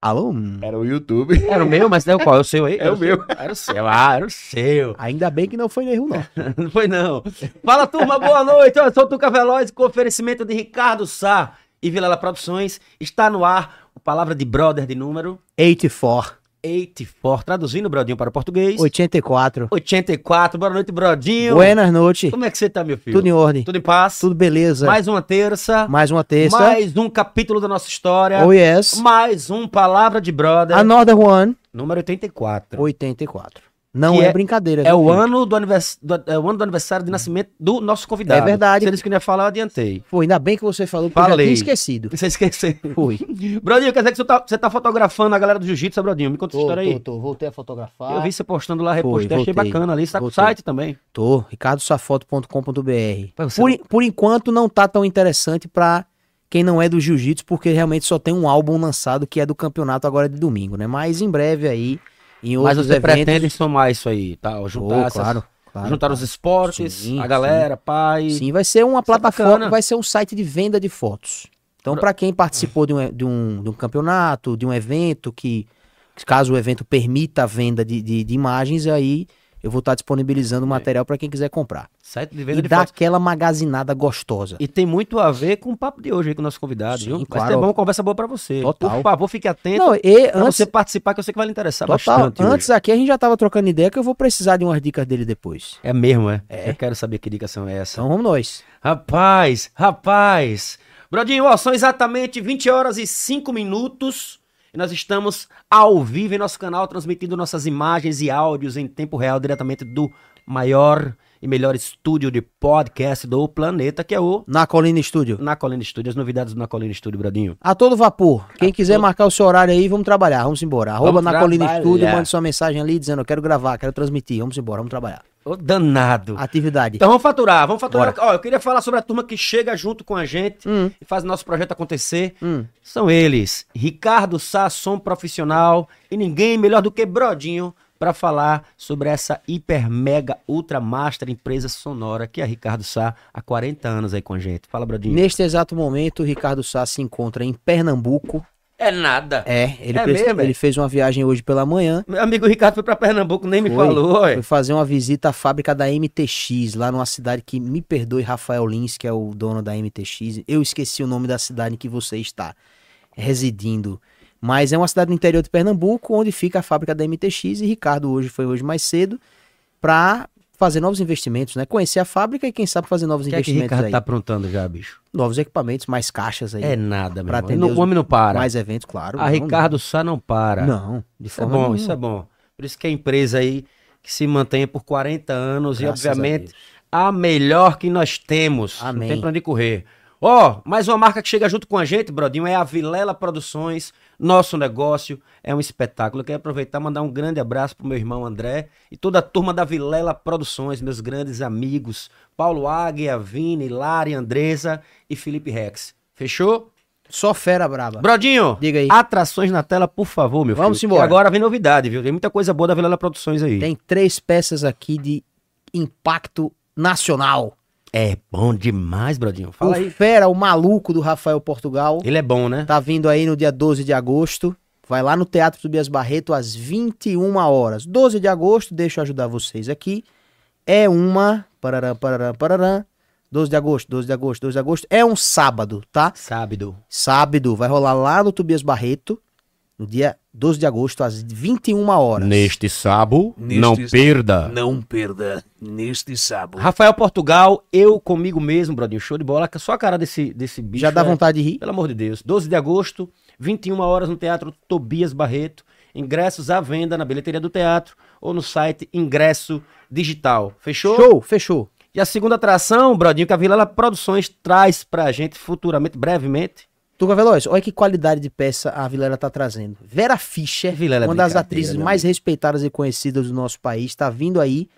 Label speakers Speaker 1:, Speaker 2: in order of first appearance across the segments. Speaker 1: Alô?
Speaker 2: Era o YouTube.
Speaker 3: Era o meu, mas não, qual? É o seu aí?
Speaker 2: É o meu.
Speaker 3: Era o seu, ah, era o seu.
Speaker 1: Ainda bem que não foi erro, não.
Speaker 3: Não foi não. Fala turma, boa noite. Eu sou o Tuca Veloz com oferecimento de Ricardo Sá e Vilela Produções. Está no ar o Palavra de Brother de número
Speaker 1: 84,
Speaker 3: 84. Traduzindo o Brodinho para o português.
Speaker 1: 84.
Speaker 3: 84. Boa noite, Brodinho.
Speaker 1: Buenas noites.
Speaker 3: Como é que você tá, meu filho?
Speaker 1: Tudo em ordem.
Speaker 3: Tudo em paz?
Speaker 1: Tudo beleza.
Speaker 3: Mais uma terça.
Speaker 1: Mais uma terça.
Speaker 3: Mais um capítulo da nossa história.
Speaker 1: Oh, yes.
Speaker 3: Mais um Palavra de Brother.
Speaker 1: Another one.
Speaker 3: Número 84.
Speaker 1: 84. Não
Speaker 3: Que
Speaker 1: é,
Speaker 3: é-
Speaker 1: brincadeira.
Speaker 3: É
Speaker 1: viu,
Speaker 3: o,
Speaker 1: filho?
Speaker 3: ano do anivers... do- é o ano do aniversário de nascimento do nosso convidado.
Speaker 1: É verdade.
Speaker 3: Você disse que não ia falar, eu adiantei.
Speaker 1: Pô, ainda bem que você falou, porque eu já
Speaker 3: Falei.
Speaker 1: tinha esquecido.
Speaker 3: Você esqueceu.
Speaker 1: Fui.
Speaker 3: Brodinho, quer dizer que você tá, você tá fotografando a galera do Jiu-Jitsu, Brodinho? Me conta essa
Speaker 1: Tô,
Speaker 3: história aí.
Speaker 1: tô, tô. Voltei a fotografar.
Speaker 3: Eu vi você postando lá, repostei,
Speaker 1: Foi,
Speaker 3: achei
Speaker 1: voltei.
Speaker 3: bacana ali. Você tá com o
Speaker 1: Voltei.
Speaker 3: site também.
Speaker 1: Tô, ricardosafoto.com.br.
Speaker 3: Pai, você
Speaker 1: Por,
Speaker 3: não-
Speaker 1: en- por enquanto não tá tão interessante pra quem não é do jiu-jitsu, porque realmente só tem um álbum lançado que é do campeonato agora de domingo, né? Mas em breve aí, em
Speaker 3: Mas
Speaker 1: outros
Speaker 3: você
Speaker 1: eventos...
Speaker 3: pretende somar isso aí, tá? Ou Juntar,
Speaker 1: Pô,
Speaker 3: essas-
Speaker 1: claro, claro.
Speaker 3: juntar os esportes,
Speaker 1: Sim,
Speaker 3: a galera, pai.
Speaker 1: Sim, vai ser uma
Speaker 3: Isso é
Speaker 1: plataforma,
Speaker 3: bacana.
Speaker 1: vai ser um site de venda de fotos. Então,
Speaker 3: Pra-
Speaker 1: pra quem participou de um, e- de, um, de um campeonato, de um evento, que caso o evento permita a venda de, de- de imagens, aí eu vou estar disponibilizando o material pra quem quiser comprar.
Speaker 3: Site de
Speaker 1: E
Speaker 3: venda de
Speaker 1: dar
Speaker 3: fotos.
Speaker 1: aquela magazinada gostosa.
Speaker 3: E tem muito a ver com o papo de hoje aí com o nosso convidado,
Speaker 1: Sim,
Speaker 3: viu? Vai
Speaker 1: claro.
Speaker 3: ser bom, conversa boa pra você.
Speaker 1: Total.
Speaker 3: Por favor, fique atento.
Speaker 1: Não, e
Speaker 3: Pra
Speaker 1: antes,
Speaker 3: Ah, você participar, que eu sei que vai lhe interessar
Speaker 1: total,
Speaker 3: bastante. hoje.
Speaker 1: antes aqui a gente já tava trocando ideia que eu vou precisar de umas dicas dele depois.
Speaker 3: É mesmo, é? Eu quero saber que é dicas são essas.
Speaker 1: Então vamos nós.
Speaker 3: Rapaz, rapaz. Brodinho, ó, são exatamente 20 horas e 5 minutos. E nós estamos ao vivo em nosso canal, transmitindo nossas imagens e áudios em tempo real, diretamente do maior e melhor estúdio de podcast do planeta, que é o
Speaker 1: Na Colina Estúdio.
Speaker 3: Na Colina Estúdio. As novidades do Na Colina Estúdio, Brodinho.
Speaker 1: A todo vapor. Quem quiser marcar o seu horário aí, vamos trabalhar, vamos embora. Arroba
Speaker 3: Vamos
Speaker 1: na Colina
Speaker 3: trabalhar. É.
Speaker 1: Estúdio, manda sua mensagem ali dizendo eu quero gravar, quero transmitir, vamos embora, vamos trabalhar.
Speaker 3: Ô, danado.
Speaker 1: Atividade.
Speaker 3: Então vamos faturar, vamos faturar. Ó, eu queria falar sobre a turma que chega junto com a gente
Speaker 1: Hum.
Speaker 3: e faz nosso projeto acontecer.
Speaker 1: Hum.
Speaker 3: São eles, Ricardo Sá, som profissional, e ninguém melhor do que Brodinho para falar sobre essa hiper mega ultra master empresa sonora que é a Ricardo Sá há 40 anos aí com a gente. Fala, Brodinho.
Speaker 1: Neste exato momento, o Ricardo Sá se encontra em Pernambuco.
Speaker 3: É nada.
Speaker 1: É, ele,
Speaker 3: É
Speaker 1: fez,
Speaker 3: mesmo, é?
Speaker 1: ele fez uma viagem hoje pela manhã.
Speaker 3: Meu amigo Ricardo foi para Pernambuco, nem me
Speaker 1: Foi.
Speaker 3: falou.
Speaker 1: Foi
Speaker 3: É.
Speaker 1: fazer uma visita à fábrica da MTX, lá numa cidade que, me perdoe, Rafael Lins, que é o dono da MTX. Eu esqueci o nome da cidade em que você está residindo. Mas é uma cidade no interior de Pernambuco, onde fica a fábrica da MTX. E Ricardo hoje foi hoje mais cedo para fazer novos investimentos, né? Conhecer a fábrica e quem sabe fazer novos
Speaker 3: O que é que
Speaker 1: investimentos
Speaker 3: Ricardo
Speaker 1: aí.
Speaker 3: tá aprontando já, bicho?
Speaker 1: Novos equipamentos, mais caixas aí.
Speaker 3: É nada, meu
Speaker 1: Pra
Speaker 3: irmão.
Speaker 1: atender
Speaker 3: Não-
Speaker 1: os-
Speaker 3: O homem não para.
Speaker 1: Mais eventos, claro.
Speaker 3: a
Speaker 1: não,
Speaker 3: Ricardo Sá não para.
Speaker 1: Não, não de
Speaker 3: Isso é
Speaker 1: forma
Speaker 3: bom,
Speaker 1: nenhuma.
Speaker 3: isso é bom. Por isso que a empresa aí que se mantenha por 40 anos
Speaker 1: Graças
Speaker 3: e,
Speaker 1: a
Speaker 3: obviamente,
Speaker 1: Deus.
Speaker 3: a melhor que nós temos.
Speaker 1: Amém.
Speaker 3: Não tem pra onde correr. Ó, mais uma marca que chega junto com a gente, Brodinho, é a Vilela Produções. Nosso negócio é um espetáculo. Eu quero aproveitar e mandar um grande abraço pro meu irmão André e toda a turma da Vilela Produções, meus grandes amigos, Paulo Águia, Vini, Lari, Andresa e Felipe Rex. Fechou?
Speaker 1: Só fera braba.
Speaker 3: Brodinho,
Speaker 1: Diga aí.
Speaker 3: atrações na tela, por favor, meu
Speaker 1: Vamos
Speaker 3: filho.
Speaker 1: embora.
Speaker 3: E agora vem novidade, viu? Tem muita coisa boa da Vilela Produções aí.
Speaker 1: Tem três peças aqui de impacto nacional.
Speaker 3: É bom demais, Brodinho. Fala
Speaker 1: o
Speaker 3: aí.
Speaker 1: Fera, o maluco do Rafael Portugal,
Speaker 3: Ele é bom, né?
Speaker 1: tá vindo aí no dia 12 de agosto. Vai lá no Teatro Tobias Barreto às 21 horas. 12 de agosto, deixa eu ajudar vocês aqui. É uma. Pararam, pararam, pararam. 12 de agosto, 12 de agosto, 12 de agosto. É um sábado, tá?
Speaker 3: Sábado.
Speaker 1: Sábado, vai rolar lá no Tobias Barreto, no dia 12 de agosto, às 21 horas.
Speaker 3: Neste sábado,
Speaker 4: Neste
Speaker 3: não
Speaker 4: sábado.
Speaker 3: perda.
Speaker 4: Não perda neste sábado.
Speaker 3: Rafael Portugal, eu comigo mesmo, Brodinho. Show de bola. Só a cara desse, desse bicho.
Speaker 1: Já dá
Speaker 3: é-
Speaker 1: vontade de rir?
Speaker 3: Pelo amor de Deus. 12 de agosto, 21 horas no Teatro Tobias Barreto. Ingressos à venda na bilheteria do teatro ou no site Ingresso Digital. Fechou?
Speaker 1: Show, fechou.
Speaker 3: E a segunda atração, Brodinho, que a Vilela Produções traz pra gente futuramente, brevemente.
Speaker 1: Tuca Veloz, olha que qualidade de peça a Vilela tá trazendo. Vera Fischer,
Speaker 3: Vilela é
Speaker 1: uma das
Speaker 3: brincadeira,
Speaker 1: atrizes
Speaker 3: meu
Speaker 1: mais respeitadas e conhecidas do nosso país, está vindo aí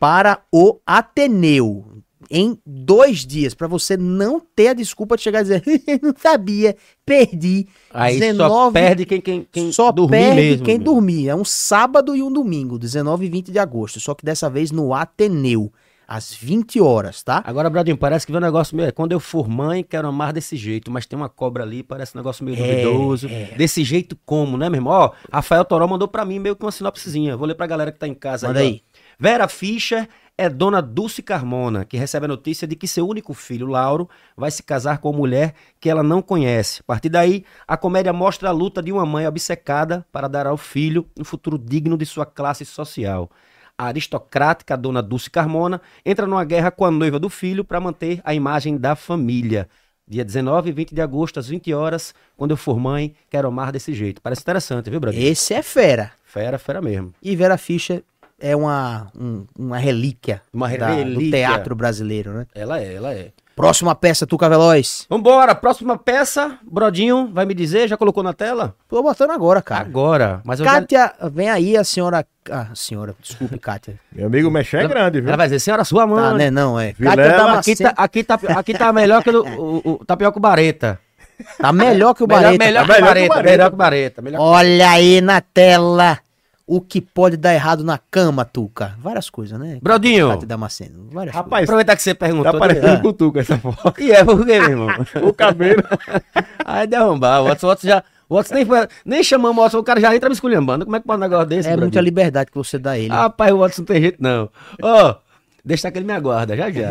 Speaker 1: para o Ateneu. Em dois dias, para você não ter a desculpa de chegar e dizer, não sabia, perdi.
Speaker 3: Aí
Speaker 1: 19
Speaker 3: só perde quem, quem, quem
Speaker 1: Só
Speaker 3: dormir
Speaker 1: perde
Speaker 3: mesmo,
Speaker 1: quem
Speaker 3: meu.
Speaker 1: dormir. É um sábado e um domingo, 19 e 20 de agosto. Só que dessa vez no Ateneu. às 20 horas, tá?
Speaker 3: Agora, Bradinho, parece que vem um negócio meio. Quando eu for mãe, quero amar desse jeito, mas tem uma cobra ali, parece um negócio meio
Speaker 1: É,
Speaker 3: duvidoso. Desse jeito como, né, meu irmão? Ó, Rafael Toró mandou pra mim meio que uma sinopsezinha. Vou ler pra galera que tá em casa
Speaker 1: Manda
Speaker 3: ó.
Speaker 1: aí.
Speaker 3: Vera Fischer é dona Dulce Carmona, que recebe a notícia de que seu único filho, Lauro, vai se casar com uma mulher que ela não conhece. A partir daí, a comédia mostra a luta de uma mãe obcecada para dar ao filho um futuro digno de sua classe social. A aristocrática dona Dulce Carmona entra numa guerra com a noiva do filho para manter a imagem da família. Dia 19 e 20 de agosto, às 20 horas, quando eu for mãe, quero amar desse jeito. Parece interessante, viu, Bradinho?
Speaker 1: Esse é fera.
Speaker 3: Fera, fera mesmo.
Speaker 1: E Vera Fischer é uma, um- uma relíquia,
Speaker 3: Uma
Speaker 1: da- do
Speaker 3: relíquia.
Speaker 1: teatro brasileiro, né?
Speaker 3: Ela é, ela é.
Speaker 1: Próxima peça, Tuca Veloz.
Speaker 3: Vambora, próxima peça, Brodinho, vai me dizer, já colocou na tela?
Speaker 1: Tô botando agora, cara.
Speaker 3: Agora. Ah, Mas eu já...
Speaker 1: Kátia, vem aí a senhora... Ah, senhora, desculpe, Kátia.
Speaker 2: Meu amigo, o Mexé é grande, viu?
Speaker 3: Ela vai dizer, senhora sua mãe.
Speaker 1: Tá, né? Não, é.
Speaker 2: Vilela,
Speaker 1: Kátia
Speaker 3: aqui,
Speaker 1: Damasceno.
Speaker 3: tá, aqui, tá, aqui tá melhor que o, o, o Tapioca Bareta.
Speaker 1: Tá melhor que o Bareta.
Speaker 3: Melhor, melhor,
Speaker 2: tá melhor que
Speaker 3: que
Speaker 2: o
Speaker 3: o
Speaker 2: Bareta.
Speaker 3: Bareta. Melhor que o Bareta. Melhor
Speaker 1: Olha aí na tela o que pode dar errado na cama, Tuca. Várias coisas, né?
Speaker 3: Brodinho.
Speaker 1: Cátia Damasceno. Várias
Speaker 2: Rapaz,
Speaker 3: Aproveitar que você perguntou.
Speaker 2: Tá
Speaker 3: né?
Speaker 2: parecendo com o Tuca essa foto.
Speaker 3: E é, por quê, meu irmão?
Speaker 2: O cabelo.
Speaker 3: Aí derrubar, o Watson, o Watson já... O Watson nem, foi- nem chamamos o Watson, o cara já entra me esculhambando. Como é que pode um negócio desse,
Speaker 1: coisas. É
Speaker 3: Brodinho?
Speaker 1: muita liberdade que você dá a ele.
Speaker 3: Rapaz, o Watson não tem jeito, não. Ó, deixa que ele me aguarda, já já.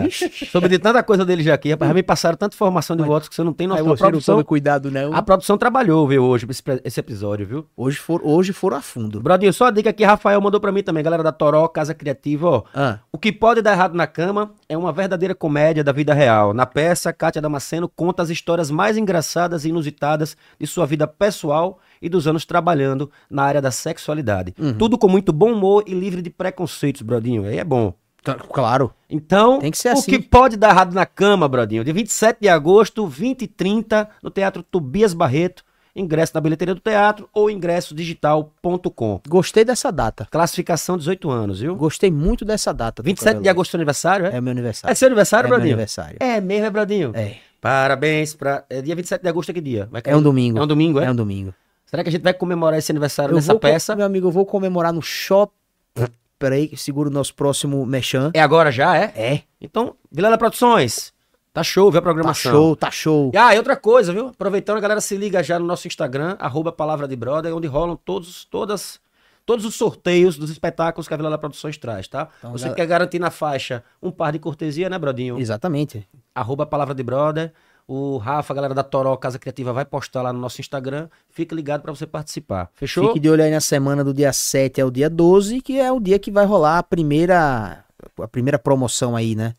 Speaker 3: Sobre de tanta coisa dele já aqui, rapaz, já me passaram tanta informação de Watson que você não tem
Speaker 1: Aí
Speaker 3: noção. A
Speaker 1: você não toma
Speaker 3: tá produção, Ah.
Speaker 1: cuidado, né?
Speaker 3: a produção trabalhou, viu, hoje, pra esse, pra esse episódio, viu?
Speaker 1: Hoje, for, hoje foram a fundo.
Speaker 3: Brodinho, só a dica que Rafael mandou pra mim também, galera da Toró, Casa Criativa, ó.
Speaker 1: Ah,
Speaker 3: O que pode dar errado na cama é uma verdadeira comédia da vida real. Na peça, Kátia Damasceno conta as histórias mais engraçadas e inusitadas de sua vida pessoal e dos anos trabalhando na área da sexualidade.
Speaker 1: Uhum.
Speaker 3: Tudo com muito bom humor e livre de preconceitos, Brodinho. Aí é bom.
Speaker 1: tá- claro.
Speaker 3: Então,
Speaker 1: Tem que ser
Speaker 3: o
Speaker 1: assim.
Speaker 3: que pode dar errado na cama, Brodinho? De 27 de agosto, 20 e 30, no Teatro Tobias Barreto. Ingresso na bilheteria do teatro ou ingressodigital.com.
Speaker 1: Gostei dessa data.
Speaker 3: Classificação 18 anos, viu?
Speaker 1: Gostei muito dessa data. Tuca
Speaker 3: 27 de
Speaker 1: Veloso.
Speaker 3: agosto é seu aniversário, é?
Speaker 1: É meu aniversário.
Speaker 3: É seu aniversário,
Speaker 1: É meu
Speaker 3: Brodinho?
Speaker 1: aniversário.
Speaker 3: É mesmo, é Brodinho?
Speaker 1: É.
Speaker 3: Parabéns pra... É dia 27 de agosto, é que dia? Vai
Speaker 1: É um domingo.
Speaker 3: É um domingo, é?
Speaker 1: É um domingo.
Speaker 3: Será que a gente vai comemorar esse aniversário
Speaker 1: Eu
Speaker 3: nessa
Speaker 1: vou co-
Speaker 3: peça?
Speaker 1: Meu amigo, eu vou comemorar no shopping. Peraí, segura o nosso próximo mechan.
Speaker 3: É agora já, é?
Speaker 1: É.
Speaker 3: Então, Vilela Produções, tá show, viu a
Speaker 1: Tá
Speaker 3: programação?
Speaker 1: show, tá show.
Speaker 3: E, Ah, e outra coisa, viu? Aproveitando, a galera se liga já no nosso Instagram, arroba Palavra de Brother, onde rolam todos, todas, todos os sorteios dos espetáculos que a Vilela Produções traz, tá?
Speaker 1: Então,
Speaker 3: Você
Speaker 1: galera-
Speaker 3: quer garantir na faixa um par de cortesia, né, Brodinho?
Speaker 1: Exatamente.
Speaker 3: arroba Palavra de Brother. O Rafa, a galera da Toró Casa Criativa, vai postar lá no nosso Instagram. Fica ligado pra você participar. Fechou?
Speaker 1: Fique de olho aí na semana do dia 7 ao dia 12, que é o dia que vai rolar a primeira a primeira promoção aí, né?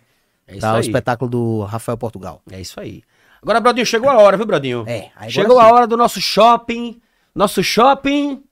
Speaker 3: É isso
Speaker 1: tá, o
Speaker 3: aí.
Speaker 1: espetáculo do Rafael Portugal.
Speaker 3: É isso aí. Agora, Brodinho, chegou a hora, viu, Brodinho?
Speaker 1: É, agora
Speaker 3: Chegou
Speaker 1: sim.
Speaker 3: a hora do nosso shopping. Nosso shopping.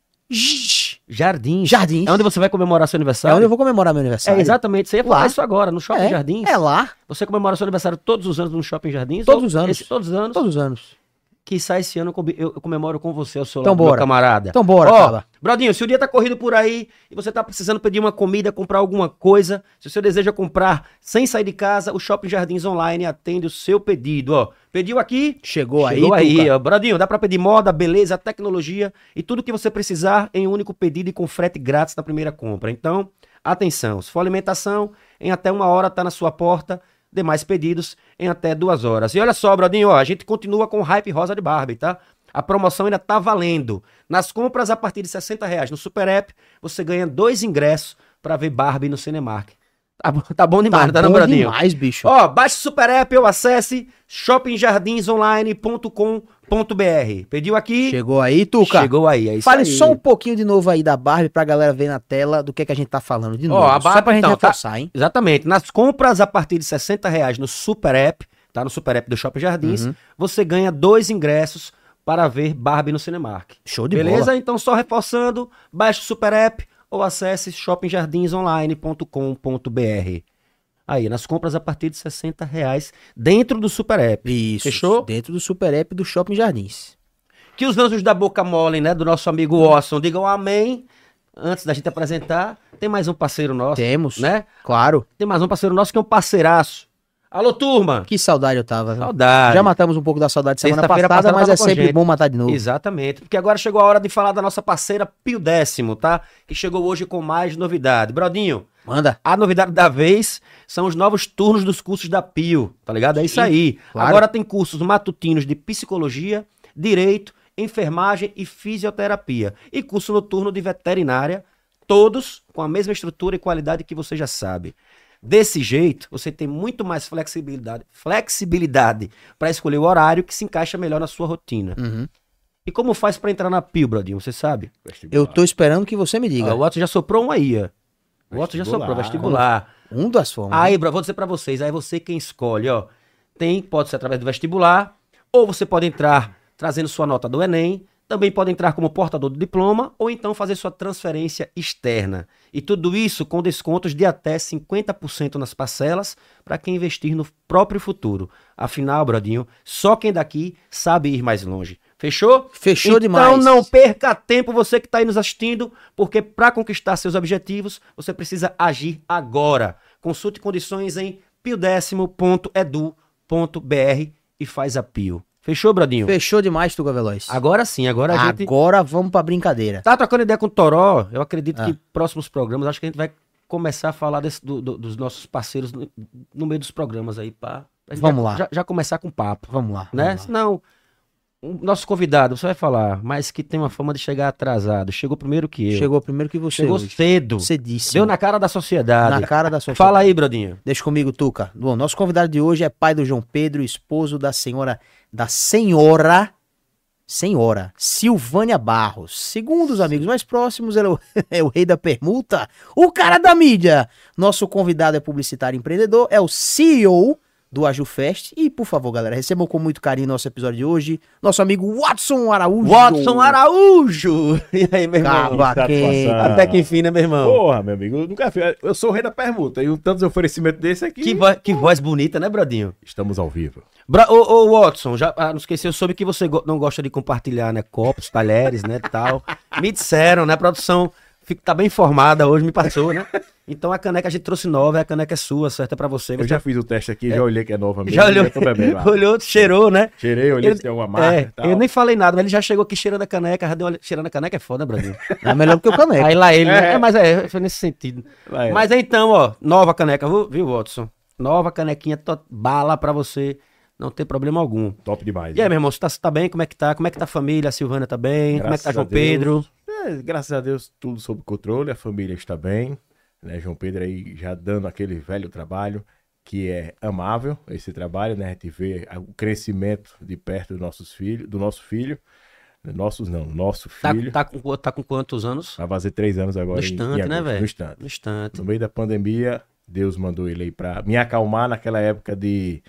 Speaker 3: Jardim.
Speaker 1: Jardins.
Speaker 3: É onde você vai comemorar seu
Speaker 1: É
Speaker 3: aniversário?
Speaker 1: onde eu vou comemorar meu
Speaker 3: É,
Speaker 1: aniversário.
Speaker 3: exatamente. Você ia
Speaker 1: Lá.
Speaker 3: falar isso agora, no Shopping
Speaker 1: É,
Speaker 3: Jardins.
Speaker 1: É lá,
Speaker 3: Você comemora seu aniversário todos os anos no Shopping Jardins?
Speaker 1: Todos
Speaker 3: Ou-
Speaker 1: os anos.
Speaker 3: esse- todos os anos.
Speaker 1: todos os anos.
Speaker 3: Que sai esse ano, eu combi- eu eu comemoro com você, eu sou
Speaker 1: Então
Speaker 3: meu
Speaker 1: bora.
Speaker 3: camarada.
Speaker 1: Então bora,
Speaker 3: Ó,
Speaker 1: Caba.
Speaker 3: Brodinho, se o dia tá corrido por aí e você tá precisando pedir uma comida, comprar alguma coisa, se você deseja é comprar sem sair de casa, o Shopping Jardins Online atende o seu pedido, ó. Pediu aqui,
Speaker 1: Chegou,
Speaker 3: Chegou
Speaker 1: aí,
Speaker 3: aí,
Speaker 1: Tuca.
Speaker 3: ó. Bradinho, dá pra pedir moda, beleza, tecnologia e tudo que você precisar em um único pedido e com frete grátis na primeira compra. Então, atenção, se for alimentação, em até uma hora tá na sua porta, demais pedidos em até duas horas. E olha só, Bradinho, ó, a gente continua com o Hype Rosa de Barbie, tá? A promoção ainda tá valendo. Nas compras a partir de 60 reais no Super App, você ganha dois ingressos pra ver Barbie no Cinemark. Tá, bom- tá bom demais, tá, tá
Speaker 1: Tá
Speaker 3: não,
Speaker 1: bom
Speaker 3: Bradinho?
Speaker 1: demais, bicho.
Speaker 3: Ó, baixe o Super App ou acesse shoppingjardinsonline.com.br. Pediu aqui?
Speaker 1: Chegou aí, Tuca.
Speaker 3: Chegou aí, é isso
Speaker 1: Fale
Speaker 3: aí.
Speaker 1: só um pouquinho de novo aí da Barbie pra galera ver na tela do que, é que a gente tá falando de
Speaker 3: Ó,
Speaker 1: novo.
Speaker 3: a
Speaker 1: só
Speaker 3: Barbie,
Speaker 1: pra gente
Speaker 3: então, tá-
Speaker 1: reforçar, hein?
Speaker 3: Exatamente. Nas compras a partir de 60 reais no Super App, tá? No Super App do Shopping Jardins, você ganha dois ingressos para ver Barbie no Cinemark.
Speaker 1: Show de
Speaker 3: Beleza?
Speaker 1: bola.
Speaker 3: Então, só reforçando, baixe o Super App ou acesse shoppingjardinsonline.com.br. Aí, nas compras a partir de 60 reais dentro do Super App.
Speaker 1: Isso.
Speaker 3: Fechou?
Speaker 1: Dentro do Super App do Shopping Jardins.
Speaker 3: Que os anjos da boca mole, né? Do nosso amigo Orson digam amém. Antes da gente apresentar, tem mais um parceiro nosso,
Speaker 1: Temos,
Speaker 3: né?
Speaker 1: claro.
Speaker 3: Tem mais um parceiro nosso que é um parceiraço. Alô, turma!
Speaker 1: Que saudade eu tava. viu?
Speaker 3: Saudade.
Speaker 1: Já matamos um pouco da saudade semana
Speaker 3: Sexta-feira
Speaker 1: passada,
Speaker 3: passada
Speaker 1: mas
Speaker 3: tava
Speaker 1: é
Speaker 3: com a
Speaker 1: sempre
Speaker 3: gente.
Speaker 1: bom matar de novo.
Speaker 3: Exatamente, porque agora chegou a hora de falar da nossa parceira Pio Décimo, tá? Que chegou hoje com mais novidade. Brodinho,
Speaker 1: Manda.
Speaker 3: a novidade da vez são os novos turnos dos cursos da Pio, tá ligado? É isso
Speaker 1: Sim,
Speaker 3: aí.
Speaker 1: claro.
Speaker 3: Agora tem cursos matutinos de psicologia, direito, enfermagem e fisioterapia. E curso noturno de veterinária, todos com a mesma estrutura e qualidade que você já sabe. Desse jeito, você tem muito mais flexibilidade, flexibilidade para escolher o horário que se encaixa melhor na sua rotina.
Speaker 1: Uhum.
Speaker 3: E como faz pra entrar na Pio, Brodinho? Você sabe?
Speaker 1: Eu tô esperando que você me diga.
Speaker 3: Ah, o Otto já soprou um aí, ó. O Otto
Speaker 2: Vestibular.
Speaker 3: já soprou, vestibular.
Speaker 1: Um das formas.
Speaker 3: Aí, bro, vou dizer pra vocês, aí você quem escolhe, ó. Tem, pode ser através do vestibular, ou você pode entrar trazendo sua nota do Enem, também pode entrar como portador do diploma, ou então fazer sua transferência externa. E tudo isso com descontos de até 50% nas parcelas para quem investir no próprio futuro. Afinal, Brodinho, só quem daqui sabe ir mais longe. Fechou?
Speaker 1: Fechou
Speaker 3: então
Speaker 1: demais.
Speaker 3: não perca tempo você que está aí nos assistindo, porque para conquistar seus objetivos, você precisa agir agora. Consulte condições em piodécimo.edu.br e faz a pio. Fechou, Brodinho?
Speaker 1: Fechou demais, Tuga Veloz.
Speaker 3: Agora sim, agora a gente
Speaker 1: Agora vamos pra brincadeira.
Speaker 3: tá trocando ideia com o Toró. Eu acredito
Speaker 1: Ah.
Speaker 3: que próximos programas, acho que a gente vai começar a falar desse- do- do- dos nossos parceiros no, no meio dos programas aí, pá. Pra gente
Speaker 1: Vamos
Speaker 3: já-
Speaker 1: lá.
Speaker 3: Já, já começar com papo
Speaker 1: Vamos lá.
Speaker 3: né?
Speaker 1: vamos lá.
Speaker 3: Senão, o nosso convidado, você vai falar, mas que tem uma fama de chegar atrasado. Chegou primeiro que eu.
Speaker 1: Chegou primeiro que você.
Speaker 3: Chegou
Speaker 1: hoje.
Speaker 3: cedo.
Speaker 1: Você disse.
Speaker 3: Deu na cara da sociedade.
Speaker 1: na cara da sua
Speaker 3: Fala aí, Brodinho.
Speaker 1: Deixa comigo, Tuca. Bom, nosso convidado de hoje é pai do João Pedro, esposo da senhora, da senhora, senhora, Silvânia Barros. Segundo os amigos mais próximos, ele é o, é o rei da permuta, o cara da mídia. Nosso convidado é publicitário e empreendedor, é o CEO do AjuFest. E, por favor, galera, recebam com muito carinho nosso episódio de hoje, nosso amigo Watson Araújo.
Speaker 3: Watson Araújo! E aí, meu irmão?
Speaker 1: Caba quente.
Speaker 2: Satisfação.
Speaker 3: Até que enfim, né, meu irmão?
Speaker 2: Porra, meu amigo, eu nunca fiz. Eu sou o rei da permuta. E um tanto de oferecimento desse aqui.
Speaker 3: Que, vo- que voz bonita, né, Brodinho?
Speaker 2: Estamos ao vivo.
Speaker 3: Bra- ô, ô, Watson, já ah, não esqueci, eu soube que você go- não gosta de compartilhar, né? Copos, talheres, né, tal. Me disseram, né? A produção fica, tá bem informada hoje, me passou, né? Então a caneca a gente trouxe nova, a caneca é sua, certa pra você.
Speaker 2: Eu
Speaker 3: Você
Speaker 2: já fiz o teste aqui, já olhei que é nova mesmo.
Speaker 3: Já olhou,
Speaker 2: tô bebendo água.
Speaker 3: olhou, cheirou, né?
Speaker 2: Cheirei, olhei se tem alguma marca e
Speaker 3: É,
Speaker 2: tal.
Speaker 3: eu nem falei nada, mas ele já chegou aqui cheirando a caneca, já deu uma... cheirando a caneca é foda, Brasil.
Speaker 1: É melhor do que o caneco.
Speaker 3: Aí lá ele, né?
Speaker 2: É.
Speaker 3: É, mas é, foi nesse sentido.
Speaker 2: Vai,
Speaker 3: Mas é então, ó, nova caneca, viu, viu, Watson? Nova canequinha, to- bala pra você, não ter problema algum.
Speaker 2: Top demais.
Speaker 3: E aí, meu irmão, você tá, você tá bem? Como é que tá? Como é que tá a família? A Silvana tá bem? Como é que tá
Speaker 2: Graças
Speaker 3: João
Speaker 2: a Deus.
Speaker 3: Pedro?
Speaker 2: É, graças a Deus, tudo sob controle, a família está bem, né? João Pedro aí já dando aquele velho trabalho, que é amável esse trabalho, né? A gente vê a- o crescimento de perto dos nossos filhos, do nosso filho, né? nossos não, nosso
Speaker 3: Tá,
Speaker 2: filho.
Speaker 3: tá, com, tá com quantos anos?
Speaker 2: Vai fazer três anos agora.
Speaker 3: No
Speaker 2: em- em
Speaker 3: instante, né,
Speaker 2: agosto,
Speaker 3: velho?
Speaker 2: No instante.
Speaker 3: No instante.
Speaker 2: No meio da pandemia, Deus mandou ele aí pra me acalmar naquela época de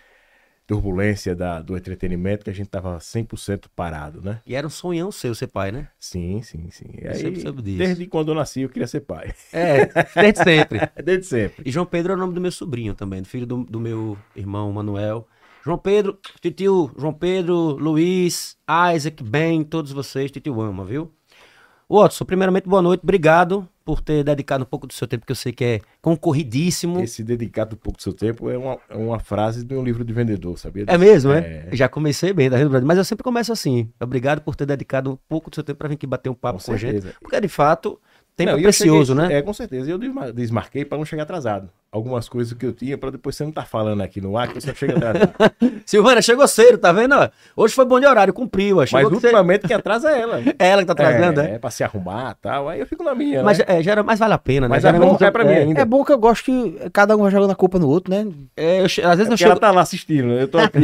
Speaker 2: turbulência da, do entretenimento, que a gente tava 100% parado, né?
Speaker 3: E era um sonhão seu ser pai, né?
Speaker 2: Sim, sim, sim. E
Speaker 3: Eu
Speaker 2: aí,
Speaker 3: sempre soube disso.
Speaker 2: desde quando eu nasci, eu queria ser pai.
Speaker 3: É, desde sempre.
Speaker 2: Desde sempre.
Speaker 3: E João Pedro é o nome do meu sobrinho também, do filho do, do meu irmão Manuel. João Pedro, titio, João Pedro, Luiz, Isaac, Ben, todos vocês, titio ama, viu? Watson, primeiramente, boa noite, obrigado por ter dedicado um pouco do seu tempo, que eu sei que é concorridíssimo.
Speaker 2: Esse dedicado um pouco do seu tempo é uma, é uma frase de um livro de vendedor, sabia?
Speaker 3: É mesmo, é?
Speaker 2: É.
Speaker 3: Já comecei bem, tá vendo, Brasil? Mas eu sempre começo assim, obrigado por ter dedicado um pouco do seu tempo pra vir aqui bater um papo com, a gente.
Speaker 2: certeza.
Speaker 3: Porque, de fato, tempo
Speaker 2: Não,
Speaker 3: é
Speaker 2: e eu
Speaker 3: precioso,
Speaker 2: cheguei-
Speaker 3: né?
Speaker 2: É, com certeza. Eu desma- desmarquei para não chegar atrasado. Algumas coisas que eu tinha para depois você não tá falando aqui no ar que você chega atrasado.
Speaker 3: Silvana, chegou cedo, tá vendo? ó? Hoje foi bom de horário, cumpriu, ó.
Speaker 2: Mas
Speaker 3: chegou que você-
Speaker 2: ultimamente quem atrasa é ela.
Speaker 3: É ela que tá trazendo, né?
Speaker 2: é, pra se arrumar e tal. Aí eu fico na minha.
Speaker 3: Mas,
Speaker 2: né?
Speaker 3: é, gera, mas vale a pena, né?
Speaker 2: Mas é bom,
Speaker 3: Geralmente
Speaker 2: é
Speaker 3: eu-
Speaker 2: pra mim ainda.
Speaker 1: É bom que eu gosto que cada um vai jogando a culpa no outro, né?
Speaker 3: é, eu che- às vezes
Speaker 2: Porque
Speaker 3: eu chego.
Speaker 2: ela tá lá assistindo, né? eu tô aqui.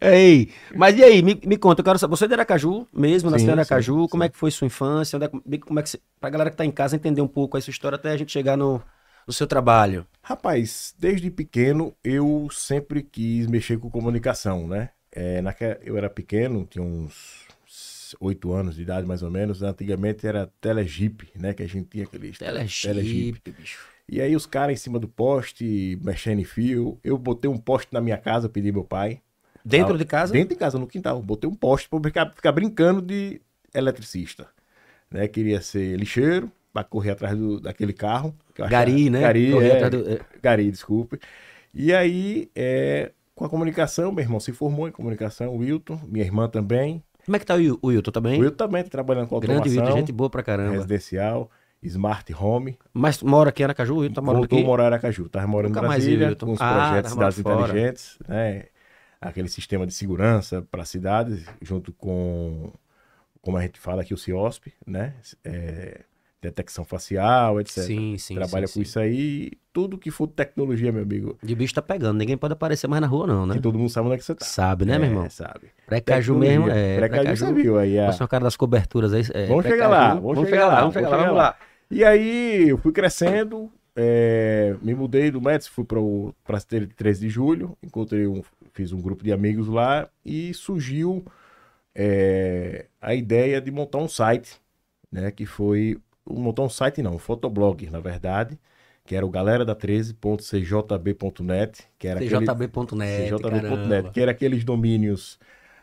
Speaker 3: Ei, mas e aí, me, me conta, eu quero saber. Você é de Aracaju mesmo, nasceu em
Speaker 2: Sim,
Speaker 3: Aracaju,
Speaker 2: sim,
Speaker 3: como
Speaker 2: sim.
Speaker 3: é que foi sua infância? Onde é que- como é que você, pra galera que tá em casa entender um pouco aí sua história até a gente chegar no, no seu trabalho.
Speaker 2: Rapaz, desde pequeno eu sempre quis mexer com comunicação, né? É, naque- Eu era pequeno, tinha uns oito anos de idade mais ou menos. Antigamente era telegipe, né? Que a gente tinha aqueles
Speaker 3: é Telegipe, bicho.
Speaker 2: E aí os caras em cima do poste, mexendo em fio. Eu botei um poste na minha casa, pedi ao meu pai.
Speaker 3: Dentro
Speaker 2: Ah,
Speaker 3: de casa?
Speaker 2: Dentro de casa, no quintal. Botei um poste pra eu ficar, ficar brincando de eletricista. Né? Queria ser lixeiro, pra correr atrás do, daquele carro. que eu achava-
Speaker 3: Gari, né?
Speaker 2: Gari,
Speaker 3: Correr
Speaker 2: é,
Speaker 3: atrás do- é.
Speaker 2: Gari, desculpe. E aí, é, com a comunicação, meu irmão se formou em comunicação, o Wilton, minha irmã também.
Speaker 3: Como é que tá o Wil- o Wilton
Speaker 2: O
Speaker 3: também?
Speaker 2: Wilton também tá É. trabalhando com
Speaker 3: Grande Wilton,
Speaker 2: automação,
Speaker 3: gente boa pra caramba.
Speaker 2: residencial, smart home.
Speaker 3: Mas mora aqui em Aracaju, o Wilton tá morando
Speaker 2: voltou
Speaker 3: aqui.
Speaker 2: a morar em Aracaju. Tava morando
Speaker 3: Nunca
Speaker 2: em
Speaker 3: mais vi,
Speaker 2: Brasília,
Speaker 3: Wilton.
Speaker 2: com os
Speaker 3: Ah,
Speaker 2: projetos
Speaker 3: tava
Speaker 2: Cidades
Speaker 3: fora.
Speaker 2: Inteligentes, né? Aquele sistema de segurança para cidades, junto com, como a gente fala aqui, o CIOSP, né? É, detecção facial, etc.
Speaker 3: Sim, sim.
Speaker 2: Trabalha
Speaker 3: sim,
Speaker 2: com
Speaker 3: sim.
Speaker 2: isso aí. Tudo que for tecnologia, meu amigo.
Speaker 3: De bicho tá pegando, ninguém pode aparecer mais na rua, não, né?
Speaker 2: Que todo mundo sabe onde é que você tá.
Speaker 3: Sabe, né, meu irmão?
Speaker 2: É, sabe.
Speaker 3: Precaju
Speaker 2: Tecnologia.
Speaker 3: mesmo, é.
Speaker 2: né? Precaju, você viu aí. a-
Speaker 3: Nossa, o cara das coberturas aí. é,
Speaker 2: É. Vamos chegar
Speaker 3: Precaju.
Speaker 2: lá, vamos chegar lá,
Speaker 3: vamos chegar lá, vamos lá.
Speaker 2: E aí, eu fui crescendo, é, me mudei do Médici, fui para a 13 de julho, encontrei um, fiz um grupo de amigos lá e surgiu é, a ideia de montar um site, né? Que foi, montar um site não, um fotoblog, na verdade, que era o galera da 13.cjb.net, que era aquele-
Speaker 3: CJB.net.
Speaker 2: CJB.net,
Speaker 3: É, caramba.
Speaker 2: que era aqueles domínios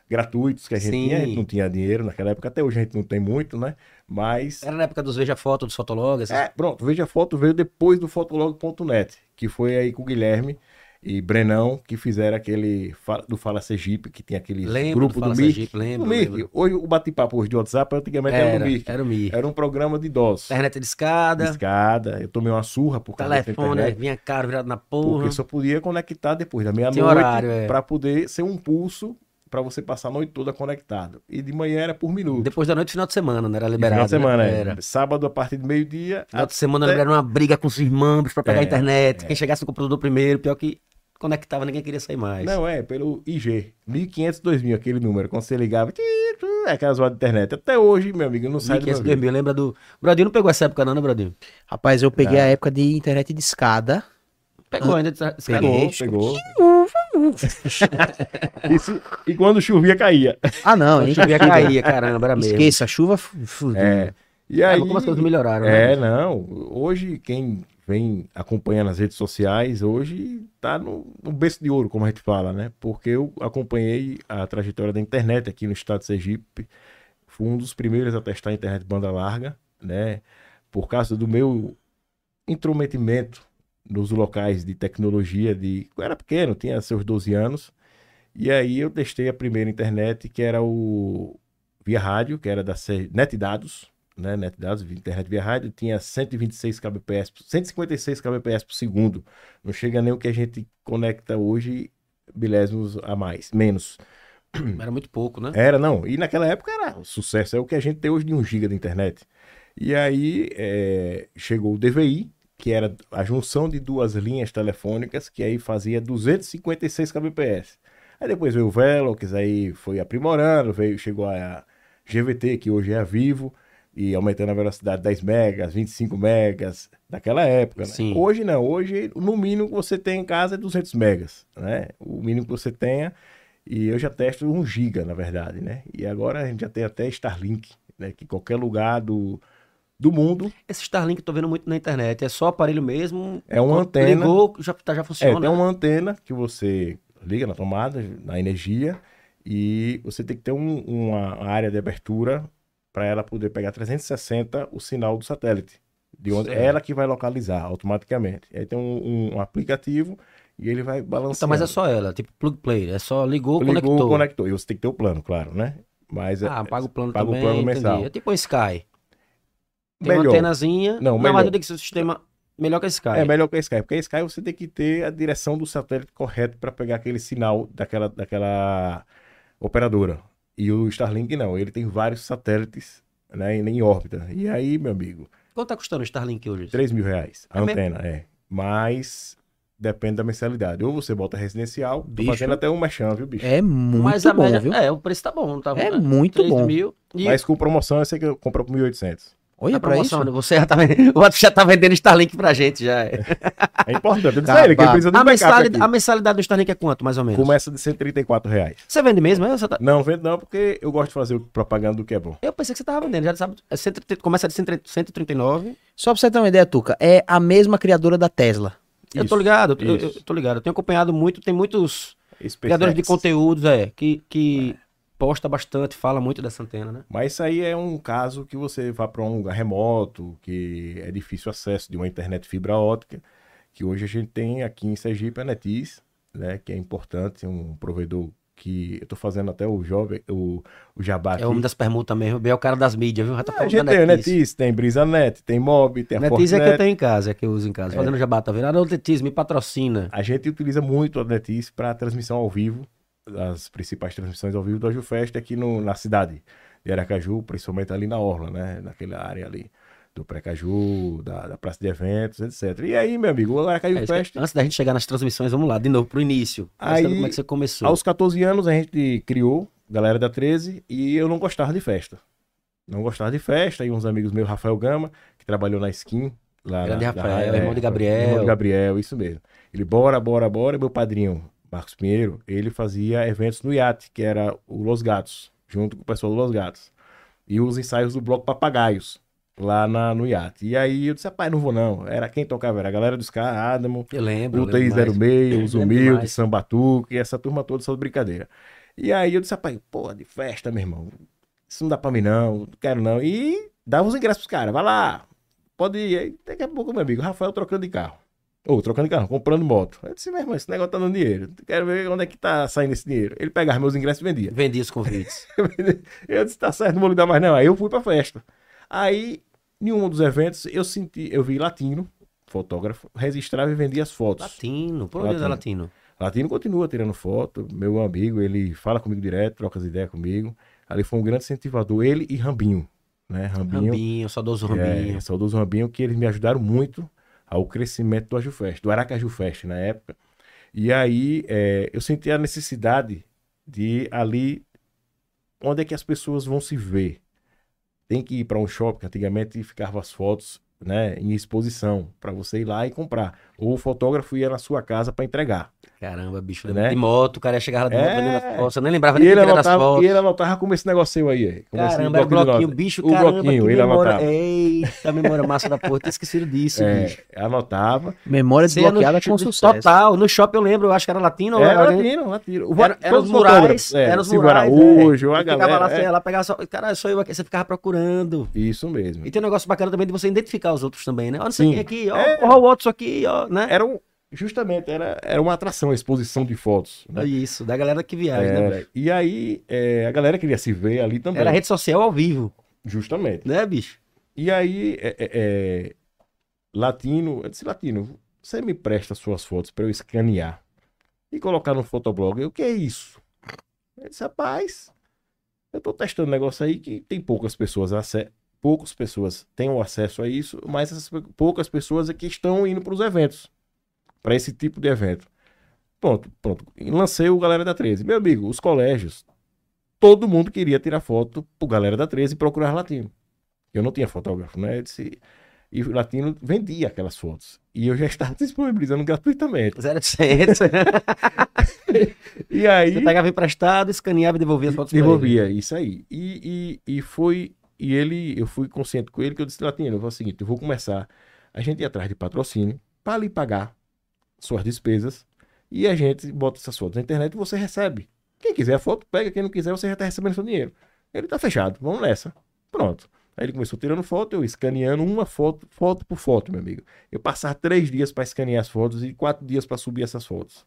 Speaker 2: gratuitos que a gente
Speaker 3: Sim.
Speaker 2: tinha, a gente não tinha dinheiro naquela época, até hoje a gente não tem muito, né? Mas
Speaker 3: Era na época dos Veja Foto, dos Fotologas.
Speaker 2: é, pronto, veja a foto, veio depois do fotolog.net, que foi aí com o Guilherme e Brenão que fizeram aquele fa- do Fala Sergipe, que tinha aquele
Speaker 3: Lembro
Speaker 2: grupo do,
Speaker 3: do Fala
Speaker 2: MIC.
Speaker 3: Sergipe, lembro,
Speaker 2: Do MIC.
Speaker 3: lembro.
Speaker 2: Hoje o bate-papo hoje de WhatsApp antigamente era, do MIC.
Speaker 3: era o Mi.
Speaker 2: Era um programa de idosos.
Speaker 3: Internet de escada,
Speaker 2: Escada, eu tomei uma surra por causa dessa
Speaker 3: telefone,
Speaker 2: internet.
Speaker 3: né? vinha caro, virado na
Speaker 2: Porque
Speaker 3: porra.
Speaker 2: só podia conectar depois da
Speaker 3: horário,
Speaker 2: meia-noite
Speaker 3: é.
Speaker 2: para poder ser um pulso para você passar a noite toda conectado. E de manhã era por minuto.
Speaker 3: Depois da noite, final de semana, né? Era
Speaker 2: E final de
Speaker 3: liberado.
Speaker 2: semana,
Speaker 3: né?
Speaker 2: é.
Speaker 3: Era.
Speaker 2: Sábado a partir do meio-dia.
Speaker 3: Final de semana
Speaker 2: até-
Speaker 3: liberaram uma briga com os irmãos pra pegar
Speaker 2: É,
Speaker 3: a internet. Quem chegasse no computador primeiro, pior que conectava, ninguém queria sair mais.
Speaker 2: Não, é, pelo IG. 1500, 2000, aquele número. Quando você ligava, ti, tu, é aquela zoada de internet. Até hoje, meu amigo, não sai do meu
Speaker 3: 1500,
Speaker 2: ouvido.
Speaker 3: 2000, lembra do. Brodinho não pegou essa época, não, né, Brodinho?
Speaker 1: Rapaz, eu
Speaker 2: É.
Speaker 1: peguei a época de internet de escada.
Speaker 3: Pegou ainda. essa- essa
Speaker 1: Pegou.
Speaker 3: época.
Speaker 2: Ah, tá pegou. Isso, e quando chovia, caía.
Speaker 1: Ah, não, hein?
Speaker 3: A chuva caía, caramba, era mesmo.
Speaker 1: Esqueça, a chuva fu- fudeu.
Speaker 2: É. E
Speaker 3: Ah,
Speaker 2: aí...
Speaker 3: como as coisas melhoraram,
Speaker 2: É,
Speaker 3: né?
Speaker 2: não. Hoje, quem vem acompanhando as redes sociais, hoje tá no, no berço de ouro, como a gente fala, né? Porque eu acompanhei a trajetória da internet aqui no estado de Sergipe. Fui um dos primeiros a testar a internet banda larga, né? Por causa do meu intrometimento nos locais de tecnologia de... Eu era pequeno, tinha seus 12 anos. E aí eu testei a primeira internet, que era o... Via rádio, que era da Ser- Net Dados, né, net dados, via internet via rádio, tinha 126 kbps, 156 kbps por segundo. Não chega nem o que a gente conecta hoje, milésimos a mais, menos.
Speaker 3: Era muito pouco, né?
Speaker 2: Era, não. E naquela época era o sucesso, é o que a gente tem hoje de 1 giga de internet. E aí é, chegou o DVI, que era a junção de duas linhas telefônicas, que aí fazia 256 kbps. Aí depois veio o Velox, aí foi aprimorando, veio, chegou a GVT, que hoje é a Vivo, e aumentando a velocidade 10 megas, 25 megas, daquela época, né?
Speaker 3: Sim.
Speaker 2: Hoje não, hoje no mínimo que você tem em casa é 200 megas, né? O mínimo que você tenha, e eu já testo 1 giga, na verdade, né? E agora a gente já tem até Starlink, né? Que qualquer lugar do, do mundo
Speaker 3: Esse Starlink eu tô vendo muito na internet. É só aparelho mesmo.
Speaker 2: é uma
Speaker 3: Quando
Speaker 2: antena...
Speaker 3: Ligou, já, tá- já
Speaker 2: É,
Speaker 3: funciona.
Speaker 2: tem uma antena que você liga na tomada, na energia, e você tem que ter um- uma área de abertura para ela poder pegar 360 o sinal do satélite. De onde
Speaker 3: Certo.
Speaker 2: é ela que vai localizar automaticamente. Aí tem um, um aplicativo e ele vai balançar.
Speaker 3: Então, mas é só ela, tipo plug play. É só ligou,
Speaker 2: Ligou,
Speaker 3: conectou.
Speaker 2: conectou. E você tem que ter o plano, claro, né? Mas é-
Speaker 3: Ah, paga o plano
Speaker 2: Paga o
Speaker 3: também.
Speaker 2: plano
Speaker 3: entendi.
Speaker 2: mensal.
Speaker 3: É tipo um Sky. Tem uma
Speaker 2: melhor.
Speaker 3: antenazinha.
Speaker 2: Não,
Speaker 3: mas
Speaker 2: melhor.
Speaker 3: eu digo que o sistema melhor que o Sky.
Speaker 2: É melhor que a Sky, porque a Sky você tem que ter a direção do satélite correta para pegar aquele sinal daquela, daquela operadora. E o Starlink não, ele tem vários satélites né, em em órbita. E aí, meu amigo,
Speaker 3: Quanto tá custando o Starlink hoje?
Speaker 2: 3 mil reais a
Speaker 3: É mesmo?
Speaker 2: antena, é. Mas depende da mensalidade. Ou você bota residencial, tô
Speaker 1: Bicho.
Speaker 2: fazendo até um merchan, viu, bicho?
Speaker 1: É muito
Speaker 3: mas a
Speaker 1: bom,
Speaker 3: média,
Speaker 1: viu?
Speaker 3: É, o preço tá bom, tá
Speaker 1: É muito
Speaker 3: 3
Speaker 1: bom.
Speaker 3: Mil, e
Speaker 2: Mas com promoção eu sei que eu compro por 1.800.
Speaker 1: Olha
Speaker 3: a
Speaker 1: pra isso.
Speaker 3: promoção, né? você já tá vendendo, o Watson já tá vendendo Starlink pra gente já. é.
Speaker 2: É importante, eu disse a ele que ele precisa de um
Speaker 3: A
Speaker 2: backup
Speaker 3: mensalidade, a
Speaker 2: aqui.
Speaker 3: mensalidade do Starlink é quanto, mais ou menos?
Speaker 2: Começa de 134 reais.
Speaker 3: Você vende mesmo? é? Você tá-
Speaker 2: Não vendo não, porque eu gosto de fazer propaganda do que é bom.
Speaker 3: Eu pensei que você tava vendendo, já sabe. é 130 começa de 130 139.
Speaker 1: Só pra você ter uma ideia, Tuca, é a mesma criadora da Tesla.
Speaker 3: eu
Speaker 2: Isso,
Speaker 3: tô ligado, eu, eu-
Speaker 2: isso.
Speaker 3: eu tô ligado. Eu tenho acompanhado muito, tem muitos criadores de
Speaker 2: SpaceX.
Speaker 3: conteúdos é, que, que posta bastante, fala muito dessa antena, né?
Speaker 2: Mas isso aí é um caso que você vá para um lugar remoto, que é difícil acesso de uma internet fibra ótica, que hoje a gente tem aqui em Sergipe a Netis, né, que é importante, um provedor que eu tô fazendo até o jovem, o, o Jabá
Speaker 3: É
Speaker 2: aqui.
Speaker 3: o homem das permutas mesmo, bem é o cara das mídias, viu? Já tá
Speaker 2: a
Speaker 3: falando
Speaker 2: gente é,
Speaker 3: da
Speaker 2: tem o
Speaker 3: Netiz.
Speaker 2: Netis, tem Brisanet, tem Mob, tem a
Speaker 3: Netiz é que eu
Speaker 2: Fortinet.
Speaker 3: tenho em casa, é que eu uso em casa. Fazendo jabá, tá vendo? Ah, não, Netiz, me patrocina.
Speaker 2: A gente utiliza muito a Netis para transmissão ao vivo, as principais transmissões ao vivo do Ajufest aqui no, na cidade de Aracaju, principalmente ali na Orla, né? Naquela área ali do Precaju, da, da Praça de Eventos, etc. E aí, meu amigo, o Aracaju
Speaker 3: É isso que-
Speaker 2: Fest,
Speaker 3: Antes da gente chegar nas transmissões, vamos lá, de novo, pro início.
Speaker 2: Aí-
Speaker 3: Mostrando como é que você começou.
Speaker 2: aos 14 anos a gente criou, galera da 13, e eu não gostava de festa. Não gostava de festa, e uns amigos meus, Rafael Gama, que trabalhou na Skin, lá
Speaker 3: Grande
Speaker 2: na,
Speaker 3: Rafael,
Speaker 2: na-
Speaker 3: irmão de Gabriel.
Speaker 2: Irmão de Gabriel, isso mesmo. Ele, bora, bora, bora. E meu padrinho, Marcos Pinheiro, ele fazia eventos no iate, que era o Los Gatos, junto com o pessoal do Los Gatos. E os ensaios do Bloco Papagaios, lá na, no iate. E aí eu disse, rapaz, não vou não. Era quem tocava, era a galera dos caras, Adamo,
Speaker 3: Eu
Speaker 2: o
Speaker 3: lembro. eu lembro mais.
Speaker 2: 306, os
Speaker 3: Eu lembro
Speaker 2: humildes,
Speaker 3: demais.
Speaker 2: Sambatuca e essa turma toda só de brincadeira. E aí eu disse, rapaz, porra, de festa, meu irmão. Isso não dá pra mim, não, não quero não. E dava os ingressos pros caras, vai lá, pode ir. Aí, daqui a pouco, meu amigo, Rafael trocando de carro. Ou trocando de carro, comprando moto. Eu disse, meu irmão, esse negócio tá dando dinheiro. Quero ver onde é que tá saindo esse dinheiro. Ele pegava meus ingressos e vendia.
Speaker 3: Vendi os convites.
Speaker 2: Eu disse, tá certo, não vou lhe dar mais não. Aí eu fui pra festa. Aí, em um dos eventos, eu senti, eu vi latino, fotógrafo, registrava e vendia as fotos.
Speaker 3: latino, por onde é latino?
Speaker 2: Latino continua tirando foto, meu amigo, ele fala comigo direto, troca as ideias comigo. Ali foi um grande incentivador, ele e Rambinho, né? Rambinho,
Speaker 3: Rambinho, saudoso
Speaker 2: Rambinho.
Speaker 3: Rambinho.
Speaker 2: É, saudoso Rambinho, que eles me ajudaram muito ao crescimento do Ajufest, do Aracaju Fest na época. E aí é, eu senti a necessidade de ali, onde é que as pessoas vão se ver. Tem que ir para um shopping, antigamente ficava as fotos né, em exposição, para você ir lá e comprar. Ou o fotógrafo ia na sua casa para entregar.
Speaker 3: Caramba, bicho.
Speaker 2: Né?
Speaker 3: De moto, o cara chegava lá de moto,
Speaker 2: É.
Speaker 3: vendendo as fotos. Eu nem lembrava
Speaker 2: E
Speaker 3: nem
Speaker 2: ele,
Speaker 3: que era das
Speaker 2: anotava,
Speaker 3: fotos.
Speaker 2: e ele anotava como esse negocinho aí. aí, Como
Speaker 3: Caramba, era
Speaker 2: bloquinho
Speaker 3: o
Speaker 2: de
Speaker 3: bloquinho,
Speaker 2: nota.
Speaker 3: bicho,
Speaker 2: O
Speaker 3: caramba,
Speaker 2: bloquinho,
Speaker 3: que
Speaker 2: ele
Speaker 3: memória.
Speaker 2: anotava.
Speaker 3: Eita, memória massa da porra, tinha esquecido disso, bicho.
Speaker 2: É, anotava.
Speaker 1: Memória
Speaker 3: Você ia no
Speaker 1: desbloqueada
Speaker 3: shopping
Speaker 1: com sucesso.
Speaker 3: Total, no shopping eu lembro, eu acho que era latino.
Speaker 2: É, era
Speaker 3: era-
Speaker 2: latino, latino. O-
Speaker 3: Era, era
Speaker 2: todos
Speaker 3: os
Speaker 2: fotógrafos,
Speaker 3: murais,
Speaker 2: é,
Speaker 3: era os
Speaker 2: Silvio
Speaker 3: murais.
Speaker 2: Araújo,
Speaker 3: é.
Speaker 2: a
Speaker 3: Você Ficava lá,
Speaker 2: galera.
Speaker 3: você ia
Speaker 2: é.
Speaker 3: lá, pegava só, cara, sou eu aqui, você ficava procurando.
Speaker 2: Isso mesmo.
Speaker 3: E tem um negócio bacana também de você identificar os outros também, né? Ó, não sei
Speaker 2: Sim.
Speaker 3: quem aqui, ó,
Speaker 2: É.
Speaker 3: ó, o outro aqui, ó, né?
Speaker 2: Era um, justamente, era, era uma atração, a exposição de fotos. né?
Speaker 3: Isso, da galera que viaja, né?
Speaker 2: Era.
Speaker 3: bicho?
Speaker 2: E aí, é, a galera queria se ver ali também.
Speaker 3: Era rede social ao vivo,
Speaker 2: Justamente.
Speaker 3: né, bicho?
Speaker 2: E aí, é, é, é, Latino, eu disse, Latino, você me presta suas fotos para eu escanear e colocar no fotoblog. Eu, o que é isso? Ele disse, rapaz, eu tô testando um negócio aí que tem poucas pessoas ace- poucas pessoas têm o acesso a isso, mas essas pou- poucas pessoas é que estão indo para os eventos, para esse tipo de evento. Pronto, pronto. E lancei o Galera da 13. Meu amigo, os colégios, todo mundo queria tirar foto pro Galera da 13 e procurar Latino. Eu não tinha fotógrafo, né? Eu disse- e o Latino vendia aquelas fotos. E eu já estava disponibilizando gratuitamente.
Speaker 3: 0800. você
Speaker 2: E aí.
Speaker 3: pegava emprestado, escaneava e devolvia as fotos pra ele.
Speaker 2: Devolvia, isso aí. E, e, e foi. E ele, eu fui consciente com ele que eu disse, Latino, eu vou o seguinte, eu vou começar a gente ir atrás de patrocínio para lhe pagar suas despesas e a gente bota essas fotos na internet e você recebe. Quem quiser a foto, pega, quem não quiser, você já está recebendo seu dinheiro. Ele tá fechado, vamos nessa. Pronto. Aí ele começou tirando foto, eu escaneando uma foto, foto por foto, meu amigo. Eu passava três dias para escanear as fotos e quatro dias para subir essas fotos.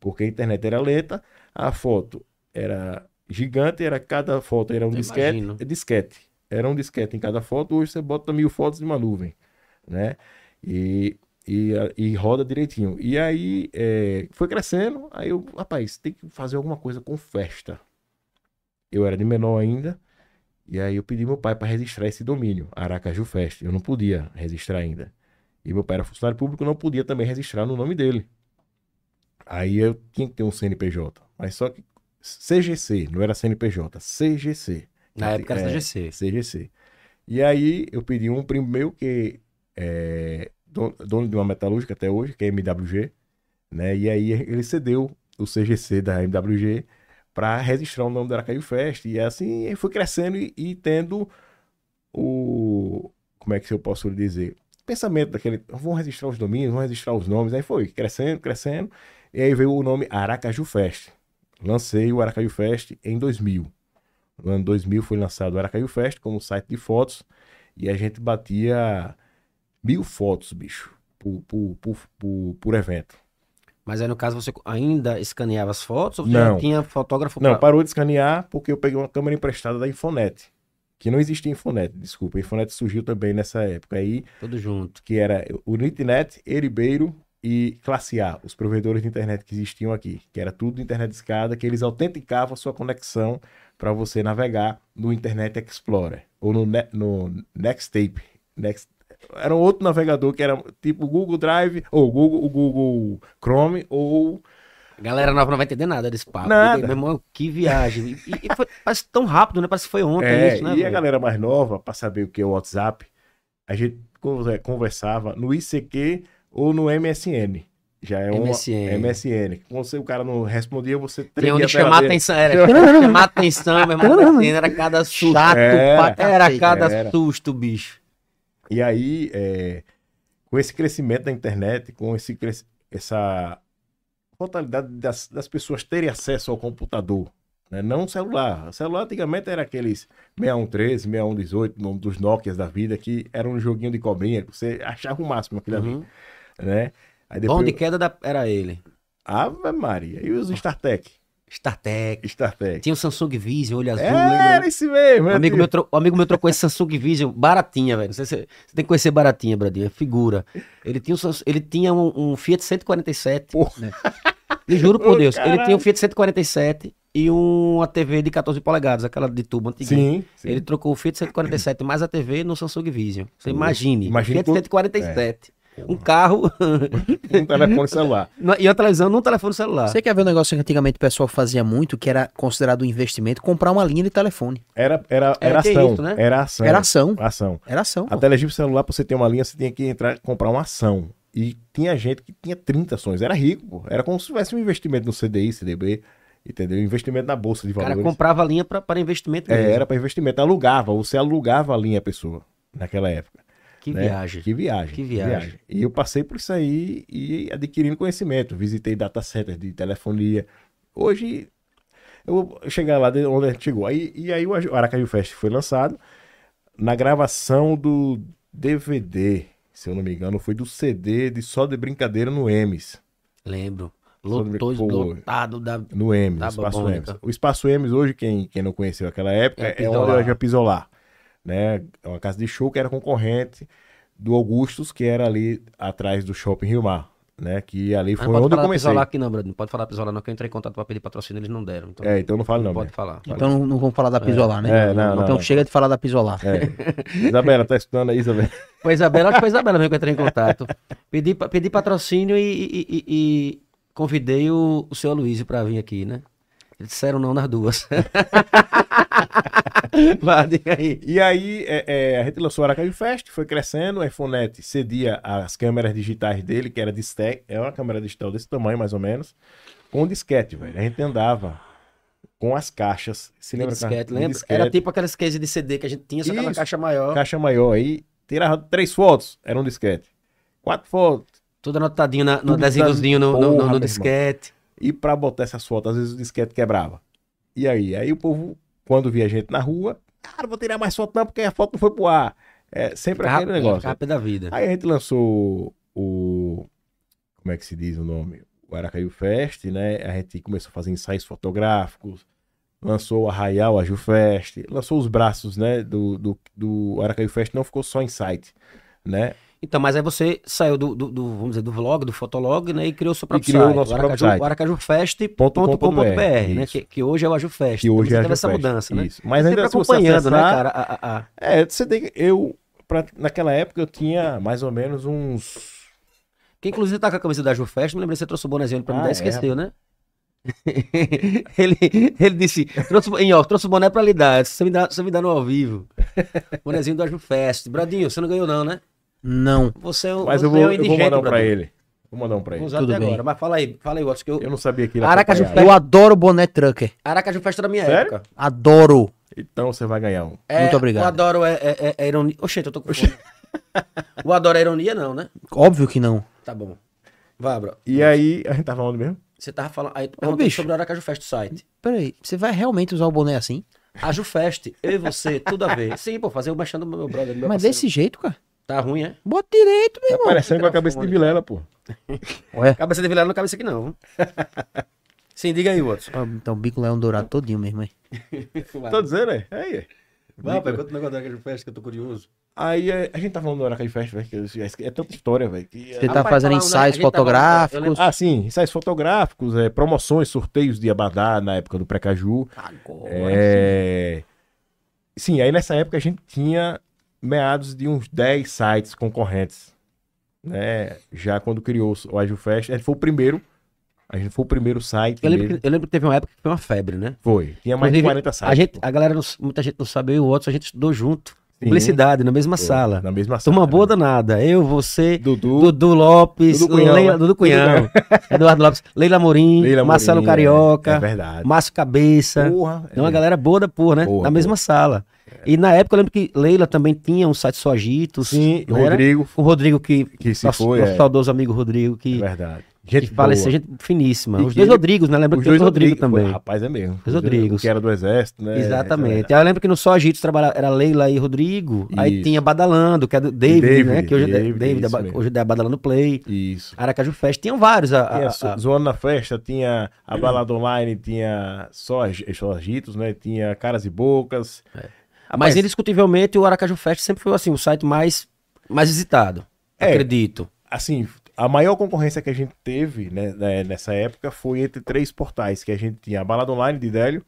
Speaker 2: Porque a internet era lenta, a foto era gigante, era cada foto era um
Speaker 3: Eu
Speaker 2: disquete,
Speaker 3: imagino.
Speaker 2: disquete. Era um disquete em cada foto, hoje você bota mil fotos em uma nuvem, né? E, e, e roda direitinho. E aí é, foi crescendo, aí eu, rapaz, tem que fazer alguma coisa com festa. Eu era de menor ainda, e aí eu pedi meu pai para registrar esse domínio, Aracaju Fest. Eu não podia registrar ainda. E meu pai era funcionário público, não podia também registrar no nome dele. Aí eu tinha que ter um CNPJ. Mas só que CGC, não era CNPJ, CGC.
Speaker 3: Na época era
Speaker 2: É.
Speaker 3: CGC.
Speaker 2: CGC. E aí eu pedi um primo meu que é don- dono de uma metalúrgica até hoje, que é MWG, né? E aí ele cedeu o CGC da MWG para registrar o nome do Aracaju Fest. E assim foi crescendo e, e tendo o. Como é que eu posso lhe dizer? Pensamento daquele. Vão registrar os domínios, vão registrar os nomes. Aí foi crescendo, crescendo. E aí veio o nome Aracaju Fest. Lancei o Aracaju Fest em 2000. No ano 2000 foi lançado o Aracaju Fest como site de fotos. E a gente batia mil fotos, bicho, por por, por, por, por- por evento.
Speaker 3: Mas aí, no caso, você ainda escaneava as fotos ou você
Speaker 2: Não.
Speaker 3: já tinha fotógrafo
Speaker 2: Não,
Speaker 3: pra-
Speaker 2: parou de escanear porque eu peguei uma câmera emprestada da Infonet. Que não existia Infonet, desculpa. A Infonet surgiu também nessa época aí,
Speaker 3: tudo junto?
Speaker 2: que era o Nitnet, Eribeiro e Classe A, os provedores de internet que existiam aqui, que era tudo internet de escada, que eles autenticavam a sua conexão para você navegar no Internet Explorer ou no, ne no Nextape. Next... Era um outro navegador que era tipo o Google Drive, ou Google, o Google Chrome, ou
Speaker 3: A galera nova não vai entender nada desse papo.
Speaker 2: Nada.
Speaker 3: E, Meu irmão, que viagem. E, e foi- parece tão rápido, né? Parece que foi ontem
Speaker 2: É,
Speaker 3: isso, né?
Speaker 2: e a
Speaker 3: velho?
Speaker 2: galera mais nova, para saber o que é o WhatsApp, a gente conver- conversava no ICQ ou no MSN. Já é uma
Speaker 3: MSN.
Speaker 2: MSN. Quando você- o cara não respondia, você
Speaker 3: Tem
Speaker 2: tremia
Speaker 3: onde
Speaker 2: a tela
Speaker 3: chamar
Speaker 2: dele.
Speaker 3: atenção. Era chamar atenção, meu irmão. Era cada susto.
Speaker 1: Chato
Speaker 2: Era.
Speaker 1: pra
Speaker 3: Era
Speaker 1: cacete.
Speaker 3: cada
Speaker 2: Era.
Speaker 3: susto, bicho.
Speaker 2: E aí, é, com esse crescimento da internet, com esse, cres- essa totalidade das, das pessoas terem acesso ao computador, né? não o celular. O celular antigamente era aqueles 6113, 6118, nome dos Nokias da vida, que era um joguinho de cobrinha, que você achava o máximo aquilo ali.
Speaker 3: Uhum.
Speaker 2: né? Aí
Speaker 3: Bom de
Speaker 2: depois...
Speaker 3: queda da- era ele.
Speaker 2: Ave Maria. E os StarTech?
Speaker 3: StarTech.
Speaker 2: StarTech.
Speaker 3: Tinha o Samsung Vision, olho azul.
Speaker 2: É,
Speaker 3: lembra?
Speaker 2: Era esse mesmo.
Speaker 3: Um
Speaker 2: era
Speaker 3: amigo,
Speaker 2: de-
Speaker 3: meu tro- um amigo meu trocou esse Samsung Vision, baratinha, velho. Não sei se Você, você tem que conhecer baratinha, Bradinha, é figura. Ele tinha um, Samsung- ele tinha um, um Fiat 147. Né? E juro por
Speaker 2: Ô,
Speaker 3: Deus, ele
Speaker 2: caralho.
Speaker 3: tinha um Fiat 147 e uma TV de 14 polegadas, aquela de tubo antiga.
Speaker 2: Sim, sim.
Speaker 3: Ele trocou o Fiat 147 mais a TV no Samsung Vision.
Speaker 2: Pô,
Speaker 3: Você
Speaker 2: É,
Speaker 3: imagine.
Speaker 2: imagina
Speaker 3: Fiat
Speaker 2: quanto-
Speaker 3: 147. Um carro
Speaker 2: Um telefone celular.
Speaker 3: e uma televisão num telefone celular.
Speaker 1: Você quer ver um negócio que antigamente o pessoal fazia muito, que era considerado um investimento, comprar uma linha de telefone.
Speaker 2: Era, era,
Speaker 3: Era
Speaker 2: era
Speaker 3: que
Speaker 2: ação.
Speaker 3: isso, né?
Speaker 2: Era ação.
Speaker 1: Era ação.
Speaker 2: Ação.
Speaker 1: Era ação.
Speaker 2: A
Speaker 1: pô.
Speaker 2: Telegip celular, pra você ter uma linha, você tinha que entrar comprar uma ação. E tinha gente que tinha 30 ações. Era rico, pô. Era como se tivesse um investimento no CDI, CDB, entendeu? Investimento na Bolsa de
Speaker 3: O cara
Speaker 2: Valores.
Speaker 3: comprava a linha pra- para investimento
Speaker 2: É,
Speaker 3: mesmo.
Speaker 2: era para investimento. Alugava. Você alugava a linha à pessoa naquela época.
Speaker 3: Que
Speaker 2: né?
Speaker 3: viagem.
Speaker 2: Que viagem.
Speaker 3: Que viagem.
Speaker 2: E eu passei por isso aí e adquirindo conhecimento. Visitei data centers de telefonia. Hoje, eu vou chegar lá de onde a gente chegou. Aí, e aí o Aju- Aracaju Fest foi lançado na gravação do DVD, se eu não me engano, foi do CD de Só de Brincadeira no Emes.
Speaker 3: Lembro.
Speaker 2: Sobre-
Speaker 3: Lotou,
Speaker 2: Pô.
Speaker 3: lotado da
Speaker 2: No Emes,
Speaker 3: Tá
Speaker 2: no Espaço
Speaker 3: babônica.
Speaker 2: Emes. O Espaço Emes, hoje, quem, quem não conheceu aquela época,
Speaker 3: É
Speaker 2: é,
Speaker 3: Pisolar.
Speaker 2: onde hoje é Pisolar. Né? É uma casa de show que era concorrente do Augustus, que era ali atrás do Shopping Rio Mar. Né? Que ali
Speaker 3: Ah,
Speaker 2: foi
Speaker 3: não pode
Speaker 2: onde eu
Speaker 3: falar da
Speaker 2: comecei.
Speaker 3: Pisolar aqui não, Bruno. Não pode falar da Pisolar não, que eu entrei em contato pra pedir patrocínio, eles não deram. Então
Speaker 2: É, então não falo
Speaker 3: não
Speaker 2: não.
Speaker 3: pode
Speaker 2: mesmo.
Speaker 3: falar.
Speaker 1: Então não, não vamos falar da Pisolar, né?
Speaker 2: É, não, não,
Speaker 1: então
Speaker 2: não.
Speaker 1: chega de falar da Pisolar.
Speaker 2: É. Isabela, tá escutando aí, Isabela?
Speaker 3: Foi a Isabela, acho que foi a Isabela mesmo que eu entrei em contato. Pedi, pa- pedi patrocínio e, e- e- e convidei o, o seu Aloysio pra vir aqui, né? Eles disseram não nas duas. Vá, diga aí.
Speaker 2: E aí, é, é, a gente lançou o Aracaju Fest, foi crescendo, o iPhonete cedia as câmeras digitais dele, que era de stack, é uma câmera digital desse tamanho, mais ou menos, com disquete, velho. A gente andava com as caixas. Se lembra?
Speaker 3: disquete,
Speaker 2: Com
Speaker 3: lembra?
Speaker 2: disquete,
Speaker 3: Era tipo aquelas cases de CD que a gente tinha, só que era uma
Speaker 2: Isso.
Speaker 3: caixa maior.
Speaker 2: Caixa maior aí, tirava três fotos, era um disquete. Quatro fotos.
Speaker 3: Tudo anotadinho na, no
Speaker 2: Tudo
Speaker 3: adesivozinho no, no-
Speaker 2: porra,
Speaker 3: no- no
Speaker 2: meu irmão.
Speaker 3: disquete.
Speaker 2: E pra botar essas fotos, às vezes o disquete quebrava. E aí? Aí o povo, quando via gente na rua, cara, vou tirar mais foto não, porque a foto não foi pro ar. É sempre aquele negócio.
Speaker 3: Rápido da vida.
Speaker 2: Aí a gente lançou o. Como é que se diz o nome? O Aracaju Fest, né? A gente começou a fazer ensaios fotográficos, lançou o Arraial, a Ju Fest, lançou os braços, né? Do, do, do Aracaju Fest, não ficou só em site, né?
Speaker 3: Então, mas aí você saiu do, do- do- vamos dizer, do vlog, do fotolog, né? E criou o seu próprio
Speaker 2: criou o
Speaker 3: site.
Speaker 2: nosso
Speaker 3: o
Speaker 2: próprio
Speaker 3: Aracaju,
Speaker 2: site.
Speaker 3: o aracajufest.com.br, né?
Speaker 2: Isso.
Speaker 3: Que, que hoje é o Ajufest.
Speaker 2: Que hoje
Speaker 3: você
Speaker 2: é a
Speaker 3: teve
Speaker 2: Ju
Speaker 3: essa
Speaker 2: Fest.
Speaker 3: mudança, né?
Speaker 2: Isso. Mas
Speaker 3: Sempre
Speaker 2: ainda se você
Speaker 3: acompanhando, né,
Speaker 2: acessar-
Speaker 3: cara? a- a- a-
Speaker 2: É, você tem que- Eu, pra- naquela época, eu tinha mais ou menos uns.
Speaker 3: Que inclusive tá com a camisa da Ajufest, me lembrei que você trouxe o bonezinho pra mim,
Speaker 2: Ah,
Speaker 3: daí
Speaker 2: é.
Speaker 3: esqueceu, né? ele, ele disse, trouxe, o- em off, trouxe o boné pra lhe dar, você me dá, você me dá no ao vivo. Bonezinho do Ajufest. Bradinho, você não ganhou não, né?
Speaker 1: Não.
Speaker 3: Você é um
Speaker 2: Mas eu
Speaker 3: você
Speaker 2: vou,
Speaker 3: é um
Speaker 2: eu vou mandar um pra
Speaker 3: Bradinho.
Speaker 2: ele. Vou mandar um pra
Speaker 3: Vou
Speaker 2: ele.
Speaker 3: usar
Speaker 1: Tudo
Speaker 3: até
Speaker 1: bem.
Speaker 3: agora, mas fala aí, fala aí, Watson, que eu...
Speaker 2: Eu não sabia que ele
Speaker 3: Aracaju
Speaker 2: acompanhava.
Speaker 1: Eu adoro boné Trucker.
Speaker 3: Aracaju Fest era minha
Speaker 2: Sério?
Speaker 3: época.
Speaker 1: Adoro.
Speaker 2: Então você vai ganhar um.
Speaker 3: É,
Speaker 1: Muito obrigado.
Speaker 3: O adoro é, é, é- é ironia. Oxente, eu tô com fome. o adoro é ironia, não, né?
Speaker 1: Óbvio que não.
Speaker 3: Tá bom. Vá, bro.
Speaker 2: E aí, a gente tava onde mesmo?
Speaker 3: Você tava falando. Aí tu perguntou
Speaker 1: bicho.
Speaker 3: sobre o Aracaju Fest site.
Speaker 1: Peraí, você vai realmente usar o boné assim?
Speaker 3: Aju Fest, eu e você, tudo a ver. Sim, pô, fazer o mexendo do meu brother. do Meu
Speaker 1: Mas
Speaker 3: parceiro.
Speaker 1: desse jeito, cara?
Speaker 3: Tá ruim, é?
Speaker 1: Bota direito, meu
Speaker 2: Tá
Speaker 1: irmão.
Speaker 2: parecendo com a cabeça de Vilela, pô.
Speaker 1: Ué.
Speaker 3: Cabeça de Vilela não cabeça aqui, não. viu? Sim, diga aí, outro.
Speaker 1: Ah, Então, o bico leão dourado todinho, meu irmão.
Speaker 2: Tô dizendo, é. Aí, é.
Speaker 3: Vai, pai, conta o negócio da Araca de festa que eu tô curioso.
Speaker 2: Aí é, a gente tá falando do Aracaí Fest, velho, que eu esque- é tanta história, velho. que-
Speaker 1: Você tá
Speaker 3: Rapaz,
Speaker 1: fazendo
Speaker 3: falando, né?
Speaker 1: ensaios
Speaker 3: A gente tava- eu
Speaker 1: fotográficos.
Speaker 3: lembro-
Speaker 2: Ah, sim, ensaios fotográficos, é, promoções, sorteios de Abadá na época do Precaju.
Speaker 1: Agora.
Speaker 2: É... Sim, aí nessa época a gente tinha meados de uns 10 sites concorrentes. Né? Já quando criou o Agile Fest, a gente foi o primeiro. A gente foi o primeiro site.
Speaker 3: Eu lembro,
Speaker 2: mesmo.
Speaker 3: que, eu lembro que teve uma época que foi uma febre, né?
Speaker 2: Foi. Tinha mais de
Speaker 3: Inclusive,
Speaker 2: 40 sites.
Speaker 3: A, gente,
Speaker 2: pô.
Speaker 3: a galera, não- muita gente não sabe, eu e o Watson, a gente estudou junto.
Speaker 2: Sim,
Speaker 3: Publicidade, na mesma
Speaker 2: pô,
Speaker 3: sala.
Speaker 2: Na mesma sala.
Speaker 3: Turma boa danada. Eu, você,
Speaker 2: Dudu.
Speaker 3: Dudu Lopes,
Speaker 2: Dudu Cunhão,
Speaker 3: Leila,
Speaker 2: né?
Speaker 3: Dudu Cunhão, Eduardo Lopes, Leila Morim,
Speaker 2: Leila
Speaker 3: Marcelo
Speaker 2: Morim, É
Speaker 3: Carioca,
Speaker 2: verdade.
Speaker 3: Márcio Cabeça.
Speaker 2: Porra.
Speaker 3: É uma
Speaker 2: é.
Speaker 3: galera boa da porra, né?
Speaker 2: Boa,
Speaker 3: na mesma
Speaker 2: boa. É.
Speaker 3: sala. E na época eu lembro que Leila também tinha um site Sojitos.
Speaker 2: Sim,
Speaker 3: não era?
Speaker 2: Rodrigo,
Speaker 3: O Rodrigo que.
Speaker 2: que se
Speaker 3: nosso,
Speaker 2: foi.
Speaker 3: nosso
Speaker 2: é,
Speaker 3: saudoso amigo Rodrigo
Speaker 2: é
Speaker 3: que,
Speaker 2: verdade.
Speaker 3: que faleceu,
Speaker 2: boa.
Speaker 3: gente finíssima.
Speaker 2: E
Speaker 3: Os
Speaker 2: que
Speaker 3: dois
Speaker 2: ele-
Speaker 3: Rodrigos, né? Lembra
Speaker 2: Os
Speaker 3: que tem
Speaker 2: dois
Speaker 3: outro Rodrigo
Speaker 2: Rodrigo
Speaker 3: também.
Speaker 2: Pô, Rapaz, é mesmo.
Speaker 3: Os Rodrigos.
Speaker 2: O Que era do Exército, né?
Speaker 3: Exatamente. Aí eu lembro que no Só Agitos trabalhava, era Leila e Rodrigo. Aí
Speaker 2: Isso.
Speaker 3: tinha Badalando, que é do David,
Speaker 2: David,
Speaker 3: né? Que hoje, é
Speaker 2: David,
Speaker 3: David, é
Speaker 2: isso
Speaker 3: ba-
Speaker 2: mesmo.
Speaker 3: hoje é Badalando Play.
Speaker 2: Isso.
Speaker 3: Aracaju Fest. Tinham vários. A, a-
Speaker 2: Tinha
Speaker 3: a-
Speaker 2: so- Zoando na Festa, tinha a Balada Online, tinha só ag- só agitos, né? Tinha Caras e Bocas.
Speaker 3: Mas
Speaker 2: Rapaz,
Speaker 3: indiscutivelmente o Aracaju Fest sempre foi assim, o site mais, mais visitado.
Speaker 2: É.
Speaker 3: Acredito.
Speaker 2: Assim, a maior concorrência que a gente teve né, né, nessa época foi entre três portais, que a gente tinha a Balada Online de Délio,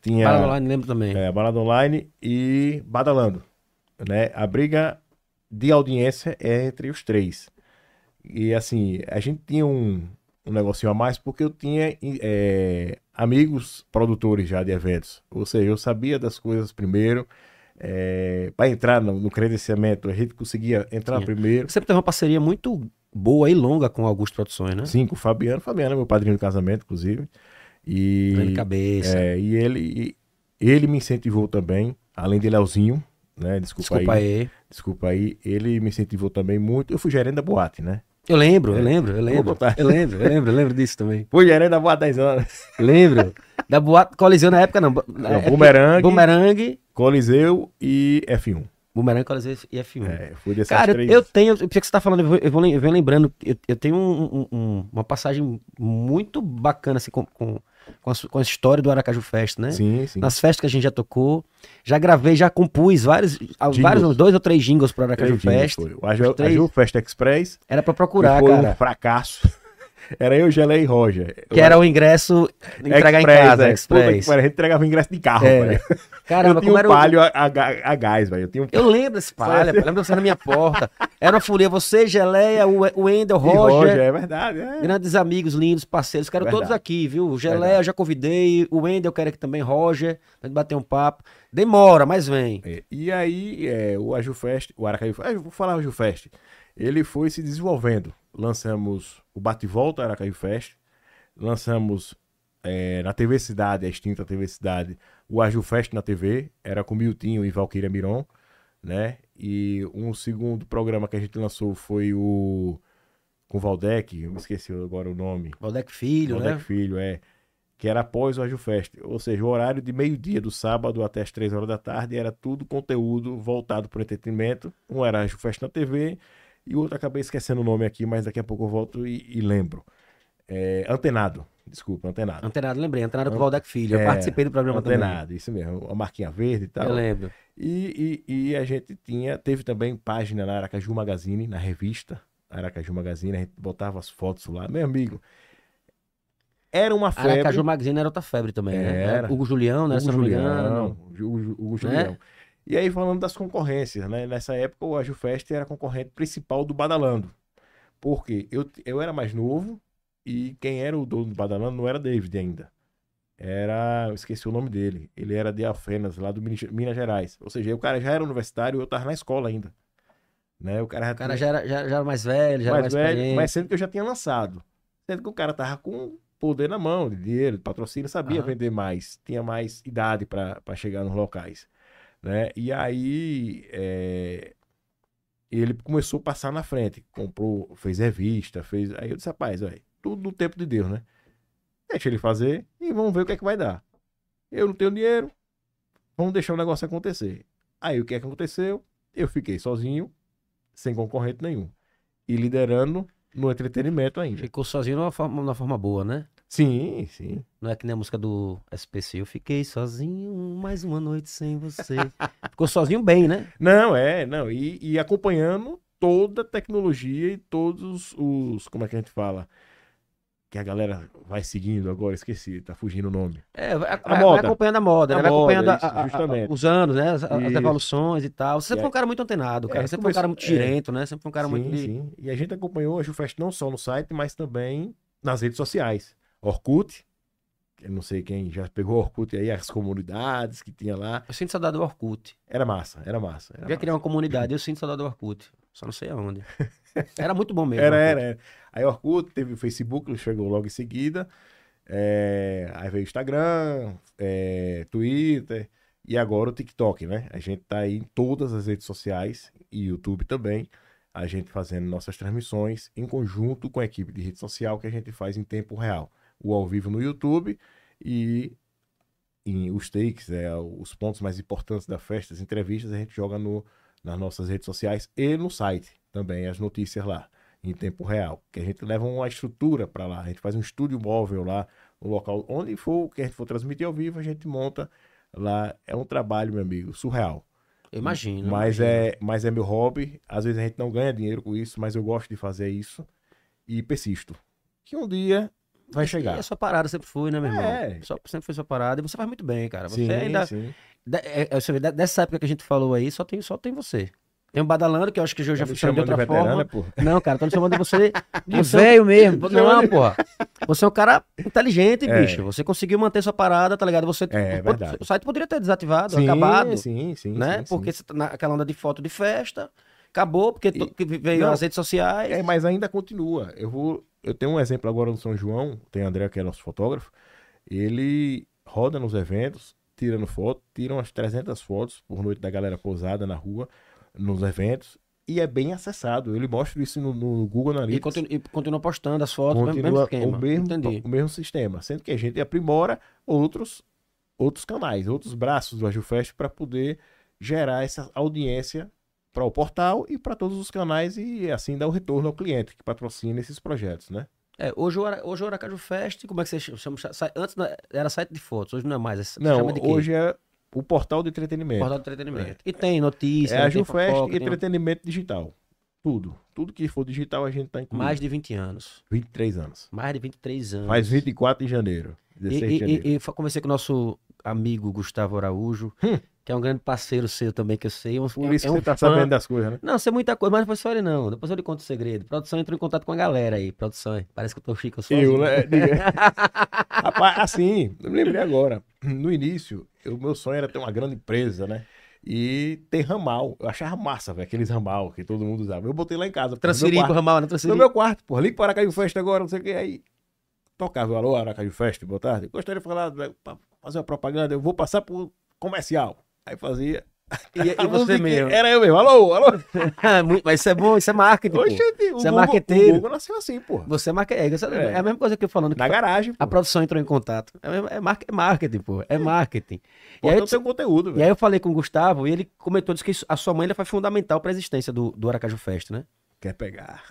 Speaker 2: tinha
Speaker 3: Badalando Online, lembro também.
Speaker 2: é, a Balada Online e Badalando. Né? A briga de audiência é entre os três. E assim, a gente tinha um, um negocinho a mais porque eu tinha e, é, amigos produtores já de eventos. Ou seja, eu sabia das coisas primeiro. Para entrar no, no credenciamento, a gente conseguia entrar
Speaker 3: Sim.
Speaker 2: primeiro.
Speaker 3: Sempre teve uma parceria muito boa e longa com Augusto Produções, né?
Speaker 2: Cinco, Fabiano. Fabiano é meu padrinho de casamento, inclusive. E...
Speaker 3: Grande cabeça.
Speaker 2: É, e ele, e- ele me incentivou também, além de Leozinho, né? Desculpa,
Speaker 3: Desculpa
Speaker 2: aí.
Speaker 3: aí.
Speaker 2: Desculpa aí. Ele me incentivou também muito. Eu fui gerente da boate, né?
Speaker 3: Eu lembro, eu lembro, eu lembro.
Speaker 2: botar.
Speaker 3: Eu lembro, eu lembro, eu lembro disso também.
Speaker 2: Fui gerente da boate há 10 anos.
Speaker 3: Lembro. Da boate Coliseu na época, não.
Speaker 2: Não, É, Bumerangue,
Speaker 3: Bumerangue.
Speaker 2: Coliseu e F1.
Speaker 3: Bumerangue, Coliseu e F1.
Speaker 2: É, eu fui dessas
Speaker 3: Cara, eu-
Speaker 2: três.
Speaker 3: eu tenho. O que você tá falando, eu, vou, eu, vou lem- eu venho lembrando. Eu, eu tenho um- um- um- uma passagem muito bacana assim, com, com, com, a, su- com a história do Aracaju Fest, né?
Speaker 2: Sim, sim.
Speaker 3: Nas festas que a gente já tocou. Já gravei, já compus vários, ah,
Speaker 2: Jingles.
Speaker 3: vários uns dois ou três jingles pro Aracaju
Speaker 2: Três dias
Speaker 3: Fest.
Speaker 2: foi. O Agil,
Speaker 3: Os três.
Speaker 2: Agil Fest Express. que
Speaker 3: Era pra procurar,
Speaker 2: foi um
Speaker 3: cara.
Speaker 2: fracasso. Era eu, Gelé e Roger.
Speaker 3: Que era o ingresso entregar em
Speaker 2: Express, é.
Speaker 3: casa,
Speaker 2: Puta que
Speaker 3: Express.
Speaker 2: pariu, a gente entregava ingresso de carro,
Speaker 3: É.
Speaker 2: velho.
Speaker 3: Caramba,
Speaker 2: eu tinha
Speaker 3: como
Speaker 2: um
Speaker 3: era o.
Speaker 2: palho a, a- a gás, velho. Eu tinha um
Speaker 3: Eu lembro desse palha, pô. lembro de você na minha porta. Era uma folia, você, Geleia, o o Wendel, Roger,
Speaker 2: é verdade. é.
Speaker 3: Grandes amigos, lindos, parceiros. Quero
Speaker 2: Verdade.
Speaker 3: todos aqui, viu? O Geleia,
Speaker 2: Verdade.
Speaker 3: já convidei. O Wendel, quero aqui também. Roger, pra gente bater um papo. Demora, mas vem.
Speaker 2: É, e aí, é, o Ajufest, o Aracaí, ah, eu vou falar o Ajufest, ele foi se desenvolvendo. Lançamos o Bate e Volta Aracaí Fest, lançamos é, na TV Cidade, a extinta TV Cidade, o Ajufest na TV, era com Miltinho e Valquíria Miron, né? E um segundo programa que a gente lançou foi o com Valdec, eu me esqueci agora o nome.
Speaker 3: Valdec Filho,
Speaker 2: Valdec
Speaker 3: né?
Speaker 2: Filho, é. Que era após o Ajufest. Ou seja, o horário de meio-dia, do sábado até as três horas da tarde, era tudo conteúdo voltado para o entretenimento. Um era Ajufest na TV e o outro acabei esquecendo o nome aqui, mas daqui a pouco eu volto e, e lembro. É, antenado. Desculpa, Antenado.
Speaker 3: Antenado, lembrei. Antenado com o Valdec Filho. Eu
Speaker 2: É,
Speaker 3: participei do programa
Speaker 2: Antenado, tá isso mesmo. A marquinha verde e
Speaker 3: também.
Speaker 2: tal.
Speaker 3: Eu lembro.
Speaker 2: E, e- e a gente tinha, teve também página na Aracaju Magazine, na revista Aracaju Magazine, a gente botava as fotos lá. Meu amigo, era uma febre.
Speaker 3: Aracaju Magazine era outra febre também, né?
Speaker 2: Era.
Speaker 3: Hugo Julião, né?
Speaker 2: Hugo
Speaker 3: Se eu não me engano. Né?
Speaker 2: Julião, Ju- Ju- Hugo Julião. E aí, falando das concorrências, né? Nessa época, o Ajufest era a concorrente principal do Badalando. Porque eu, eu era mais novo e quem era o dono do Badalando não era David ainda. Era. Eu esqueci o nome dele. Ele era de Alfenas, lá do Minas, Minas Gerais. Ou seja, o cara já era universitário e eu tava na escola ainda. Né? O cara já
Speaker 3: O cara
Speaker 2: tinha-
Speaker 3: já era, já, já era mais velho, já
Speaker 2: mais
Speaker 3: era mais
Speaker 2: velho,
Speaker 3: experiente.
Speaker 2: mas sendo que eu já tinha lançado. Sendo que o cara tava com um poder na mão, de dinheiro, de patrocínio, sabia
Speaker 3: Aham.
Speaker 2: vender mais, tinha mais idade para chegar nos locais. Né? E aí é, ele começou a passar na frente, comprou, fez revista, fez. Aí eu disse, rapaz, olha, tudo no tempo de Deus, né? Deixa ele fazer e vamos ver o que é que vai dar. Eu não tenho dinheiro, vamos deixar o negócio acontecer. Aí o que é que aconteceu? Eu fiquei sozinho, sem concorrente nenhum. E liderando no entretenimento ainda.
Speaker 3: Ficou sozinho de uma forma, de uma forma boa, né?
Speaker 2: Sim, sim.
Speaker 3: Não é que nem a música do SPC. Eu fiquei sozinho mais uma noite sem você. Ficou sozinho bem, né?
Speaker 2: Não, é, não. E, e acompanhando toda a tecnologia e todos os. Como é que a gente fala? Que a galera vai seguindo agora, esqueci, tá fugindo o nome.
Speaker 3: É, vai,
Speaker 2: A
Speaker 3: vai- vai
Speaker 2: moda.
Speaker 3: acompanhando a moda,
Speaker 2: A
Speaker 3: né? vai
Speaker 2: moda,
Speaker 3: acompanhando a-
Speaker 2: isso,
Speaker 3: a- a-
Speaker 2: justamente.
Speaker 3: os anos, né? As, as
Speaker 2: Isso.
Speaker 3: evoluções e tal. Você sempre
Speaker 2: E
Speaker 3: foi um cara muito antenado, cara.
Speaker 2: É,
Speaker 3: sempre foi um
Speaker 2: começou-
Speaker 3: cara muito
Speaker 2: é.
Speaker 3: direto, né? Sempre foi um cara
Speaker 2: sim,
Speaker 3: muito. de-
Speaker 2: sim. E a gente acompanhou a Jufest não só no site, mas também nas redes sociais. Orkut, eu não sei quem já pegou Orkut aí, as comunidades que tinha lá.
Speaker 3: Eu sinto saudade do Orkut.
Speaker 2: Era massa, era massa. Era,
Speaker 3: Eu ia
Speaker 2: massa.
Speaker 3: criar uma comunidade, eu sinto saudade do Orkut. Só não sei aonde. Era muito bom mesmo.
Speaker 2: Era,
Speaker 3: Orkut.
Speaker 2: era, era. Aí Orkut teve o Facebook, chegou logo em seguida. É, Aí veio o Instagram, é, Twitter e agora o TikTok, né? A gente tá aí em todas as redes sociais e YouTube também. A gente fazendo nossas transmissões em conjunto com a equipe de rede social que a gente faz em tempo real. O ao vivo no YouTube e em os takes, é, os pontos mais importantes da festa, as entrevistas, a gente joga no, nas nossas redes sociais e no site também, as notícias lá, em tempo real. Que a gente leva uma estrutura para lá, a gente faz um estúdio móvel lá, no local onde for, que a gente for transmitir ao vivo, a gente monta lá. É um trabalho, meu amigo, surreal.
Speaker 3: Eu imagino.
Speaker 2: mas,
Speaker 3: imagino.
Speaker 2: é, mas é meu hobby, às vezes a gente não ganha dinheiro com isso, mas eu gosto de fazer isso e persisto. Que um dia vai
Speaker 3: E
Speaker 2: chegar.
Speaker 3: a sua parada sempre foi, né, meu irmão?
Speaker 2: É.
Speaker 3: Só- sempre foi sua parada. E você faz muito bem, cara. Você
Speaker 2: Sim,
Speaker 3: ainda.
Speaker 2: sim.
Speaker 3: Da- é- é, você vê, da- dessa época que a gente falou aí, só tem, só tem você. Tem o Badalando, que eu acho que eu já
Speaker 2: Tá
Speaker 3: fui
Speaker 2: me
Speaker 3: chamado de outra
Speaker 2: chamando de veterano,
Speaker 3: forma. Não, cara, tô me chamando de você.
Speaker 1: De
Speaker 3: você é
Speaker 1: velho
Speaker 3: um-
Speaker 1: mesmo.
Speaker 3: Não, porra. Você é um cara inteligente,
Speaker 2: É.
Speaker 3: bicho. Você conseguiu manter sua parada, tá ligado? Você,
Speaker 2: É,
Speaker 3: o-
Speaker 2: verdade.
Speaker 3: O site poderia ter desativado,
Speaker 2: Sim,
Speaker 3: tá acabado,
Speaker 2: Sim, sim,
Speaker 3: né?
Speaker 2: sim,
Speaker 3: porque você tá naquela onda de foto de festa, acabou, porque to- que veio
Speaker 2: Não.
Speaker 3: as redes sociais.
Speaker 2: É, mas ainda continua. Eu vou. Eu tenho um exemplo agora no São João. Tem o André, que é nosso fotógrafo. Ele roda nos eventos, tirando foto, tira umas 300 fotos por noite da galera pousada na rua, nos eventos, e é bem acessado. Ele mostra isso no, no Google
Speaker 3: e,
Speaker 2: Analytics.
Speaker 3: continu- e continua postando as fotos, mesmo- mesmo
Speaker 2: Continua
Speaker 3: esquema.
Speaker 2: o, mesmo,
Speaker 3: Entendi.
Speaker 2: o mesmo sistema. Sendo que a gente aprimora outros, outros canais, outros braços do AgilFest para poder gerar essa audiência para o portal e para todos os canais e assim dar o retorno ao cliente que patrocina esses projetos, né?
Speaker 3: É, hoje, o Ara- hoje o Aracaju Fest, como é que você chama? Sa- Antes não- era site de fotos, hoje não é mais. é-
Speaker 2: Não,
Speaker 3: chama de quê?
Speaker 2: hoje é o portal de entretenimento.
Speaker 3: Portal de entretenimento. E tem notícia,
Speaker 2: é
Speaker 3: né? tem
Speaker 2: AgilFest
Speaker 3: fofoca,
Speaker 2: e
Speaker 3: tem
Speaker 2: entretenimento digital. Tudo. Tudo que for digital a gente tá está incluindo.
Speaker 3: mais de 20 anos.
Speaker 2: 23 anos.
Speaker 3: Mais de 23 anos.
Speaker 2: Faz 24 de janeiro.
Speaker 3: E,
Speaker 2: 16 de
Speaker 3: e,
Speaker 2: janeiro.
Speaker 3: e- e fa- conversei com o nosso amigo Gustavo Araújo,
Speaker 2: Hum.
Speaker 3: que é um grande parceiro seu também, que eu sei. Um,
Speaker 2: Por
Speaker 3: é,
Speaker 2: isso
Speaker 3: é
Speaker 2: que
Speaker 3: um
Speaker 2: você está
Speaker 3: fã.
Speaker 2: sabendo das coisas, né?
Speaker 3: Não, sei muita coisa, mas depois só ele não. Depois eu lhe conto o segredo. Produção entrou em contato com a galera aí, produção. Parece que eu tô chico sozinho.
Speaker 2: Eu, né? Rapaz, assim, eu me lembrei agora. No início, o meu sonho era ter uma grande empresa, né? E ter ramal. Eu achava massa, velho, aqueles ramal que todo mundo usava. Eu botei lá em casa. porra,
Speaker 3: Transferi
Speaker 2: no
Speaker 3: pro
Speaker 2: meu quarto,
Speaker 3: ramal, né?
Speaker 2: no
Speaker 3: Transferi.
Speaker 2: meu quarto, porra. Liga para Aracaju Festa agora, não sei o que. Aí tocava, alô, Aracaju Festa, boa tarde. Gostaria de falar, né, pra fazer uma propaganda, eu vou passar pro comercial. Aí fazia.
Speaker 3: E,
Speaker 2: a
Speaker 3: e você
Speaker 2: musiquinha.
Speaker 3: mesmo.
Speaker 2: Era eu mesmo. Alô, alô.
Speaker 3: Muito- mas isso é bom, isso é marketing. pô.
Speaker 2: Oxente, o
Speaker 3: Você é
Speaker 2: Google-
Speaker 3: marqueteiro.
Speaker 2: O Google nasceu assim, porra.
Speaker 3: Você é marketing. É,
Speaker 2: É.
Speaker 3: a mesma coisa que eu falando. que
Speaker 2: Na garagem.
Speaker 3: a
Speaker 2: Porra.
Speaker 3: produção entrou em contato. É, mesmo- é mar- é marketing, pô. É marketing. E aí,
Speaker 2: Portanto, tem um conteúdo,
Speaker 3: e
Speaker 2: velho.
Speaker 3: aí eu falei com o Gustavo e ele comentou disse que isso- a sua mãe ainda foi fundamental pra existência do, do Aracaju Fest, né?
Speaker 2: Quer pegar.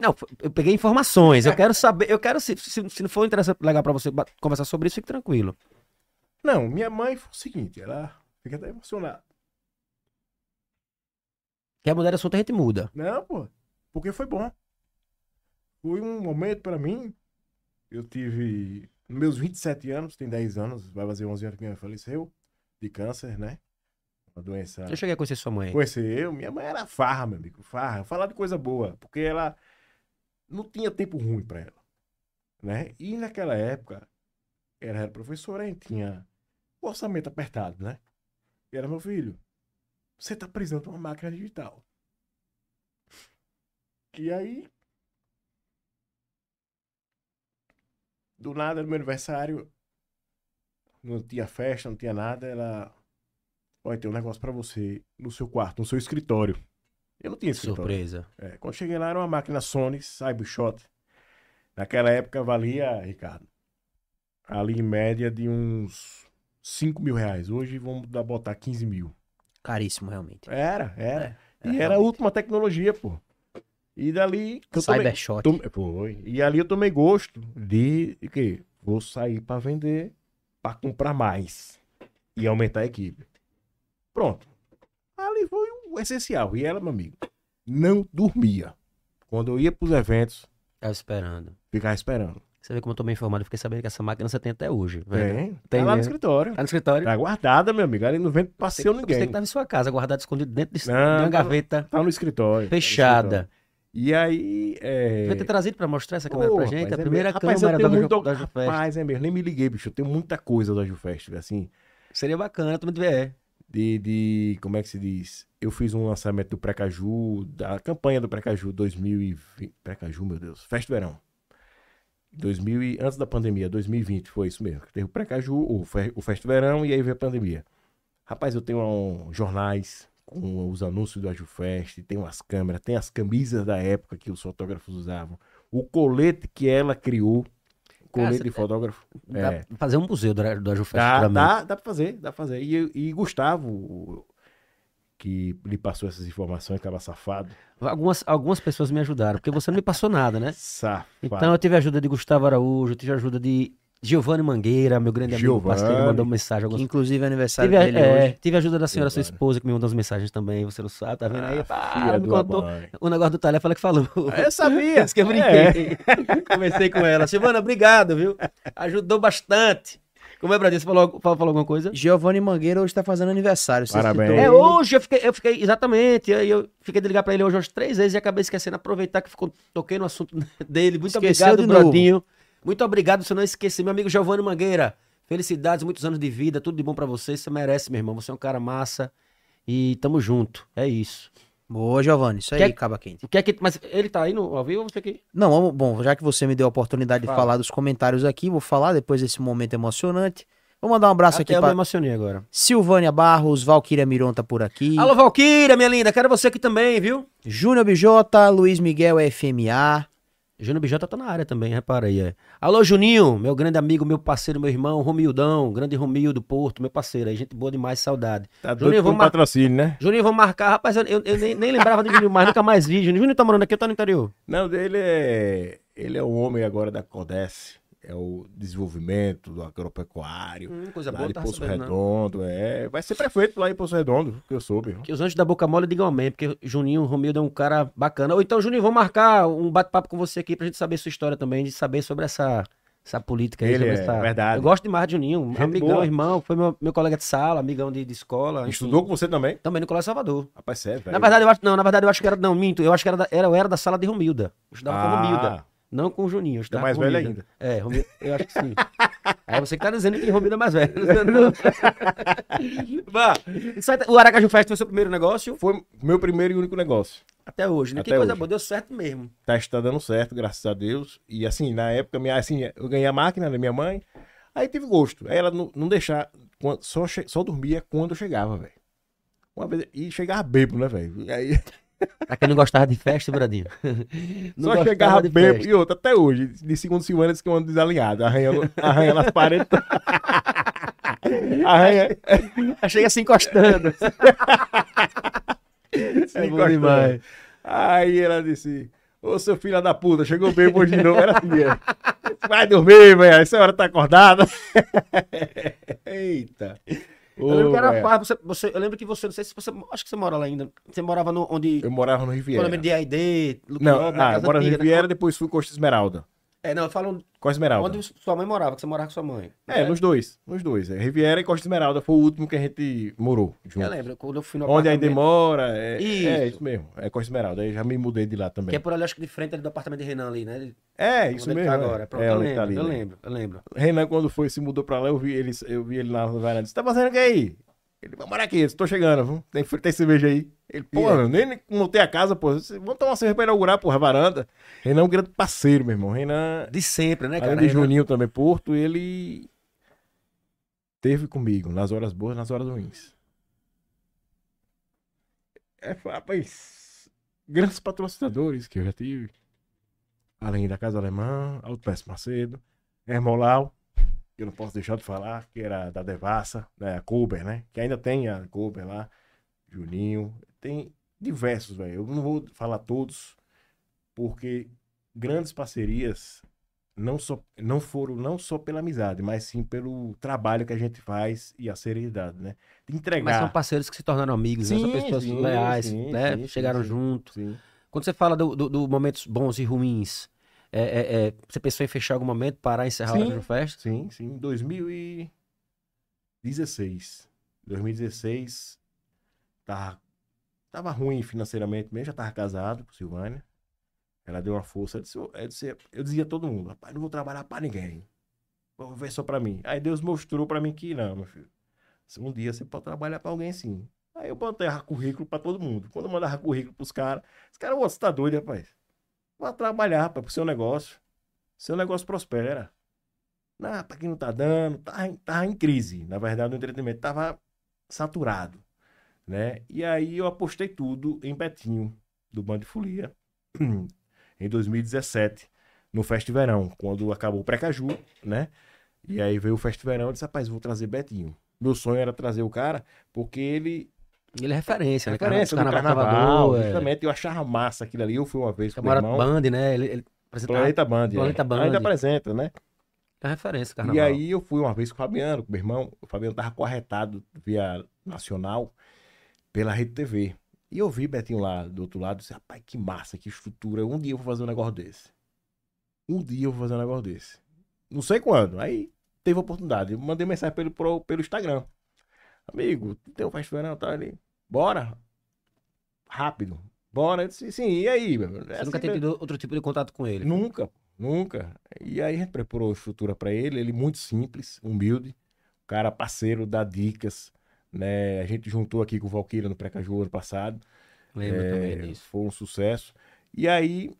Speaker 3: Não, f- eu peguei informações.
Speaker 2: É.
Speaker 3: Eu quero saber. Eu quero, se, se, se não for interessante legal pra você ba- conversar sobre isso, fique tranquilo.
Speaker 2: Não, minha mãe foi o seguinte, ela fica até emocionada.
Speaker 3: Quer mudar de assunto, a gente muda.
Speaker 2: Não, pô, porque foi bom. Foi um momento pra mim. Eu tive nos meus 27 anos, tem 10 anos, vai fazer 11 anos que minha mãe faleceu de câncer, né? Uma doença.
Speaker 3: Eu cheguei a conhecer sua mãe.
Speaker 2: Conheceu, minha mãe era farra, meu amigo, farra, falar de coisa boa, porque ela não tinha tempo ruim pra ela, né? E naquela época, ela era professora e tinha o orçamento apertado, né? E era meu filho, você tá precisando de uma máquina digital. E aí, do nada, no meu aniversário, não tinha festa, não tinha nada, ela Olha, tem um negócio pra você no seu quarto, no seu escritório. Eu não tinha escritório.
Speaker 3: Surpresa.
Speaker 2: É, quando cheguei lá, era uma máquina Sony, Cybershot. Naquela época valia, Ricardo, ali em média de uns 5 mil reais. Hoje vamos dar- botar 15 mil.
Speaker 1: Caríssimo, realmente.
Speaker 2: Era, era.
Speaker 3: É,
Speaker 2: E era a última tecnologia, pô. E dali. que eu tomei-
Speaker 1: Cybershot.
Speaker 2: Tome- foi. E ali eu tomei gosto de, de que vou sair para vender, para comprar mais e aumentar a equipe. Pronto. Ali foi o essencial. E ela, meu amigo, não dormia. Quando eu ia pros eventos,
Speaker 3: Tava esperando.
Speaker 2: ficava esperando.
Speaker 3: Você vê como eu tô bem informado. Eu fiquei sabendo que essa máquina você tem até hoje. velho.
Speaker 2: Tem,
Speaker 3: Tem
Speaker 2: tá lá no
Speaker 3: mesmo.
Speaker 2: escritório.
Speaker 3: Tá no escritório.
Speaker 2: Tá guardada, meu amigo. Ali não vende passeio
Speaker 3: Você
Speaker 2: ninguém.
Speaker 3: que tava em sua casa, guardado, escondido dentro de de
Speaker 2: Não,
Speaker 3: uma
Speaker 2: tava-
Speaker 3: gaveta
Speaker 2: Tá no escritório. tá no
Speaker 3: fechada.
Speaker 2: escritório. E aí. É...
Speaker 3: Devia ter trazido pra mostrar essa câmera
Speaker 2: Pô,
Speaker 3: pra gente.
Speaker 2: rapaz,
Speaker 3: A
Speaker 2: é
Speaker 3: primeira
Speaker 2: mesmo. Rapaz, eu
Speaker 3: câmera da,
Speaker 2: tenho
Speaker 3: muito...
Speaker 2: muito-
Speaker 3: da Jufest.
Speaker 2: Rapaz, é mesmo. Nem me liguei, bicho. Eu tenho muita coisa da Jufest, assim.
Speaker 3: Seria bacana, tu me
Speaker 2: É.
Speaker 3: tiver.
Speaker 2: de, de- como é que se diz? Eu fiz um lançamento do Precaju, da campanha do Precaju 2020. Precaju, meu Deus, festa do verão. 2000 e, antes da pandemia, 2020, foi isso mesmo. Teve o Precaju, o, fe, o festa do verão e aí veio a pandemia. Rapaz, eu tenho um, jornais com os anúncios do Ajufest, tenho as câmeras, tem as camisas da época que os fotógrafos usavam, o colete que ela criou, colete
Speaker 3: cê-
Speaker 2: de fotógrafo.
Speaker 3: Dá
Speaker 2: É.
Speaker 3: pra fazer um museu da, da Jufest
Speaker 2: Dá,
Speaker 3: pra mim.
Speaker 2: dá, dá pra fazer, dá pra fazer. E, e Gustavo, o- que lhe passou essas informações, tava safado.
Speaker 3: Né? Algumas, algumas pessoas me ajudaram, porque você não me passou nada, né?
Speaker 2: Safado.
Speaker 3: Então eu tive a ajuda de Gustavo Araújo, eu tive a ajuda de Giovanni Mangueira, meu grande amigo
Speaker 2: Giovanni.
Speaker 3: parceiro, mandou mensagem.
Speaker 1: Que,
Speaker 3: Algumas...
Speaker 1: inclusive é aniversário
Speaker 3: Tive, a,
Speaker 1: dele
Speaker 3: é,
Speaker 1: hoje.
Speaker 3: tive a ajuda da senhora, sua
Speaker 2: Giovanni. Ah,
Speaker 3: esposa, que me mandou as mensagens também, você não sabe, tá vendo aí? Pá,
Speaker 2: filha
Speaker 3: me
Speaker 2: do
Speaker 3: contou
Speaker 2: Abangue.
Speaker 3: o negócio do Talher, fala que falou.
Speaker 2: Eu sabia. É.
Speaker 3: Isso que eu brinquei. Conversei com ela. Silvana, obrigado, viu? Ajudou bastante. Como é, Bradinho? Você falou, falou, falou alguma coisa?
Speaker 1: Giovanni Mangueira hoje tá fazendo aniversário. você
Speaker 2: Parabéns.
Speaker 1: citou
Speaker 3: É,
Speaker 1: ele.
Speaker 3: hoje eu fiquei, eu fiquei- exatamente, aí eu fiquei de ligar pra ele hoje umas três vezes e acabei esquecendo, aproveitar que ficou, toquei no assunto dele, muito
Speaker 1: Esqueceu
Speaker 3: obrigado,
Speaker 1: de novo.
Speaker 3: Brodinho, muito obrigado, você não esquecer, meu amigo Giovanni Mangueira, felicidades, muitos anos de vida, tudo de bom pra você, você merece, meu irmão, você é um cara massa e tamo junto, é isso.
Speaker 1: Boa, Giovanni. Isso aí,
Speaker 3: Quer-
Speaker 1: Caba Quente.
Speaker 3: O que é que, mas ele tá aí no ao vivo ou você aqui?
Speaker 1: Não, vamos- bom, já que você me deu a oportunidade
Speaker 3: Fala.
Speaker 1: de falar dos comentários aqui, vou falar depois desse momento emocionante. Vou mandar um abraço
Speaker 3: Até
Speaker 1: aqui
Speaker 3: Ah, eu me
Speaker 1: pra
Speaker 3: emocionei agora.
Speaker 1: Silvânia Barros, Valquíria Miron tá por aqui.
Speaker 3: Alô, Valquíria, minha linda, quero você aqui também, viu?
Speaker 1: Júnior BJ, Luiz Miguel FMA.
Speaker 3: Júnior BJ tá na área também, repara aí. É. Alô, Juninho, meu grande amigo, meu parceiro, meu irmão, Romildão, grande Romildo Porto, meu parceiro aí, gente boa demais, saudade.
Speaker 2: Tá doido
Speaker 3: Juninho,
Speaker 2: por
Speaker 3: vamos
Speaker 2: um
Speaker 3: mar...
Speaker 2: patrocínio, né?
Speaker 3: Juninho, vamos marcar. Rapaz, eu, eu- eu nem, nem lembrava de Juninho mais, nunca mais vi. Juninho, Juninho tá morando aqui ou tá no interior?
Speaker 2: Não, ele é, ele é o homem agora da Codesse. É o desenvolvimento do agropecuário.
Speaker 3: Hum, coisa
Speaker 2: lá
Speaker 3: boa,
Speaker 2: de
Speaker 3: tá
Speaker 2: Poço
Speaker 3: sabendo, não.
Speaker 2: Redondo. É, vai ser prefeito lá em Poço Redondo, que eu soube.
Speaker 3: Que os anjos da boca mole digam amém, porque Juninho Romildo é um cara bacana. Ou então, Juninho, vamos marcar um bate-papo com você aqui pra gente saber sua história também, de saber sobre essa, essa política aí.
Speaker 2: Ele
Speaker 3: sobre
Speaker 2: é,
Speaker 3: essa...
Speaker 2: verdade.
Speaker 3: Eu gosto demais de Juninho,
Speaker 2: Gente
Speaker 3: amigão,
Speaker 2: boa.
Speaker 3: irmão, foi meu, meu colega de sala, amigão de, de escola. enfim.
Speaker 2: Estudou com você também?
Speaker 3: Também no Colégio Salvador.
Speaker 2: Rapaz, sério, velho.
Speaker 3: Na verdade, eu acho, não, na verdade, eu acho que era, não, minto, eu acho que era, da- era, eu era da sala de Romilda. Eu estudava com Romilda,
Speaker 2: ah,
Speaker 3: não com o Juninho. Eu estudava
Speaker 2: mais
Speaker 3: com
Speaker 2: velho
Speaker 3: Romilda. É, Romilda, eu acho que sim. Aí você que tá dizendo que Romilda é mais velho. Vá, isso aí tá- o Aracaju Fest foi seu primeiro negócio
Speaker 2: Ah. foi meu primeiro e único negócio.
Speaker 3: até hoje, né? que
Speaker 2: Até
Speaker 3: coisa
Speaker 2: hoje.
Speaker 3: boa, deu certo mesmo.
Speaker 2: tá, está dando certo, graças a Deus. E assim, na época, minha, assim, eu ganhei a máquina da minha mãe, aí tive gosto. Aí ela não, não deixava, quan- só, che- só dormia quando eu chegava, velho. Uma vez, e chegava bebo, né, velho? E Aí
Speaker 3: Pra quem não gostava de festa, Bradinho. Não
Speaker 2: só
Speaker 3: gostava
Speaker 2: chegava
Speaker 3: de
Speaker 2: bebo.
Speaker 3: festa.
Speaker 2: E outra, até hoje, de segunda em semana, diz que eu ando desalinhado, arranhando, arranhando as paredes. Arranha,
Speaker 3: Aí Chega se encostando. É
Speaker 2: se encostando. É Aí ela disse: Ô seu filho da puta, chegou bebo hoje de novo. Era assim, era. Vai dormir, velho. Essa hora tá acordada. Eita.
Speaker 3: Eu lembro que era
Speaker 2: é.
Speaker 3: fácil, você, você- eu lembro que você, não sei se você, acho que você mora lá ainda, você morava no, onde
Speaker 2: é. Eu morava no
Speaker 3: Qual
Speaker 2: Riviera.
Speaker 3: o nome de AID? Luque
Speaker 2: Não,
Speaker 3: Nobre, na
Speaker 2: ah, eu
Speaker 3: casa
Speaker 2: morava no
Speaker 3: antiga, né?
Speaker 2: Riviera, depois fui Costa Esmeralda.
Speaker 3: É, não, eu falo
Speaker 2: Costa Esmeralda.
Speaker 3: onde sua mãe morava, que você morava com sua mãe.
Speaker 2: É, nos dois. Nos dois. É, Riviera e Costa Esmeralda foi o último que a gente morou junto.
Speaker 3: Eu lembro, quando eu fui no
Speaker 2: Hum. Onde aí
Speaker 3: é um apartamento,
Speaker 2: demora. É é
Speaker 3: Isso.
Speaker 2: isso. mesmo. É Costa Esmeralda. Aí já me mudei de lá também.
Speaker 3: Que é por ali, acho que de frente ali do apartamento de Renan ali, né?
Speaker 2: É,
Speaker 3: Onde
Speaker 2: isso
Speaker 3: ele
Speaker 2: mesmo.
Speaker 3: tá
Speaker 2: é.
Speaker 3: agora. Pronto,
Speaker 2: É,
Speaker 3: eu,
Speaker 2: onde ele
Speaker 3: lembro,
Speaker 2: tá
Speaker 3: eu
Speaker 2: ali, né?
Speaker 3: lembro, eu lembro.
Speaker 2: Renan, quando foi, se mudou pra lá, eu vi ele, eu vi ele lá na varanda. Você tá fazendo o que aí? Ele, vamos morar aqui, eu tô chegando, viu? Tem, fr- tem cerveja aí. Ele, pô, eu nem montei a casa, pô. Você- Vamos tomar uma cerveja pra inaugurar, porra, a varanda. Renan é um grande parceiro, meu irmão. Renan,
Speaker 3: De sempre, né, cara?
Speaker 2: além de
Speaker 3: Renan?
Speaker 2: Juninho também, Porto, ele teve comigo nas horas boas, nas horas ruins. É, rapaz, grandes patrocinadores que eu já tive. Além da Casa Alemã, Alto Pérez Macedo, Hermolau, que eu não posso deixar de falar, que era da Devassa, né, a Kober, né? Que ainda tem a Kober lá, Juninho. Tem diversos, velho. Eu não vou falar todos, porque grandes parcerias não, só, não foram não só pela amizade, mas sim pelo trabalho que a gente faz e a seriedade, né? De entregar.
Speaker 3: Mas são parceiros que se tornaram amigos, né? São
Speaker 2: Sim,
Speaker 3: pessoas
Speaker 2: sim,
Speaker 3: leais,
Speaker 2: sim,
Speaker 3: né?
Speaker 2: sim,
Speaker 3: Chegaram
Speaker 2: sim,
Speaker 3: junto.
Speaker 2: Sim.
Speaker 3: Quando você fala do, do- do momentos bons e ruins, é, é- é, você pensou em fechar algum momento, parar, encerrar
Speaker 2: Sim.
Speaker 3: a hora de festa?
Speaker 2: Sim, sim. Em 2016. 2016 tava, tá, tava ruim financeiramente mesmo, já tava casado com Silvânia. Ela deu uma força. Eu, disse- eu disse- eu dizia a todo mundo, rapaz, não vou trabalhar pra ninguém. Vou ver só pra mim. Aí Deus mostrou pra mim que não, meu filho. Se Um dia você pode trabalhar pra alguém sim. Aí eu botava currículo pra todo mundo. Quando eu mandava currículo pros caras, os caras, "Ô, você tá doido, rapaz. Vai trabalhar, rapaz, pro seu negócio. Seu negócio prospera. Não, pra quem não tá dando, tá, em- tá em crise. Na verdade, o entretenimento tava saturado, né? E aí eu apostei tudo em Betinho, do Bando de Folia, em 2017, no Feste Verão, quando acabou o Precaju, né? E aí veio o Feste Verão, eu disse, rapaz, vou trazer Betinho. Meu sonho era trazer o cara, porque ele...
Speaker 3: Ele é referência, né?
Speaker 2: Referência do
Speaker 3: Carna-
Speaker 2: carnaval,
Speaker 3: Salvador, é.
Speaker 2: justamente, eu achava massa aquilo ali. Eu fui uma vez com meu
Speaker 3: Camarada
Speaker 2: irmão,
Speaker 3: Band, né? Ele, ele apresentava-
Speaker 2: Planeta Band. é.
Speaker 3: Planeta Band.
Speaker 2: Ainda apresenta, né?
Speaker 3: é referência, carnaval.
Speaker 2: E aí eu fui uma vez com o Fabiano, com meu irmão. O Fabiano tava corretado via nacional pela Rede TV. E eu vi Betinho lá do outro lado e disse, rapaz, que massa, que estrutura. Um dia eu vou fazer um negócio desse. Um dia eu vou fazer um negócio desse. Não sei quando. Aí teve a oportunidade. Eu mandei mensagem pelo, pro- pelo Instagram. Amigo, tem um festival não, tá ali. Bora. Rápido. Bora. Eu disse, sim, e aí? meu? é
Speaker 3: Você nunca tem tido outro tipo de contato com ele.
Speaker 2: Nunca, nunca. E aí a gente preparou a estrutura para ele, ele muito simples, humilde, o cara parceiro, dá dicas, né? A gente juntou aqui com o Valquíria no Precaju ano passado,
Speaker 3: Lembro também
Speaker 2: é,
Speaker 3: disso.
Speaker 2: foi um sucesso. E aí,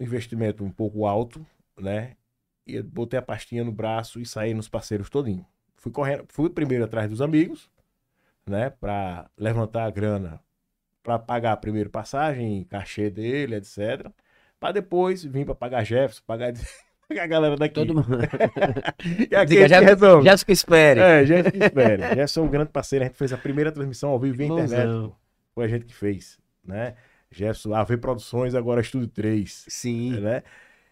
Speaker 2: investimento um pouco alto, né? E eu botei a pastinha no braço e saí nos parceiros todinho. Fui correndo, fui primeiro atrás dos amigos, né, para levantar a grana, para pagar a primeira passagem, cachê dele, etc. Para depois vir para pagar Jefferson, pagar, pagar a galera daqui.
Speaker 3: Todo mundo.
Speaker 2: E aqui
Speaker 3: Diga,
Speaker 2: a gente
Speaker 3: já-
Speaker 2: resolve.
Speaker 3: Já que espere.
Speaker 2: É, Jefferson que espere. Jefferson é um grande parceiro. A gente fez a primeira transmissão ao vivo via internet.
Speaker 3: Mãozão.
Speaker 2: pô. Foi a gente que fez, né? Jefferson, AV Produções, agora é Estúdio 3,
Speaker 3: Sim.
Speaker 2: né?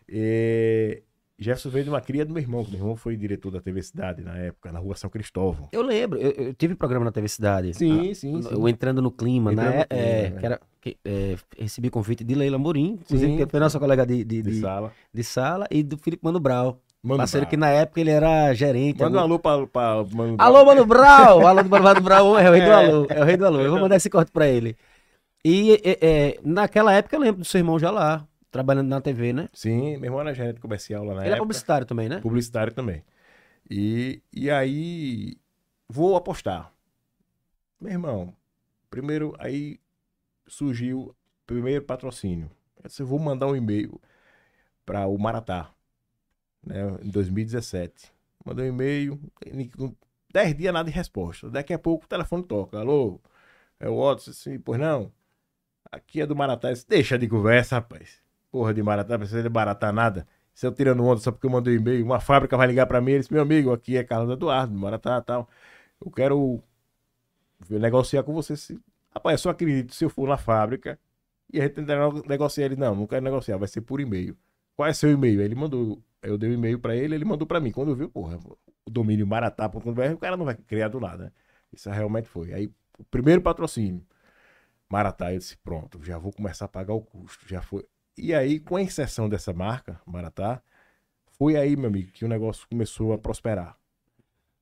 Speaker 2: E... Jefferson veio de uma cria do meu irmão, que meu irmão foi diretor da TV Cidade na época, na rua São Cristóvão.
Speaker 3: Eu lembro, eu, eu tive programa na TV Cidade. Ah,
Speaker 2: sim,
Speaker 3: Eu entrando no clima,
Speaker 2: Entrando
Speaker 3: né?
Speaker 2: no clima,
Speaker 3: É,
Speaker 2: né?
Speaker 3: que era, que, é, recebi convite de Leila Morim, inclusive,
Speaker 2: Sim.
Speaker 3: que foi nossa colega de, de,
Speaker 2: De
Speaker 3: de-
Speaker 2: sala.
Speaker 3: de sala, e do Felipe Mano Brau.
Speaker 2: Mano
Speaker 3: parceiro
Speaker 2: Brau.
Speaker 3: que na época ele era gerente.
Speaker 2: Manda um
Speaker 3: algum-
Speaker 2: alô pra, pra um Mano Brau.
Speaker 3: Alô, Mano Brau! Alô do Mano Mano Brau é o rei do
Speaker 2: É.
Speaker 3: alô. É o rei do alô. Eu vou mandar esse corte pra ele. E é, é, naquela época eu lembro do seu irmão já lá, trabalhando na TV, né?
Speaker 2: Sim, meu irmão era gerente comercial lá na
Speaker 3: ele é
Speaker 2: época.
Speaker 3: publicitário também, né?
Speaker 2: publicitário também. E, e aí, vou apostar. Meu irmão, primeiro aí surgiu o primeiro patrocínio. Eu disse, vou mandar um e-mail para o Maratá, né, em 2017. Mandei um e-mail, ele com 10 dias nada de resposta. Daqui a pouco o telefone toca. Alô, é o Otto? Assim, pois não? Aqui é do Maratá. Eu disse, Deixa de conversa, rapaz. Porra de Maratá, precisa de Maratá nada. Se eu tirando onda só porque eu mandei um e-mail, uma fábrica vai ligar pra mim, eles, meu amigo, aqui é Carlos Eduardo, mora tá, tal. Eu quero negociar com você. Se... Rapaz, eu só acredito se eu for na fábrica e a gente tentar nego- negociar. Ele, não, não quero negociar, vai ser por e-mail. Qual é seu e-mail? Aí Ele mandou, eu dei o e-mail pra ele, ele mandou pra mim. Quando eu vi, porra, o domínio maratá.com.br, o cara não vai criar do nada, né? Isso realmente foi. Aí, o primeiro patrocínio, Maratá, eu disse, pronto, já vou começar a pagar o custo, já foi. E aí, com a inserção dessa marca, Maratá, foi aí, meu amigo, que o negócio começou a prosperar.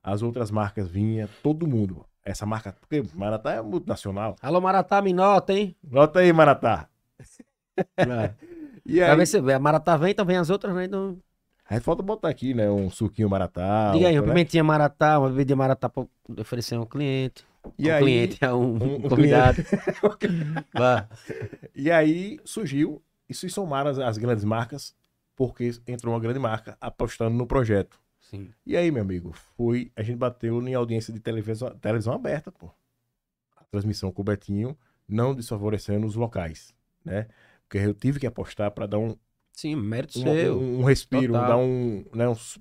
Speaker 2: As outras marcas vinham, todo mundo. Essa marca, porque Maratá é multinacional.
Speaker 3: Alô, Maratá, me nota, hein?
Speaker 2: Nota aí, Maratá.
Speaker 3: É.
Speaker 2: E
Speaker 3: Pra
Speaker 2: aí,
Speaker 3: ver se a Maratá vem, então vem as outras, né? Então,
Speaker 2: aí falta botar aqui, né? Um suquinho Maratá.
Speaker 3: Diga aí, uma
Speaker 2: outra, né?
Speaker 3: pimentinha maratá, uma bebida maratá pra oferecer a um cliente.
Speaker 2: E
Speaker 3: um
Speaker 2: aí-
Speaker 3: cliente, a um,
Speaker 2: um- um
Speaker 3: convidado. Vá.
Speaker 2: E aí surgiu, e se somaram as, as grandes marcas, porque entrou uma grande marca apostando no projeto.
Speaker 3: Sim.
Speaker 2: E aí, meu amigo, foi. A gente bateu em audiência de televisão, televisão aberta, pô. A transmissão com o Betinho, não desfavorecendo os locais, né? Porque eu tive que apostar para dar um,
Speaker 3: Sim, mérito
Speaker 2: um,
Speaker 3: seu.
Speaker 2: um, um respiro,
Speaker 3: Total.
Speaker 2: dar um, né, um, s-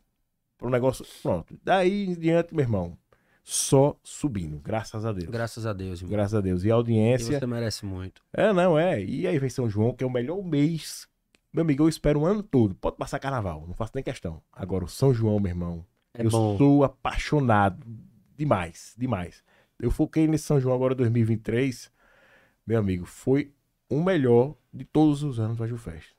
Speaker 2: pro negócio. Pronto. Daí em diante, meu irmão, só subindo, graças a Deus.
Speaker 3: Graças a Deus, irmão.
Speaker 2: Graças a Deus. E a
Speaker 3: E
Speaker 2: audiência.
Speaker 3: você merece muito.
Speaker 2: É, não, é. E aí vem São João, que é o melhor mês. Meu amigo, eu espero o ano todo. Pode passar carnaval, não faço nem questão. Agora, o São João, meu irmão,
Speaker 3: É
Speaker 2: eu
Speaker 3: bom.
Speaker 2: sou apaixonado. Demais, demais. Eu foquei nesse São João agora 2023. Meu amigo, foi o melhor de todos os anos da Jufest.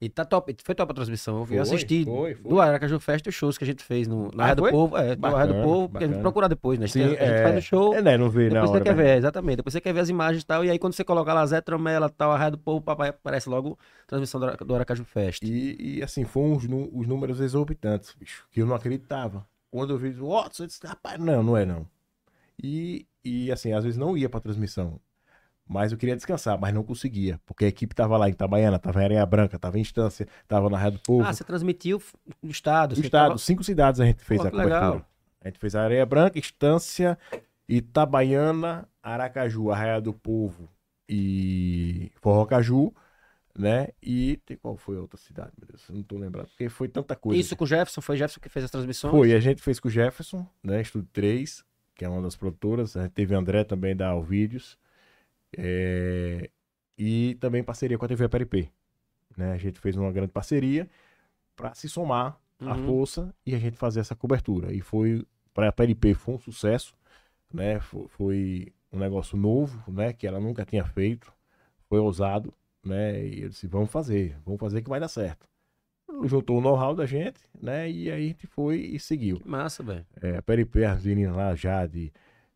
Speaker 3: E tá top. Foi top a transmissão. Eu,
Speaker 2: Foi,
Speaker 3: eu assisti
Speaker 2: foi, foi.
Speaker 3: do Aracaju Fest os shows que a gente fez no, na
Speaker 2: Ah,
Speaker 3: Rádio
Speaker 2: foi?
Speaker 3: Povo. É, do
Speaker 2: Bacana,
Speaker 3: Rádio Povo, porque a gente
Speaker 2: bacana.
Speaker 3: procura depois, né? A gente,
Speaker 2: Sim,
Speaker 3: a gente
Speaker 2: é.
Speaker 3: faz o show.
Speaker 2: É, né? Não vê na
Speaker 3: Depois você
Speaker 2: hora.
Speaker 3: quer
Speaker 2: né?
Speaker 3: ver, é, exatamente. Depois você quer ver as imagens e tal. E aí quando você coloca lá Zé Tromela, tal, a Rádio Povo, papai, aparece logo a transmissão do Ara- do Aracaju Fest.
Speaker 2: E, e, assim, foram os, nu- os números exorbitantes, bicho, que eu não acreditava. Quando eu vi, o Watson, eu disse, rapaz, não, não é não. E, e assim, às vezes não ia pra transmissão. Mas eu queria descansar, mas não conseguia. Porque a equipe tava lá em Itabaiana, tava em Areia Branca, tava em Instância, tava na Rádio do Povo.
Speaker 3: Ah, você transmitiu f- no estado.
Speaker 2: do
Speaker 3: você
Speaker 2: estado,
Speaker 3: tava-
Speaker 2: cinco cidades a gente fez
Speaker 3: Pô,
Speaker 2: a
Speaker 3: que
Speaker 2: cobertura.
Speaker 3: legal.
Speaker 2: A gente fez Areia Branca, Estância, Itabaiana, Aracaju, Arraia do Povo e Forrocaju, né? E tem qual foi a outra cidade, meu Deus? Eu não tô lembrado, porque foi tanta coisa.
Speaker 3: Isso com o Jefferson, foi Jefferson que fez as transmissões?
Speaker 2: é. Foi, é, a gente fez com o Jefferson, né? Estúdio 3, que é uma das produtoras. A gente teve o André também da Alvídeos. É, E também parceria com a TV Aperipê. Né? A gente fez uma grande parceria para se somar à
Speaker 3: Uhum.
Speaker 2: força e a gente fazer essa cobertura. E foi, para a Aperipê foi um sucesso, né? Fo- Foi um negócio novo, né? Que ela nunca tinha feito. Foi ousado, né? E eu disse, vamos fazer, vamos fazer que vai dar certo juntou o know-how da gente, né? E aí a gente foi e seguiu.
Speaker 3: Que massa, velho.
Speaker 2: É, a Peripé, as meninas lá, Jade,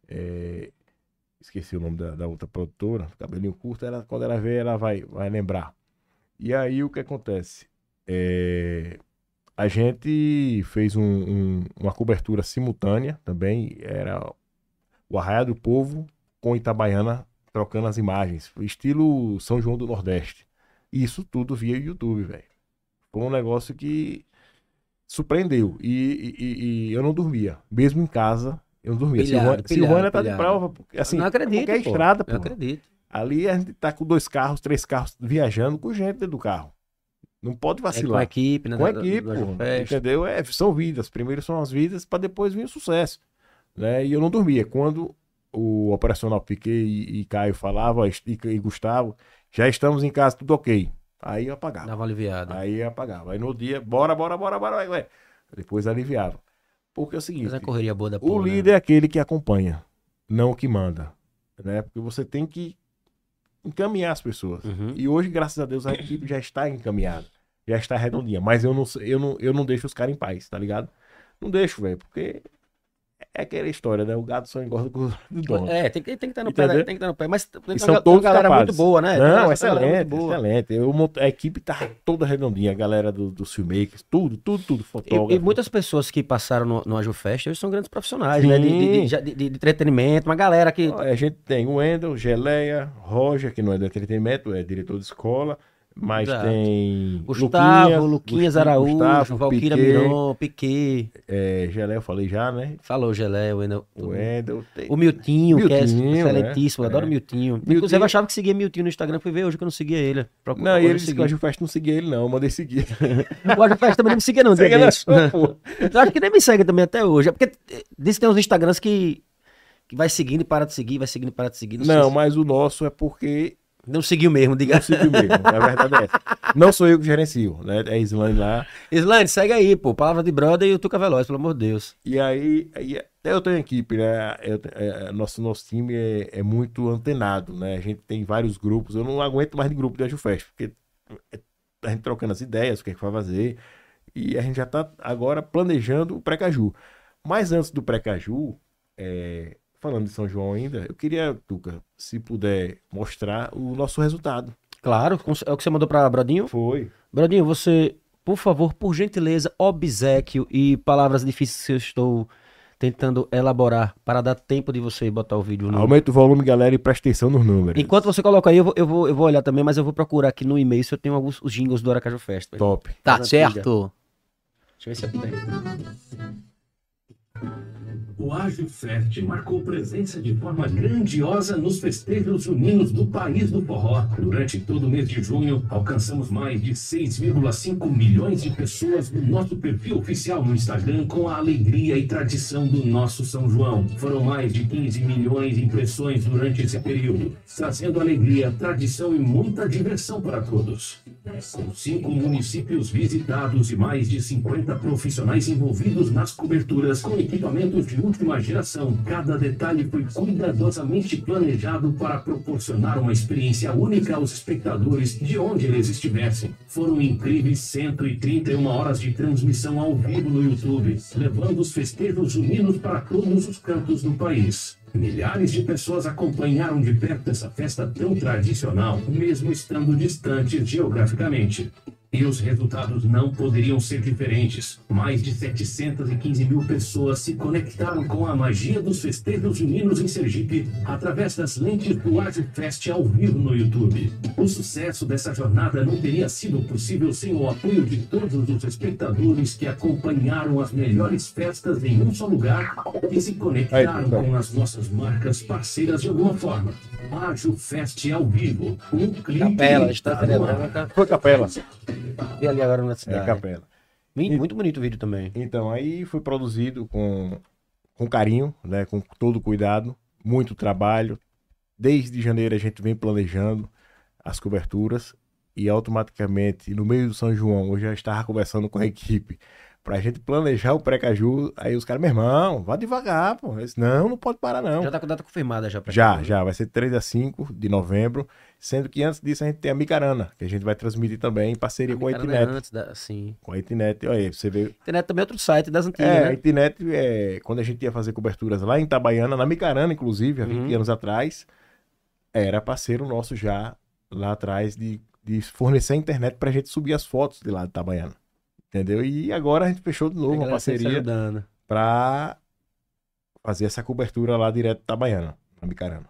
Speaker 2: é, esqueci o nome da, da outra produtora, cabelinho curto, ela, quando ela vê, ela vai, vai lembrar. E aí o que acontece? É, a gente fez um- um- uma cobertura simultânea também, era o Arraia do Povo com Itabaiana trocando as imagens, estilo São João do Nordeste. E Isso tudo via YouTube, velho. Foi um negócio que surpreendeu. E, e- e- e eu não dormia. Mesmo em casa, eu não dormia.
Speaker 1: Pilhado,
Speaker 2: Silvana,
Speaker 1: pilhado,
Speaker 2: Silvana tá de
Speaker 1: pilhado.
Speaker 2: prova. porque, Assim,
Speaker 3: não acredito.
Speaker 2: qualquer estrada,
Speaker 3: pô. Eu
Speaker 2: pô.
Speaker 3: acredito. É
Speaker 2: Ali a gente tá com dois carros, três carros viajando com gente dentro do carro. Não pode
Speaker 3: É com
Speaker 2: vacilar.
Speaker 3: a equipe, né?
Speaker 2: Com a
Speaker 3: da- da-
Speaker 2: equipe,
Speaker 3: da
Speaker 2: pô,
Speaker 3: Fest.
Speaker 2: entendeu? É, são vidas. Primeiro são as vidas para depois vir o sucesso. Né? E eu não dormia. Quando o operacional Piquet e, e Caio falavam, e, e Gustavo, já estamos em casa, tudo ok. Aí eu apagava.
Speaker 3: Dava uma aliviada.
Speaker 2: Aí apagava. Aí no dia, bora, bora, bora, bora, vai, vai. Depois aliviava. Porque é o seguinte,
Speaker 3: Mas a correria boa da
Speaker 2: o
Speaker 3: porra, né?
Speaker 2: líder é aquele que acompanha, não o que manda. Né? Porque você tem que encaminhar as pessoas.
Speaker 3: Uhum.
Speaker 2: E hoje, graças a Deus, a equipe já está encaminhada. Já está redondinha. Mas eu não, sei- eu não, eu não deixo os caras em paz, tá ligado? Não deixo, velho. Porque é aquela história, né? O gado só engorda com o dono.
Speaker 3: É, tem que, tem que estar no pé,
Speaker 2: Entendeu?
Speaker 3: né? tem que estar no pé. Mas tem uma
Speaker 2: são
Speaker 3: ga- tem uma
Speaker 2: todos
Speaker 3: galera
Speaker 2: capazes.
Speaker 3: muito boa, né? Tem uma
Speaker 2: Não,
Speaker 3: galera- uma galera
Speaker 2: excelente,
Speaker 3: muito boa.
Speaker 2: excelente. Eu mont- A equipe tá toda redondinha, a galera do- dos filmmakers, tudo, tudo, tudo, fotógrafo.
Speaker 3: E, e muitas pessoas que passaram no, no Aju Fest hoje são grandes profissionais,
Speaker 2: Sim.
Speaker 3: né? De, de- de- já- de- de entretenimento, uma galera que.
Speaker 2: A gente tem o Wendel, Geleia, Roger, que não é do entretenimento, é diretor de escola, mas
Speaker 3: Exato.
Speaker 2: tem
Speaker 3: Gustavo, Luquinhas
Speaker 2: Gusti-
Speaker 3: Araújo,
Speaker 2: Gustavo,
Speaker 3: Valquíria
Speaker 2: Piquet,
Speaker 3: Miron, Piquet.
Speaker 2: É, Geleia, eu falei já, né?
Speaker 3: Falou, Gelé, o Wendel.
Speaker 2: O Wendel. Tem...
Speaker 3: O Miltinho, que é
Speaker 2: Miltinho,
Speaker 3: excelentíssimo,
Speaker 2: né?
Speaker 3: eu adoro o
Speaker 2: É.
Speaker 3: Miltinho.
Speaker 2: Miltinho-
Speaker 3: Inclusive, eu achava que seguia Miltinho no Instagram, fui ver hoje que eu não seguia ele. Procura-
Speaker 2: Não, e
Speaker 3: hoje
Speaker 2: ele
Speaker 3: eu
Speaker 2: disse
Speaker 3: segui.
Speaker 2: que o Ajufest não seguia ele, não. Eu mandei seguir.
Speaker 3: O Aju Fest também não me seguia, não.
Speaker 2: Segue
Speaker 3: Segue
Speaker 2: na sua, pô.
Speaker 3: Eu acho que nem me segue também até hoje. É porque eh, diz que tem uns Instagrams que, que vai seguindo e para de seguir, vai seguindo e para de seguir. sei
Speaker 2: Não,
Speaker 3: se-
Speaker 2: mas o nosso é porque
Speaker 3: não seguiu mesmo, diga.
Speaker 2: não seguiu mesmo. A verdade é essa. Não sou eu que gerencio, né? É a Islane lá.
Speaker 3: Slane, segue aí, pô. Palavra de brother e o Tuca Veloz, pelo amor de Deus.
Speaker 2: E aí, aí até eu tenho equipe, né? Eu te- é, nosso, nosso time é, é muito antenado, né? A gente tem vários grupos. Eu não aguento mais de grupo da Jufest, porque é- a gente trocando as ideias, o que é que vai fazer. E a gente já tá agora planejando o pré-caju. Mas antes do pré-caju, é, falando de São João ainda, eu queria, Tuca, se puder mostrar o nosso resultado.
Speaker 3: Claro, com- é o que você mandou pra Brodinho.
Speaker 2: Foi.
Speaker 3: Brodinho, você, por favor, por gentileza, obsequio e palavras difíceis que eu estou tentando elaborar para dar tempo de você botar o vídeo no.
Speaker 2: Aumenta o volume, galera, e presta atenção nos números.
Speaker 3: Enquanto você coloca aí, eu vou, eu, vou, eu vou olhar também, mas eu vou procurar aqui no e-mail se eu tenho alguns os jingles do Aracaju Festa.
Speaker 2: Top.
Speaker 1: Tá
Speaker 3: Mas antiga.
Speaker 1: certo.
Speaker 3: Deixa eu ver se eu tenho.
Speaker 5: O Agifest marcou presença de forma grandiosa nos festejos juninos do país do forró. Durante todo o mês de junho, alcançamos mais de 6,5 milhões de pessoas no nosso perfil oficial no Instagram com a alegria e tradição do nosso São João. Foram mais de 15 milhões de impressões durante esse período, trazendo alegria, tradição e muita diversão para todos. Com cinco municípios visitados e mais de 50 profissionais envolvidos nas coberturas com equipamentos de última geração, cada detalhe foi cuidadosamente planejado para proporcionar uma experiência única aos espectadores de onde eles estivessem. Foram incríveis 131 horas de transmissão ao vivo no YouTube, levando os festejos unidos para todos os cantos do país. Milhares de pessoas acompanharam de perto essa festa tão tradicional, mesmo estando distantes geograficamente. E os resultados não poderiam ser diferentes. Mais de 715 mil pessoas se conectaram com a magia dos festejos juninos em Sergipe através das lentes do Artfest ao vivo no YouTube. O sucesso dessa jornada não teria sido possível sem o apoio de todos os espectadores que acompanharam as melhores festas em um só lugar e se conectaram
Speaker 2: Aí, tá.
Speaker 5: com as nossas marcas parceiras de alguma forma. Ágil Fest ao vivo, um clipe
Speaker 3: Capela, a gente tá
Speaker 5: está no ar.
Speaker 3: celebrando. tá?
Speaker 2: Foi capela.
Speaker 3: E ali agora na
Speaker 2: É,
Speaker 3: cidade.
Speaker 2: capela.
Speaker 3: Muito muito bonito o vídeo também.
Speaker 2: Então, aí foi produzido com, com carinho, né? Com todo cuidado, muito trabalho. Desde janeiro a gente vem planejando as coberturas e automaticamente, no meio do São João, eu já estava conversando com a equipe pra gente planejar o pré-caju. Aí os caras, meu irmão, vá devagar, pô. Eu disse, não, não pode parar, não.
Speaker 3: Já tá com data confirmada já pra
Speaker 2: Já, já, vai ser 3 a 5 de novembro, sendo que antes disso a gente tem a Micarana, que a gente vai transmitir também em parceria com a
Speaker 3: Cara, né,
Speaker 2: Itinet.
Speaker 3: antes da, sim.
Speaker 2: Com a Itinet, olha aí, você vê.
Speaker 3: Internet também é outro site das antigas,
Speaker 2: É, a
Speaker 3: né?
Speaker 2: Itinet, é, quando a gente ia fazer coberturas lá em Itabaiana, na Micarana, inclusive, há 20
Speaker 3: Uhum.
Speaker 2: anos atrás, era parceiro nosso já, lá atrás, de, de fornecer a internet pra gente subir as fotos de lá de Itabaiana. Entendeu? E agora a gente fechou de novo
Speaker 3: Tem
Speaker 2: uma
Speaker 3: galera sempre se
Speaker 2: parceria
Speaker 3: ajudando.
Speaker 2: pra fazer essa cobertura lá direto de Itabaiana, na Micarana.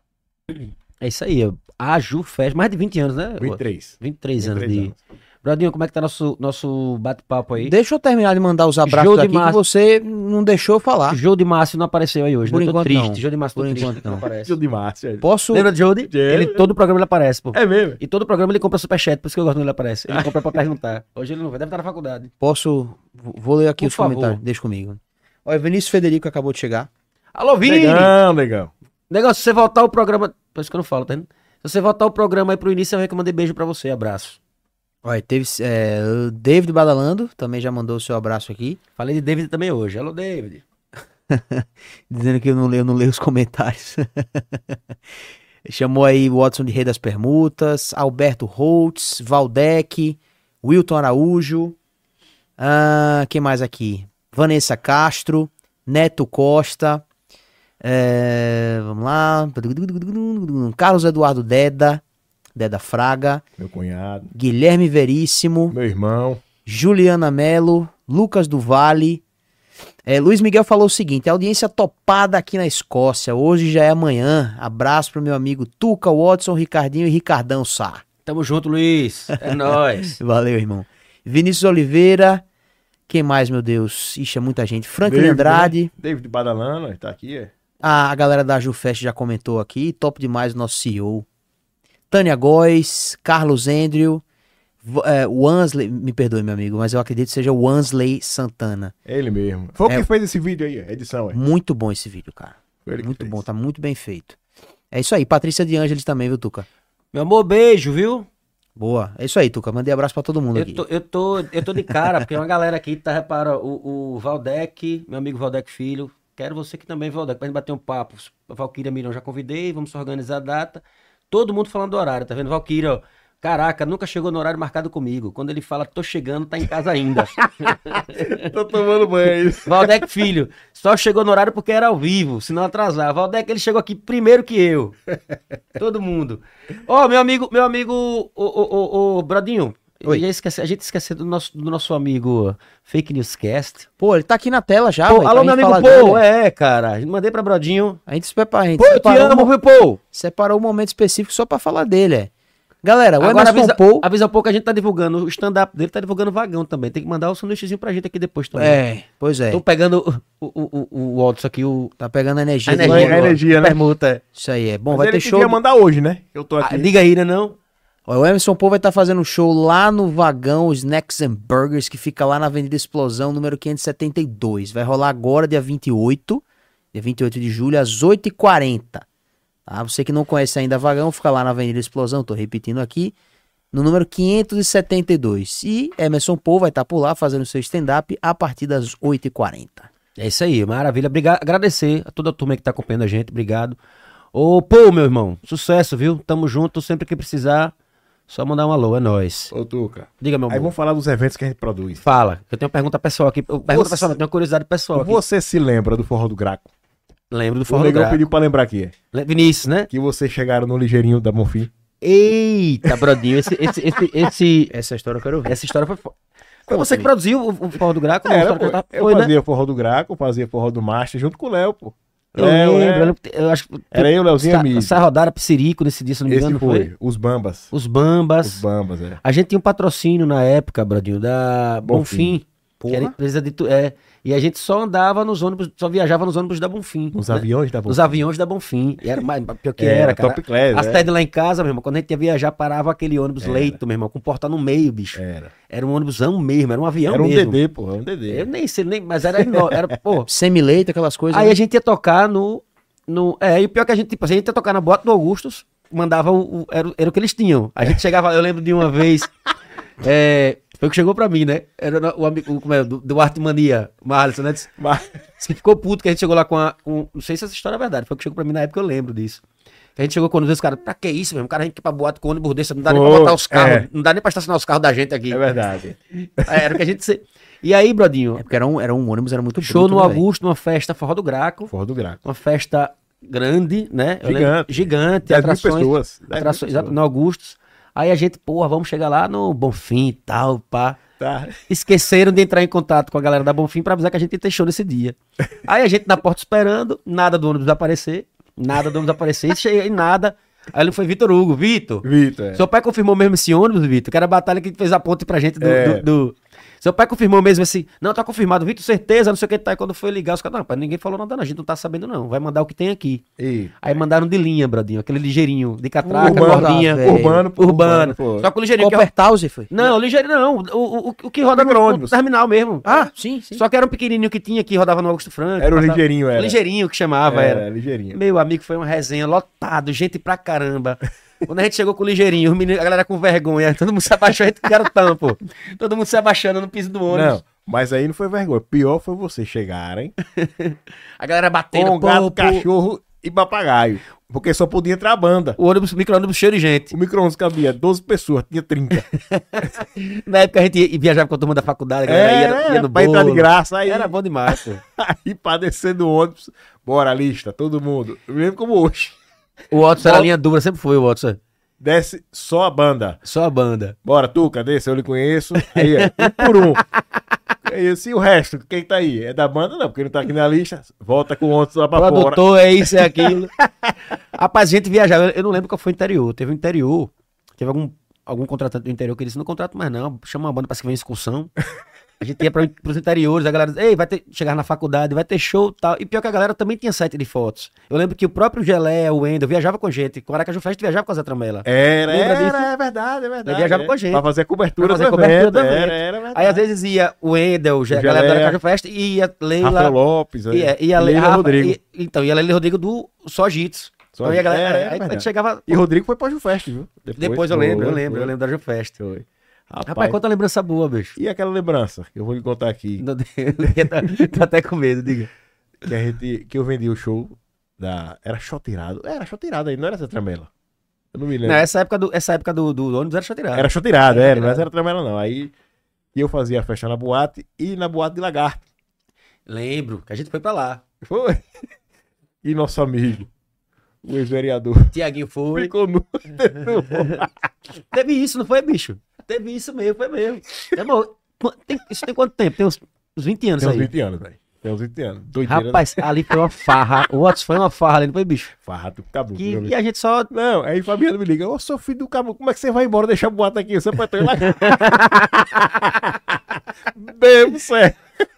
Speaker 3: É isso aí. A Ju Fest, mais de 20 anos, né?
Speaker 2: 23.
Speaker 3: 23 anos
Speaker 2: 23
Speaker 3: de.
Speaker 2: anos.
Speaker 3: Brodinho, como é que tá nosso, nosso bate-papo aí?
Speaker 1: Deixa eu terminar de mandar os abraços
Speaker 3: Jô de
Speaker 1: aqui que
Speaker 3: Márcio.
Speaker 1: você não deixou eu falar.
Speaker 3: Jô de Márcio não apareceu aí hoje,
Speaker 1: Por
Speaker 3: né? Eu tô
Speaker 1: enquanto
Speaker 3: triste.
Speaker 1: não.
Speaker 3: Jô de Márcio, tô
Speaker 1: Por
Speaker 3: triste
Speaker 1: enquanto
Speaker 3: que
Speaker 1: não.
Speaker 3: aparece.
Speaker 2: Tio de Márcio.
Speaker 1: Posso.
Speaker 3: Lembra de Jody?
Speaker 2: É.
Speaker 3: Ele, todo programa ele aparece, pô.
Speaker 2: É mesmo?
Speaker 3: E todo programa ele compra superchat, por isso que eu gosto quando ele aparece. Ele compra pra perguntar. Hoje ele não vai, deve estar na faculdade.
Speaker 1: Posso. Vou ler aqui
Speaker 3: Por
Speaker 1: os
Speaker 3: favor.
Speaker 1: comentários. Deixa comigo. Olha, Vinícius Federico acabou de chegar.
Speaker 3: Alô, Vini!
Speaker 2: Legal, legal.
Speaker 3: Negócio, se você voltar o programa... Por isso que eu não falo, tá vendo? Se você voltar o programa aí pro início, eu recomendei beijo pra você, abraço.
Speaker 1: Olha, teve. é, o David Badalando também já mandou o seu abraço aqui.
Speaker 3: Falei de David também hoje. Alô, David.
Speaker 1: Dizendo que eu não leio, eu não leio os comentários. Chamou aí o Watson de Rei das Permutas, Alberto Holtz, Valdec, Wilton Araújo. ah, quem mais aqui? Vanessa Castro, Neto Costa. eh, vamos lá. Carlos Eduardo Deda, Deda Fraga,
Speaker 2: Meu cunhado,
Speaker 1: Guilherme Veríssimo.
Speaker 2: meu irmão.
Speaker 1: Juliana Melo, Lucas do Vale. É, Luiz Miguel falou o seguinte: audiência topada aqui na Escócia. Hoje já é amanhã. Abraço pro meu amigo Tuca, Watson, Ricardinho e Ricardão Sá.
Speaker 3: Tamo junto, Luiz. É nóis.
Speaker 1: Valeu, irmão. Vinícius Oliveira. Quem mais, meu Deus? Ixi, é muita gente. Franklin
Speaker 2: David,
Speaker 1: Andrade.
Speaker 2: né? David Badalana, tá aqui, é?
Speaker 1: A, a galera da Jufest já comentou aqui. Top demais o nosso CEO. Tânia Góes, Carlos Andrew. V- é, Wansley, me perdoe, meu amigo, mas eu acredito que seja Wansley Santana.
Speaker 2: Ele mesmo. Foi o
Speaker 1: É.
Speaker 2: que fez esse vídeo aí, a edição, é.
Speaker 1: Muito bom esse vídeo, cara.
Speaker 2: Foi ele que
Speaker 1: muito
Speaker 2: fez.
Speaker 1: bom, tá muito bem feito. É isso aí, Patrícia de Ângeles também, viu, Tuca?
Speaker 3: Meu amor, beijo, viu?
Speaker 1: Boa. É isso aí, Tuca. Mandei abraço pra todo mundo
Speaker 3: Eu
Speaker 1: aqui.
Speaker 3: tô, eu, tô, eu tô de cara, porque uma galera aqui tá, repara, o, o Valdec, meu amigo Valdec Filho, quero você aqui também, Valdec, pra gente bater um papo. Valquíria Mirão já convidei, vamos organizar a data. Todo mundo falando do horário, tá vendo? Valquíria, ó, caraca, nunca chegou no horário marcado comigo. Quando ele fala, tô chegando, tá em casa ainda.
Speaker 2: Tô tomando banho.
Speaker 3: Valdec Filho, só chegou no horário porque era ao vivo, senão atrasava. Valdec, ele chegou aqui primeiro que eu. Todo mundo. Ó, meu amigo, meu amigo, ô, ô, ô, ô, Bradinho, eu
Speaker 1: Oi.
Speaker 3: já esqueci- a gente esqueceu do nosso, do nosso amigo Fake Newscast.
Speaker 1: Pô, ele tá aqui na tela já,
Speaker 3: Pô,
Speaker 1: velho, pra
Speaker 3: alô,
Speaker 1: gente né?
Speaker 3: meu amigo
Speaker 1: falar
Speaker 3: Paul,
Speaker 1: dele.
Speaker 3: é, cara, mandei pra Brodinho.
Speaker 1: A gente, se prepara, a gente
Speaker 3: Pô, eu te
Speaker 1: separou, um
Speaker 3: amo,
Speaker 1: mo-
Speaker 3: viu, Paul?
Speaker 1: separou um momento específico só pra falar dele, é. Galera, o Emerson
Speaker 3: Agora avisa,
Speaker 1: Paul.
Speaker 3: avisa pouco a gente tá divulgando. O stand-up dele tá divulgando vagão também. Tem que mandar o sanduíchezinho pra gente aqui depois também.
Speaker 1: É, pois é.
Speaker 3: Tô pegando o, o, o, o Otto aqui, o.
Speaker 1: Tá pegando energia.
Speaker 3: A
Speaker 1: do
Speaker 3: energia,
Speaker 1: Lula.
Speaker 2: a energia, né?
Speaker 3: Permuta.
Speaker 1: Isso aí é. Bom,
Speaker 2: Mas
Speaker 1: vai
Speaker 2: ele
Speaker 1: ter
Speaker 2: que
Speaker 1: show.
Speaker 2: vinha mandar hoje, né? Eu tô aqui.
Speaker 3: Ah, diga aí, né? Não?
Speaker 1: Ó, O Emerson Paul vai estar fazendo um show lá no Vagão Snacks and Burgers, que fica lá na Avenida Explosão, número 572. Vai rolar agora, dia 28, dia 28 de julho, às 8h40. Tá? Você que não conhece ainda Vagão, fica lá na Avenida Explosão, tô repetindo aqui, no número 572. E Emerson Paul vai estar por lá fazendo seu stand-up a partir das 8h40.
Speaker 3: É isso aí, maravilha. Obrigado, agradecer a toda a turma que tá acompanhando a gente, obrigado. Ô, Paul, meu irmão, sucesso, viu? Tamo junto, sempre que precisar, só mandar um alô, é nóis.
Speaker 2: Ô, Tuca.
Speaker 3: Diga, meu
Speaker 2: Aí
Speaker 3: amor.
Speaker 2: vamos falar dos eventos que a gente produz.
Speaker 3: Fala, eu tenho uma pergunta pessoal aqui. eu- Pergunta
Speaker 2: Você-
Speaker 3: pessoal, eu tenho uma curiosidade pessoal aqui.
Speaker 2: Você se lembra do Forró do Graco?
Speaker 3: Lembro do
Speaker 2: o
Speaker 3: Forró do
Speaker 2: Negão
Speaker 3: Graco.
Speaker 2: pediu pra lembrar aqui. é.
Speaker 3: Le- Vinícius, né?
Speaker 2: Que vocês chegaram no ligeirinho da Bonfim.
Speaker 3: Eita, Brodinho, esse, esse, esse, esse-
Speaker 1: Essa história eu quero ouvir.
Speaker 3: essa história foi. fo- Foi
Speaker 1: Como
Speaker 3: você que
Speaker 1: assim?
Speaker 3: produziu o, o Forró do Graco? não, a
Speaker 2: Era,
Speaker 3: história
Speaker 2: pô.
Speaker 3: que eu tava-
Speaker 2: eu
Speaker 3: foi, né?
Speaker 2: fazia Forró do Graco, fazia Forró do Master junto com o Léo, pô.
Speaker 3: Eu
Speaker 2: Léo,
Speaker 3: lembro,
Speaker 2: é.
Speaker 3: eu lembro que- eu acho que.
Speaker 2: Era eu, Leozinho e
Speaker 3: Sa-
Speaker 2: Emílio.
Speaker 3: Sa- rodada Psirico nesse dia, se não me
Speaker 2: Esse
Speaker 3: engano,
Speaker 2: foi.
Speaker 3: foi.
Speaker 2: Os Bambas.
Speaker 3: Os Bambas.
Speaker 2: Os Bambas, é.
Speaker 3: A gente tinha um patrocínio na época, Bradinho, da
Speaker 2: Bonfim.
Speaker 3: Bonfim. que era empresa de tu- é, e a gente só andava nos ônibus, só viajava nos ônibus da Bonfim.
Speaker 2: Os
Speaker 3: né?
Speaker 2: aviões da
Speaker 3: Os
Speaker 2: Bonfim.
Speaker 3: aviões da Bonfim. E era mais, pior que
Speaker 2: É,
Speaker 3: era, cara.
Speaker 2: Top class,
Speaker 3: As
Speaker 2: é.
Speaker 3: tardes lá em casa, meu irmão, quando a gente ia viajar, parava aquele ônibus
Speaker 2: Era.
Speaker 3: leito, meu irmão, com porta no meio, bicho.
Speaker 2: Era.
Speaker 3: Era um ônibusão mesmo, era um avião
Speaker 2: Era um
Speaker 3: mesmo.
Speaker 2: DD, pô. Era um DD.
Speaker 3: Eu nem sei, nem, mas era enorme, era, pô.
Speaker 1: Semi-leito, aquelas coisas.
Speaker 3: Aí
Speaker 1: né?
Speaker 3: a gente ia tocar no. no é, e o pior que a gente, tipo assim, a gente ia tocar na boate do Augustus, mandava o. o- era, o- era o que eles tinham. A gente chegava, eu lembro de uma vez. é, foi o que chegou pra mim, né? Era na- o amigo, o- como é, do, do Arte Mania, Marlison, né? Disse,
Speaker 2: Mas-
Speaker 3: disse que ficou puto que a gente chegou lá com a. com- não sei se essa história é verdade, foi o que chegou pra mim na época, eu lembro disso. Que a gente chegou com o ônibus, cara, pra que isso mesmo? Cara, a gente ir pra boate com ônibus desse, não dá nem pra
Speaker 2: Pô,
Speaker 3: botar os carros,
Speaker 2: é.
Speaker 3: não dá nem pra estacionar os carros da gente aqui. É,
Speaker 2: É verdade.
Speaker 3: Era o que a gente. se- E aí, Brodinho,
Speaker 1: É porque era um, era um ônibus, era muito
Speaker 3: show
Speaker 1: bruto,
Speaker 3: no
Speaker 1: né, velho?
Speaker 3: Augusto, numa festa Forró do Graco
Speaker 2: Forró do Graco.
Speaker 3: uma festa grande, né? Eu lembro-
Speaker 2: Gigante.
Speaker 3: Gigante,
Speaker 2: 10 mil
Speaker 3: atrações,
Speaker 2: pessoas. 10 mil
Speaker 3: atrações
Speaker 2: pessoas.
Speaker 3: no Augustos. Aí a gente, porra, vamos chegar lá no Bonfim e tal, pá.
Speaker 2: Tá.
Speaker 3: Esqueceram de entrar em contato com a galera da Bonfim pra avisar que a gente ia ter show nesse dia. Aí a gente na porta esperando, nada do ônibus aparecer, nada do ônibus aparecer, e chega em nada. Aí ele foi Vitor Hugo, Vitor,
Speaker 2: Vitor. é.
Speaker 3: seu pai confirmou mesmo esse ônibus, Vitor? Que era a batalha que fez a ponte pra gente do.
Speaker 2: É.
Speaker 3: do- do- Seu pai confirmou mesmo assim. Não, tá confirmado, Vitor, certeza, não sei o que tá. E quando foi ligar, os caras, não, rapaz, ninguém falou nada, não. A gente não tá sabendo, não. Vai mandar o que tem aqui.
Speaker 2: E
Speaker 3: Aí mandaram de linha, Bradinho, aquele ligeirinho, de catraca,
Speaker 2: Urbano, tá
Speaker 3: gordinha.
Speaker 1: velho.
Speaker 2: Urbano, pô,
Speaker 3: urbano.
Speaker 2: urbano, pô.
Speaker 3: Só que o ligeirinho que
Speaker 1: Copper Tause foi.
Speaker 3: Não, o ligeirinho não. O, o, o- o que roda no, no
Speaker 2: Micro-ônibus.
Speaker 3: terminal mesmo.
Speaker 1: Ah, sim, sim.
Speaker 3: Só que era um pequenininho que tinha que rodava no Augusto Franco.
Speaker 2: Era o
Speaker 3: ligeirinho.
Speaker 2: ligeirinho, era.
Speaker 3: Ligeirinho que chamava, era.
Speaker 2: Era, ligeirinho.
Speaker 3: Meu amigo, foi uma resenha lotado, gente pra caramba. Quando a gente chegou com o ligeirinho, os meninos- a galera com vergonha, todo mundo se abaixou, a gente garotão, pô. Todo mundo se abaixando no piso do ônibus.
Speaker 2: Não, mas aí não foi vergonha. Pior foi vocês chegarem
Speaker 3: A galera batendo,
Speaker 2: com um
Speaker 3: pô,
Speaker 2: gato,
Speaker 3: pô.
Speaker 2: cachorro e papagaio. Porque só podia entrar a banda.
Speaker 3: O ônibus, o micro-ônibus cheio de gente.
Speaker 2: O micro-ondas cabia 12 pessoas, tinha 30.
Speaker 3: Na época a gente ia- viajava com a turma da faculdade, a galera ia, ia no
Speaker 2: É, pra entrar de
Speaker 3: bolo.
Speaker 2: graça. Aí,
Speaker 3: Era bom demais, pô.
Speaker 2: aí pra descer do ônibus, bora, lista, todo mundo. Eu me lembro como hoje.
Speaker 3: O Watson era linha dura, sempre foi o Watson.
Speaker 2: Desce só a banda.
Speaker 3: Só a banda.
Speaker 2: Bora, Tuca, desce, eu lhe conheço. Aí, é, um por um. Aí, assim, o resto, quem tá aí? É da banda? Não, porque não tá aqui na lista. Volta com o ônibus lá pra fora.
Speaker 3: Produtor, é isso, é aquilo. Rapaz, a gente viajava. Eu- Eu não lembro qual foi o interior. Teve um interior. Teve algum, algum contratante do interior que disse: não contrato mais, não. Chama uma banda pra se ver em excursão. A gente ia para os interiores, a galera dizia, ei, vai ter, chegar na faculdade, vai ter show e tal. E pior que a galera também tinha site de fotos. Eu lembro que o próprio Gelé, o Wendel, viajava com a gente. Com o Aracaju Fest viajava com a Zé Tramela.
Speaker 2: Era,
Speaker 3: Lembra
Speaker 2: era,
Speaker 3: disso?
Speaker 2: é verdade, é verdade.
Speaker 3: Eu viajava
Speaker 2: é.
Speaker 3: com a gente.
Speaker 2: Pra fazer a cobertura,
Speaker 3: Pra fazer
Speaker 2: do
Speaker 3: a cobertura
Speaker 2: evento,
Speaker 3: do evento.
Speaker 2: Era, era verdade.
Speaker 3: Aí às vezes ia o Wendel, o Ge- a galera do
Speaker 2: Gelé.
Speaker 3: Aracaju Fest, e ia
Speaker 2: Rafael
Speaker 3: Leila.
Speaker 2: Lopes,
Speaker 3: E,
Speaker 2: é.
Speaker 3: a- e a Le-
Speaker 2: Leila
Speaker 3: Rafa-
Speaker 2: Rodrigo.
Speaker 3: e- então, e a Leila Rodrigo do Só Jitsu.
Speaker 2: Só
Speaker 3: Então, e a
Speaker 2: Jitsu.
Speaker 3: galera,
Speaker 2: É, é
Speaker 3: aí a gente
Speaker 2: verdade.
Speaker 3: chegava.
Speaker 2: E Rodrigo foi pra Jufest, viu?
Speaker 3: Depois, eu lembro, eu
Speaker 2: Foi,
Speaker 3: lembro,
Speaker 2: foi.
Speaker 3: eu lembro da Jufest.
Speaker 2: Foi. Rapaz,
Speaker 3: Rapaz, quanta lembrança boa, bicho.
Speaker 2: E aquela lembrança que eu vou lhe contar aqui,
Speaker 3: Meu Deus, tá, tá até com medo, diga.
Speaker 2: que, a gente, que eu vendi o show da... Era Chotirado. Era Chotirado aí, não era essa tramela. Eu não me lembro.
Speaker 3: Não, essa época do, essa época do, do ônibus era chateirado.
Speaker 2: Era Chotirado, era, não era tramela não. Aí eu fazia a festa na boate e na boate de lagarto.
Speaker 3: Lembro que a gente foi pra lá.
Speaker 2: Foi. E nosso amigo, o ex-vereador,
Speaker 3: Tiaguinho foi.
Speaker 2: ficou nu.
Speaker 3: Teve isso, não foi, bicho? Teve isso mesmo, foi mesmo. Tá bom. Qu- tem- isso tem quanto tempo? Tem uns, uns 20 anos
Speaker 2: Tem uns
Speaker 3: aí.
Speaker 2: 20 anos, velho. Tem uns 20 anos. Doideira. né?
Speaker 3: Rapaz, ali foi uma farra. O Watts foi uma farra ali, não foi, bicho?
Speaker 2: Farra do caboclo.
Speaker 3: Que,
Speaker 2: meu
Speaker 3: e a gente só.
Speaker 2: Não, aí Fabiano me liga, ô seu filho do caboclo, como é que você vai embora deixar a boata aqui? Você pode tá ter lá. Bem, sério.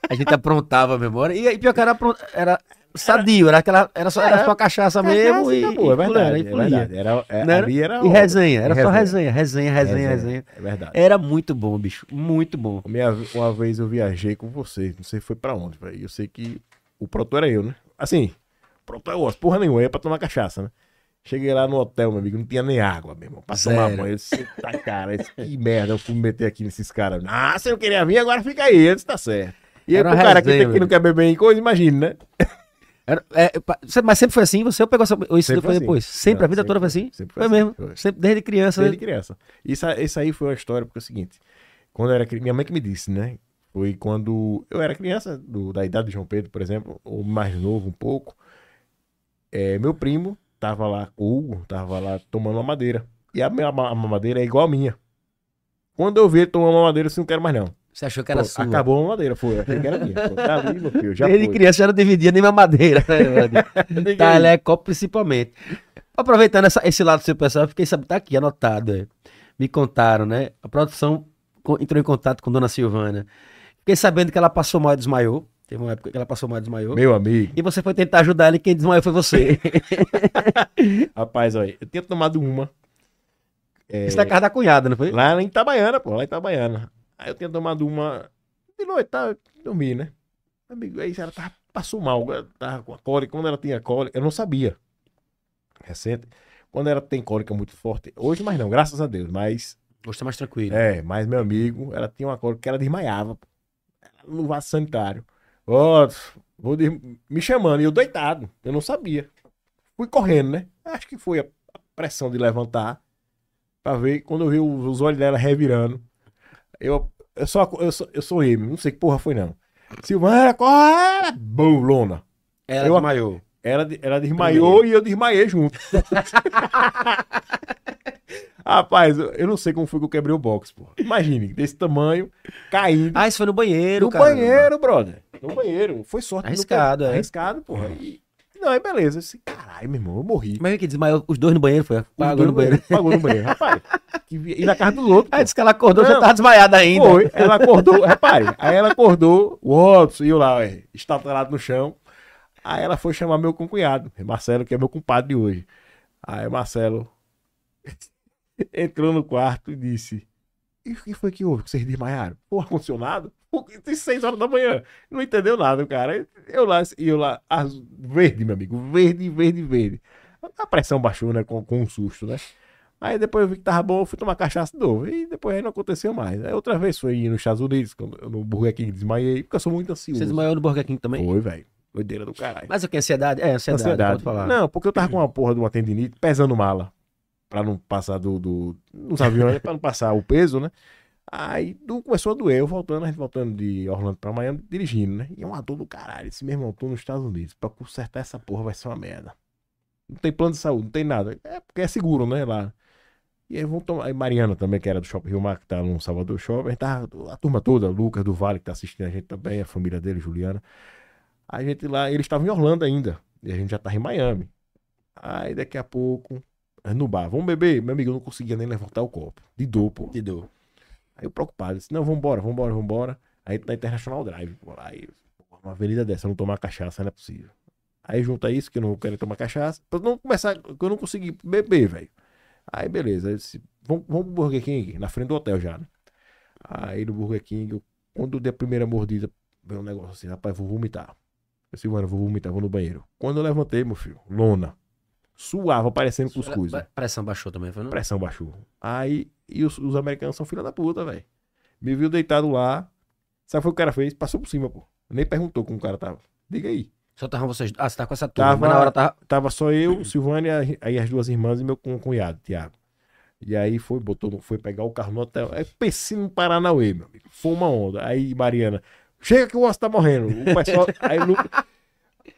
Speaker 3: A gente aprontava a memória. E, e pior que era, apron- era sadio, era, aquela, era, só,
Speaker 2: É,
Speaker 3: era só cachaça mesmo. e,
Speaker 2: Acabou, é
Speaker 3: e fulano,
Speaker 2: verdade,
Speaker 3: e
Speaker 2: é
Speaker 3: fluía.
Speaker 2: verdade. Era, é,
Speaker 3: Não era?
Speaker 2: ali era
Speaker 3: E
Speaker 2: outra.
Speaker 3: resenha, era
Speaker 2: E
Speaker 3: só resenha, resenha, resenha, resenha.
Speaker 2: É verdade.
Speaker 3: Era muito bom, bicho. Muito bom.
Speaker 2: Minha- uma vez eu viajei com vocês, não sei foi pra onde, velho. Eu sei que o produtor era eu, né? Assim, o produtor é osso, porra nenhuma, é pra tomar cachaça, né? Cheguei lá no hotel, meu amigo, não tinha nem água, meu irmão, pra tomar
Speaker 1: Sério?
Speaker 2: banho. Eu disse, "Eita, cara, esse- que merda, eu fui me meter aqui nesses caras. Ah, se eu queria vir, agora fica aí, antes tá certo. E aí,
Speaker 3: Era
Speaker 2: pro
Speaker 3: uma
Speaker 2: cara que,
Speaker 3: resenha,
Speaker 2: tem- que não
Speaker 3: velho.
Speaker 2: quer beber em coisa, imagina, né?
Speaker 3: Era- é, pa- se- mas sempre foi assim, você ou pegou essa, ou isso
Speaker 2: Sempre
Speaker 3: foi
Speaker 2: assim.
Speaker 3: depois? Sempre,
Speaker 2: Não,
Speaker 3: a vida
Speaker 2: sempre
Speaker 3: toda foi
Speaker 2: foi,
Speaker 3: assim?
Speaker 2: sempre foi
Speaker 3: foi
Speaker 2: assim,
Speaker 3: mesmo.
Speaker 2: foi.
Speaker 3: Sempre, desde criança. né?
Speaker 2: Desde
Speaker 3: Desde...
Speaker 2: criança. Isso, isso aí foi uma história, porque é o seguinte, quando eu era criança, minha mãe que me disse, né? Foi quando eu era criança, do- da idade de João Pedro, por exemplo, ou mais novo um pouco, é, meu primo tava lá, o Hugo, tava lá tomando uma madeira. E a minha ma- a mamadeira é igual a minha. Quando eu vi ele tomando uma madeira, eu disse, não quero mais não.
Speaker 3: Você achou que era
Speaker 2: Pronto,
Speaker 3: sua?
Speaker 2: acabou a mamadeira, foi. Achei que era minha. Pronto, tá ali, meu filho, já
Speaker 3: Desde
Speaker 2: foi.
Speaker 3: criança já não dividia nem mamadeira, né, mano?
Speaker 2: Ninguém-
Speaker 3: Telecop é principalmente. Aproveitando essa- esse lado seu pessoal, eu fiquei sabendo, tá aqui anotado. é. Me contaram, né? A produção co- entrou em contato com Dona Silvana. Fiquei sabendo que ela passou mal e desmaiou. Teve uma época que ela passou mal e desmaiou.
Speaker 2: Meu É. amigo,
Speaker 3: E você foi tentar ajudar ela e quem desmaiou foi você.
Speaker 2: rapaz, olha, eu tinha tomado uma É,
Speaker 3: Isso na casa da cunhada, não foi?
Speaker 2: Lá em Itabaiana, pô, lá em Itabaiana. Aí eu tinha tomado uma de noite, tá? Dormi, né? Amigo, aí ela tava- passou mal, ela tava com a cólica. Quando ela tinha cólica, eu não sabia. Recente. Quando ela tem cólica muito forte, hoje mais não, graças a Deus, mas
Speaker 3: Hoje tá mais tranquilo.
Speaker 2: é, mas meu amigo, ela tinha uma cólica que ela desmaiava pô. Ela no vaso sanitário. Ó, vou des- me chamando, e eu deitado, eu não sabia. Fui correndo, né? Acho que foi a a pressão de levantar pra ver. Quando eu vi os os olhos dela revirando, eu, eu só eu, só- eu sonhei, não sei que porra foi não. Silvana, corre! Bum, lona.
Speaker 3: É, Ela
Speaker 2: Eu-
Speaker 3: desmaiou.
Speaker 2: Ela, de- ela desmaiou e eu desmaiei junto. Rapaz, eu- eu não sei como foi que eu quebrei o box, pô. Imagine, desse tamanho, caindo.
Speaker 3: Ah, isso foi no banheiro,
Speaker 2: no
Speaker 3: cara.
Speaker 2: banheiro, brother. No banheiro. Foi sorte. que não caiu.
Speaker 3: né? Arriscado, é.
Speaker 2: Arriscado, porra. E- Não, aí beleza. Eu disse, caralho, meu irmão, eu morri.
Speaker 3: Mas que desmaiou os dois no banheiro, foi? Apagou no banheiro.
Speaker 2: Pagou no banheiro, rapaz. Que vi- E na casa dos outros, pô.
Speaker 3: Aí disse que ela acordou,
Speaker 2: Não.
Speaker 3: já tava desmaiada ainda.
Speaker 2: Foi, ela acordou, repare, aí ela acordou, o Watson, e eu lá, ué, estatelado no chão. Aí ela foi chamar meu concunhado, Marcelo, que é meu compadre de hoje. Aí Marcelo entrou no quarto e disse: E o que foi que houve? Que vocês desmaiaram? O ar-condicionado? Pô, tem seis horas da manhã. Não entendeu nada, cara. Eu lá, e eu lá, azul- verde, meu amigo, verde, verde, verde. A pressão baixou, né, com, com um susto, né? Aí depois eu vi que tava bom, eu fui tomar cachaça de novo. E depois aí não aconteceu mais. Aí outra vez foi nos Estados Unidos, quando eu no Burger King desmaiei, porque eu sou muito ansioso.
Speaker 3: Você desmaiou no Burger King também?
Speaker 2: Foi, velho. Doideira do caralho.
Speaker 3: Mas o que? Ansiedade? É, ansiedade, pode falar.
Speaker 2: Não, porque eu tava com uma porra de uma tendinite pesando mala. Pra não passar do. do nos aviões, né? pra não passar o peso, né? Aí do, começou a doer. Eu voltando, a gente voltando de Orlando pra Miami, dirigindo, né? E é uma dor do caralho. Esse meu irmão, tô nos Estados Unidos. Pra consertar essa porra vai ser uma merda. Não tem plano de saúde, não tem nada. É porque é seguro, né? Lá. E aí vão tomar. E Mariana também, que era do Shopping Rio Mar, que tá no Salvador Shopping. Tá, a turma toda, Lucas do Vale, que tá assistindo a gente também, a família dele, Juliana. A gente lá, eles estavam em Orlando ainda. E a gente já tava em Miami. Aí daqui a pouco, é no bar, vamos beber? Meu amigo, eu não conseguia nem levantar o copo. De dor, pô.
Speaker 3: Te dou.
Speaker 2: Aí eu preocupado, disse, não, vambora, vambora, vambora. Aí na International Drive, pô, lá, aí, pô, uma avenida dessa, eu não tomar cachaça, não é possível. Aí junta isso, que eu não vou querer tomar cachaça, pra não começar, que eu não consegui beber, velho. Aí beleza, aí eu disse, vamos, vamos pro Burger King, na frente do hotel já, né? Aí no Burger King, eu- quando eu dei a primeira mordida, veio um negócio assim, rapaz, vou vomitar. Eu disse, mano, eu vou vomitar, vou no banheiro. Quando eu levantei, meu filho, lona, suava, parecendo cuscuz, né?
Speaker 3: A pressão baixou também, foi não?
Speaker 2: Pressão baixou. Aí, e os, os americanos são filha da puta, velho. Me viu deitado lá. Sabe o que o cara fez? Passou por cima, pô. Nem perguntou como o cara tava. Diga aí.
Speaker 3: Só estavam vocês. Ah, você tá com essa turma.
Speaker 2: Tava- Um
Speaker 3: Mas na hora tava.
Speaker 2: Tava só
Speaker 3: Uhum.
Speaker 2: eu, Silvânia, e aí as duas irmãs e meu cu- um cunhado, Tiago. E aí foi, botou, no- foi pegar o carro no hotel. É pensei no Paranauê, meu amigo. Foi uma onda. Aí, Mariana, chega que o osso tá morrendo. O pessoal. aí, Lu-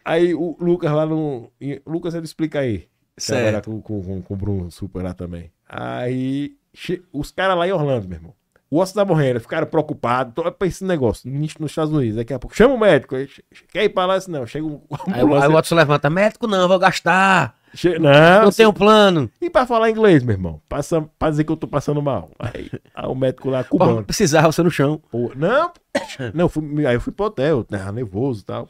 Speaker 2: aí o Lucas lá no. e- Lucas, ele explica aí. Trabalhar com, com, com, com o Bruno Super lá também. Aí, che- os caras lá em Orlando, meu irmão. O osso tá morrendo, ficaram preocupados. Tô é pra esse negócio, ministro nos Estados Unidos. Daqui a pouco, chama o médico. Aí, che- che- Quer ir pra lá? Disse, Não, chega um.
Speaker 3: Aí, o- aí o Watson levanta, médico não, vou gastar,
Speaker 2: che... Não, assim,
Speaker 3: não tenho plano.
Speaker 2: E pra falar inglês, meu irmão? Passa, pra dizer que eu tô passando mal. Aí, aí o médico lá,
Speaker 3: Porra,
Speaker 2: cubano.
Speaker 3: precisava você no chão.
Speaker 2: Pô, não, não fui, aí eu fui pro hotel, tava nervoso e tal.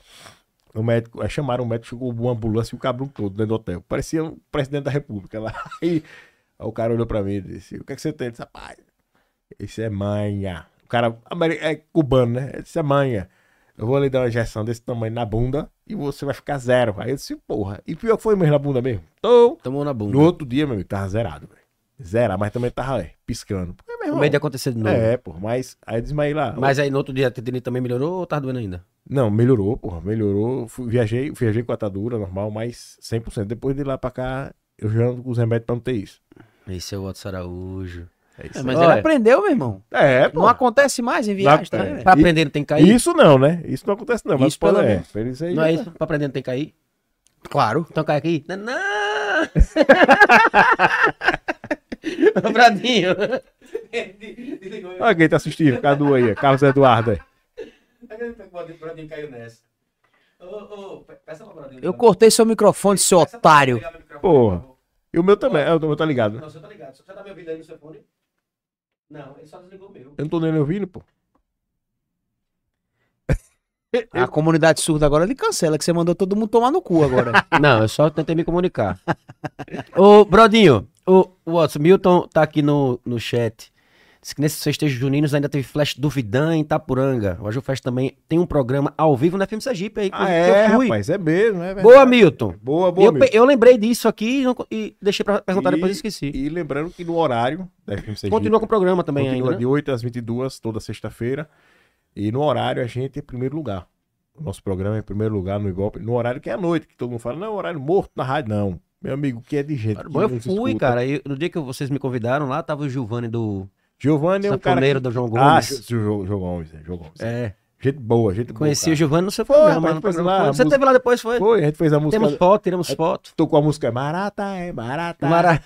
Speaker 2: O médico, aí chamaram o médico, chegou uma ambulância e o cabrão todo dentro do hotel. Parecia o presidente da república lá. Aí, aí o cara olhou pra mim e disse, o que é que você tem? Eu disse, rapaz, isso é manha. O cara ameri- é cubano, né? Isso é manha. Eu vou lhe dar uma injeção desse tamanho na bunda e você vai ficar zero. Aí eu disse, porra. E pior que foi mesmo na bunda mesmo. Então,
Speaker 3: Tomou na bunda.
Speaker 2: no outro dia, meu amigo, tava zerado, velho. Zerado, mas também tava é, piscando. Porque, meu
Speaker 3: Com
Speaker 2: irmão,
Speaker 3: medo de acontecer de novo.
Speaker 2: é, pô, mas aí desmaiei lá.
Speaker 3: Mas aí no outro dia a tendinite também melhorou ou tá doendo ainda?
Speaker 2: Não, melhorou, porra, melhorou. Fui- viajei, viajei com a atadura normal, mas 100%. Depois de lá pra cá, eu já ando com os remédios pra não ter isso.
Speaker 3: Esse é o Watson Araújo.
Speaker 2: É isso.
Speaker 1: É,
Speaker 2: aí.
Speaker 1: mas
Speaker 3: Olha.
Speaker 1: ele aprendeu, meu irmão.
Speaker 2: É, pô.
Speaker 1: Não acontece mais em viagem, tá?
Speaker 2: é.
Speaker 1: né, velho?
Speaker 3: Pra aprender não tem que cair?
Speaker 2: Isso não, né? Isso não acontece não. Mas,
Speaker 1: Isso pelo
Speaker 2: pô, é,
Speaker 1: menos.
Speaker 2: pelo isso aí,
Speaker 3: Não é
Speaker 2: né?
Speaker 3: isso? Pra aprender não tem que cair?
Speaker 1: Claro.
Speaker 3: Então cai aqui? Não! não. Bradinho.
Speaker 2: Olha quem tá assistindo, Cadu aí, Carlos Eduardo é. aí.
Speaker 3: Bradinho caiu nessa. Ô, ô, peça pra Bradinho.
Speaker 1: Eu cortei seu microfone, seu otário.
Speaker 2: Porra. E o meu também, é, o meu tá ligado, né?
Speaker 3: Não, você tá ligado. Você tá me ouvindo aí no seu fone? Não, ele só desligou o meu.
Speaker 2: Eu não tô nem ouvindo, pô.
Speaker 1: A comunidade surda agora ele cancela, que você mandou todo mundo tomar no cu agora.
Speaker 3: Não, eu só tentei me comunicar. ô, Brodinho, o Watson, Milton tá aqui no, no chat. Diz que nesses festejos juninos ainda teve flash do Vidã em Itapuranga. O Ajufest também tem um programa ao vivo na FM Sergipe aí,
Speaker 2: Ah,
Speaker 3: inclusive,
Speaker 2: é,
Speaker 3: que eu fui.
Speaker 2: rapaz, é mesmo, é verdade.
Speaker 3: Boa, Milton.
Speaker 2: Boa, boa,
Speaker 3: Eu,
Speaker 2: mesmo.
Speaker 3: pe- eu lembrei disso aqui e, não co- e deixei pra perguntar depois e esqueci.
Speaker 2: E lembrando que no horário da FM Sergipe,
Speaker 3: Continua com o programa também
Speaker 2: Continua
Speaker 3: ainda, né?
Speaker 2: de 8 às 22, toda sexta-feira. E no horário a gente é em primeiro lugar. O nosso programa é em primeiro lugar no Ibope. No horário que é à noite, que todo mundo fala, não, horário morto na rádio, não. Meu amigo, que é de gente.
Speaker 3: Cara,
Speaker 2: que
Speaker 3: bom, eu
Speaker 2: não se
Speaker 3: fui,
Speaker 2: escuta.
Speaker 3: cara. e no dia que vocês me convidaram lá, tava o Giovanni do
Speaker 2: Giovanni é um cara.
Speaker 3: Sanfoneiro
Speaker 2: que-
Speaker 3: do João
Speaker 2: Ah,
Speaker 3: Gomes.
Speaker 2: Gil- Gil- João Gomes, é, João Gomes.
Speaker 3: é.
Speaker 2: Gente boa, gente boa.
Speaker 3: Conheci o Giovanni no seu
Speaker 2: Foi,
Speaker 3: programa.
Speaker 2: rapaz,
Speaker 3: no
Speaker 2: depois
Speaker 3: programa.
Speaker 2: lá,
Speaker 3: Você
Speaker 2: a
Speaker 3: teve lá depois, foi?
Speaker 2: Foi, a gente fez a música.
Speaker 3: Temos foto, tiramos
Speaker 2: É,
Speaker 3: foto.
Speaker 2: Tocou a música Barata, é barata.
Speaker 3: Mara-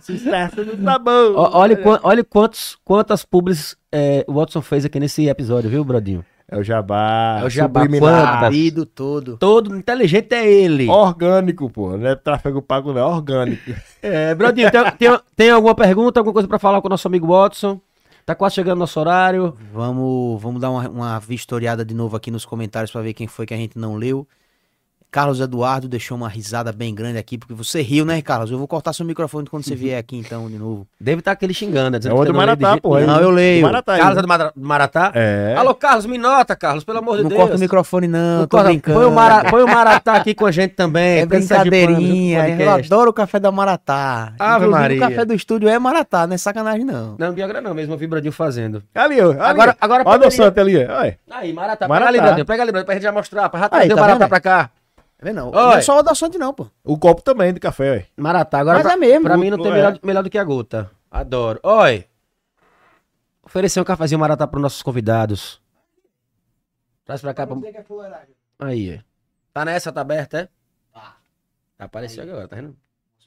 Speaker 2: Sucesso não tá bom.
Speaker 3: Ó, Olha, quan- olha quantos, quantas publis é, o Watson fez aqui nesse episódio, viu, Brodinho?
Speaker 2: É o Jabá.
Speaker 3: É o Jabá,
Speaker 2: subliminar.
Speaker 3: quantas?
Speaker 1: Marido todo.
Speaker 3: Todo inteligente é ele.
Speaker 2: Orgânico, pô. Não é tráfego pago, não. É orgânico.
Speaker 3: É, Brodinho, tem, tem- tem alguma pergunta, alguma coisa pra falar com o nosso amigo Watson? Tá quase chegando nosso horário.
Speaker 1: Vamos, vamos dar uma, uma vistoriada de novo aqui nos comentários pra ver quem foi que a gente não leu. Carlos Eduardo deixou uma risada bem grande aqui, porque você riu, né, Carlos? Eu vou cortar seu microfone quando você vier aqui, então, de novo.
Speaker 3: Deve estar aquele xingando, né?
Speaker 2: É
Speaker 3: dizendo
Speaker 2: o
Speaker 3: que
Speaker 2: do
Speaker 3: eu não leio de
Speaker 2: Maratá,
Speaker 3: jeito
Speaker 2: pô.
Speaker 3: nenhum.
Speaker 1: Não, eu leio.
Speaker 2: Do Maratá,
Speaker 3: Carlos é
Speaker 2: hein?
Speaker 3: do Mara- do Maratá?
Speaker 2: É.
Speaker 3: Alô, Carlos, me nota, Carlos, pelo amor de
Speaker 1: Não
Speaker 3: Deus.
Speaker 1: corta o microfone, não,
Speaker 3: Não
Speaker 1: tô
Speaker 3: corta.
Speaker 1: brincando.
Speaker 3: Põe o, Mara- põe o Maratá aqui com a gente também.
Speaker 1: É
Speaker 3: porque ele tá de pano, viu,
Speaker 2: é
Speaker 1: brincadeirinha, eu
Speaker 3: podcast.
Speaker 1: adoro o café da Maratá.
Speaker 3: Ave
Speaker 1: Inclusive,
Speaker 3: Maria.
Speaker 1: o café do estúdio é Maratá, não é sacanagem não.
Speaker 3: Não, Biagra não, mesmo eu vi Bradinho fazendo.
Speaker 2: Ali, ó. ali.
Speaker 3: Agora- agora
Speaker 2: Olha
Speaker 3: poderia-
Speaker 2: o Santo ali, ó. Olha.
Speaker 3: Aí, Maratá, pega
Speaker 2: Maratá.
Speaker 3: ali, Bradinho, pega ali, Bradinho, pra gente já mostrar, pra já
Speaker 1: Aí,
Speaker 3: trazer o
Speaker 1: tá
Speaker 3: Maratá
Speaker 1: vendo?
Speaker 3: pra cá.
Speaker 1: Tá vendo? Não,
Speaker 3: Oi.
Speaker 1: é só o da Sante não, pô.
Speaker 2: O copo também de café, ó.
Speaker 3: Maratá, agora
Speaker 1: Mas
Speaker 3: pra,
Speaker 1: é mesmo,
Speaker 3: pra mim não tem
Speaker 2: é.
Speaker 3: melhor, melhor do que a gota. Adoro. Oi. Oferecer um cafezinho Maratá pros nossos convidados. Traz pra cá. Pra...
Speaker 1: é
Speaker 3: Aí. Tá nessa, tá aberta, é?
Speaker 1: Tá.
Speaker 3: Apareceu agora, tá vendo?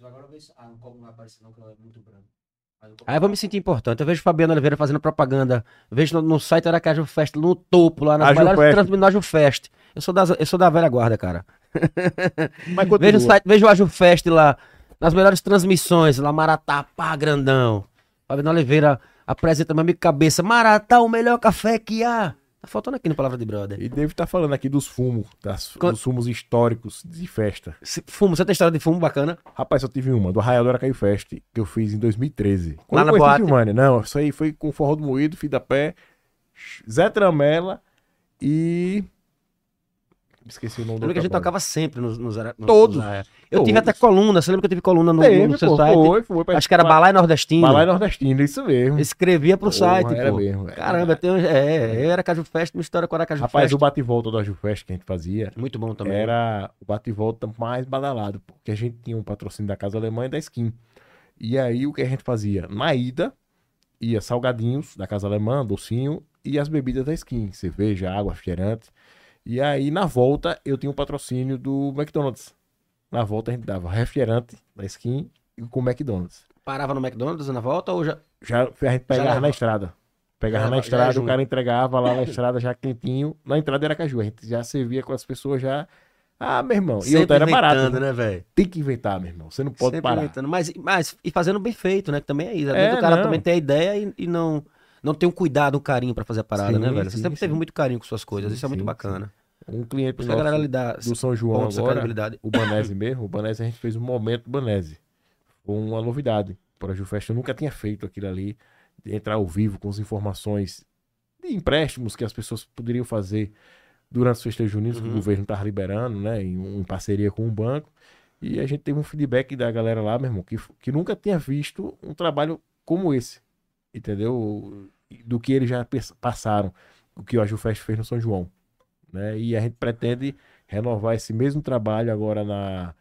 Speaker 1: Agora eu vejo... Ah, não como não aparece não, que ela é muito branca.
Speaker 3: Aí Ah, eu vou me sentir importante. Eu vejo Fabiano Oliveira fazendo propaganda. Vejo no, no site Aracaju Fest, no topo, lá nas
Speaker 2: Aju
Speaker 3: melhores
Speaker 2: Fest.
Speaker 3: transmissões do Aju Fest. Eu sou, das, eu sou da velha guarda, cara.
Speaker 2: Mas continua.
Speaker 3: Veja o site, veja o Aju Fest lá, nas melhores transmissões, lá Maratá, pá, grandão. Fabiano Oliveira apresenta meu amigo cabeça, Maratá, o melhor café que há. Tá faltando aqui no Palavra de Brother.
Speaker 2: E deve estar falando aqui dos fumos, das-
Speaker 3: Con-
Speaker 2: dos fumos históricos de festa.
Speaker 3: Se- Fumo, você tem história de fumo bacana?
Speaker 2: Rapaz, só tive uma, do Arraial do Aracaí Fest, que eu fiz em 2013.
Speaker 3: Lá
Speaker 2: eu
Speaker 3: na
Speaker 2: conheci
Speaker 3: boate?
Speaker 2: Gilmane, não, isso aí foi com Forró do Moído, Fida Pé, Zé Tramela e... Esqueci o nome
Speaker 3: Eu
Speaker 2: do
Speaker 3: lembro que a gente
Speaker 2: outra banda.
Speaker 3: tocava sempre nos... nos, nos
Speaker 2: Todos.
Speaker 3: nos- eu tive
Speaker 2: Todos.
Speaker 3: até coluna, você lembra que eu tive coluna no,
Speaker 2: é. Teve,
Speaker 3: no seu
Speaker 2: pô,
Speaker 3: site?
Speaker 2: foi, foi. pra-
Speaker 3: Acho que era Balai Nordestino.
Speaker 2: Balai Nordestino, isso mesmo.
Speaker 3: Eu Escrevia pro
Speaker 2: Porra,
Speaker 3: site,
Speaker 2: era
Speaker 3: pô.
Speaker 2: mesmo, é.
Speaker 3: Caramba, tem um, é, eu era Caju Fest, uma história com a Caju
Speaker 2: Rapaz,
Speaker 3: Fest.
Speaker 2: o bate-volta do Aju Fest que a gente fazia,
Speaker 3: Muito bom também.
Speaker 2: Era o bate e volta mais badalado, porque a gente tinha um patrocínio da Casa Alemã e da Skin. E aí o que a gente fazia? Na ida, ia salgadinhos da Casa Alemã, docinho, e as bebidas da Skin, cerveja, água, refrigerante. E aí na volta eu tinha um patrocínio do McDonald's. Na volta a gente dava refrigerante da Skin e com o McDonald's.
Speaker 3: Parava no McDonald's na volta ou já...
Speaker 2: Já a gente
Speaker 3: Já
Speaker 2: pegava
Speaker 3: leva-
Speaker 2: na estrada. Pegava
Speaker 3: Era-
Speaker 2: na
Speaker 3: era
Speaker 2: estrada, o
Speaker 3: junto.
Speaker 2: cara entregava lá na estrada já quentinho. Na entrada era caju, a gente já servia com as pessoas já. Ah, meu irmão. E outra era barato.
Speaker 3: inventando, né, velho?
Speaker 2: Tem que inventar, meu irmão. Você não pode
Speaker 3: Sempre
Speaker 2: parar.
Speaker 3: inventando. Mas, mas e fazendo bem feito, né? Que também é isso. Às
Speaker 2: É,
Speaker 3: vezes o cara
Speaker 2: não.
Speaker 3: também tem a ideia e, e não, não tem um cuidado, um carinho pra fazer a parada,
Speaker 2: Sim,
Speaker 3: né, velho? Você
Speaker 2: sim,
Speaker 3: sempre
Speaker 2: sim.
Speaker 3: teve muito carinho com suas coisas.
Speaker 2: Sim,
Speaker 3: isso é muito
Speaker 2: sim,
Speaker 3: bacana.
Speaker 2: Um cliente
Speaker 3: Por isso que a galera lhe
Speaker 2: nosso
Speaker 3: dá
Speaker 2: do São João
Speaker 3: pontos de
Speaker 2: agora,
Speaker 3: credibilidade.
Speaker 2: o Banese mesmo, o Banese a gente fez um momento do Banese. Foi uma novidade para a Jufest. Eu nunca tinha feito aquilo ali, de entrar ao vivo com as informações de empréstimos que as pessoas poderiam fazer durante os festejos juninos, que o
Speaker 3: Uhum.
Speaker 2: governo estava liberando, né, em, em parceria com o banco. E a gente teve um feedback da galera lá, meu irmão, que, f- que nunca tinha visto um trabalho como esse, entendeu? Do que eles já pes- passaram, o que a Jufest fez no São João. Né? E a gente pretende renovar esse mesmo trabalho agora na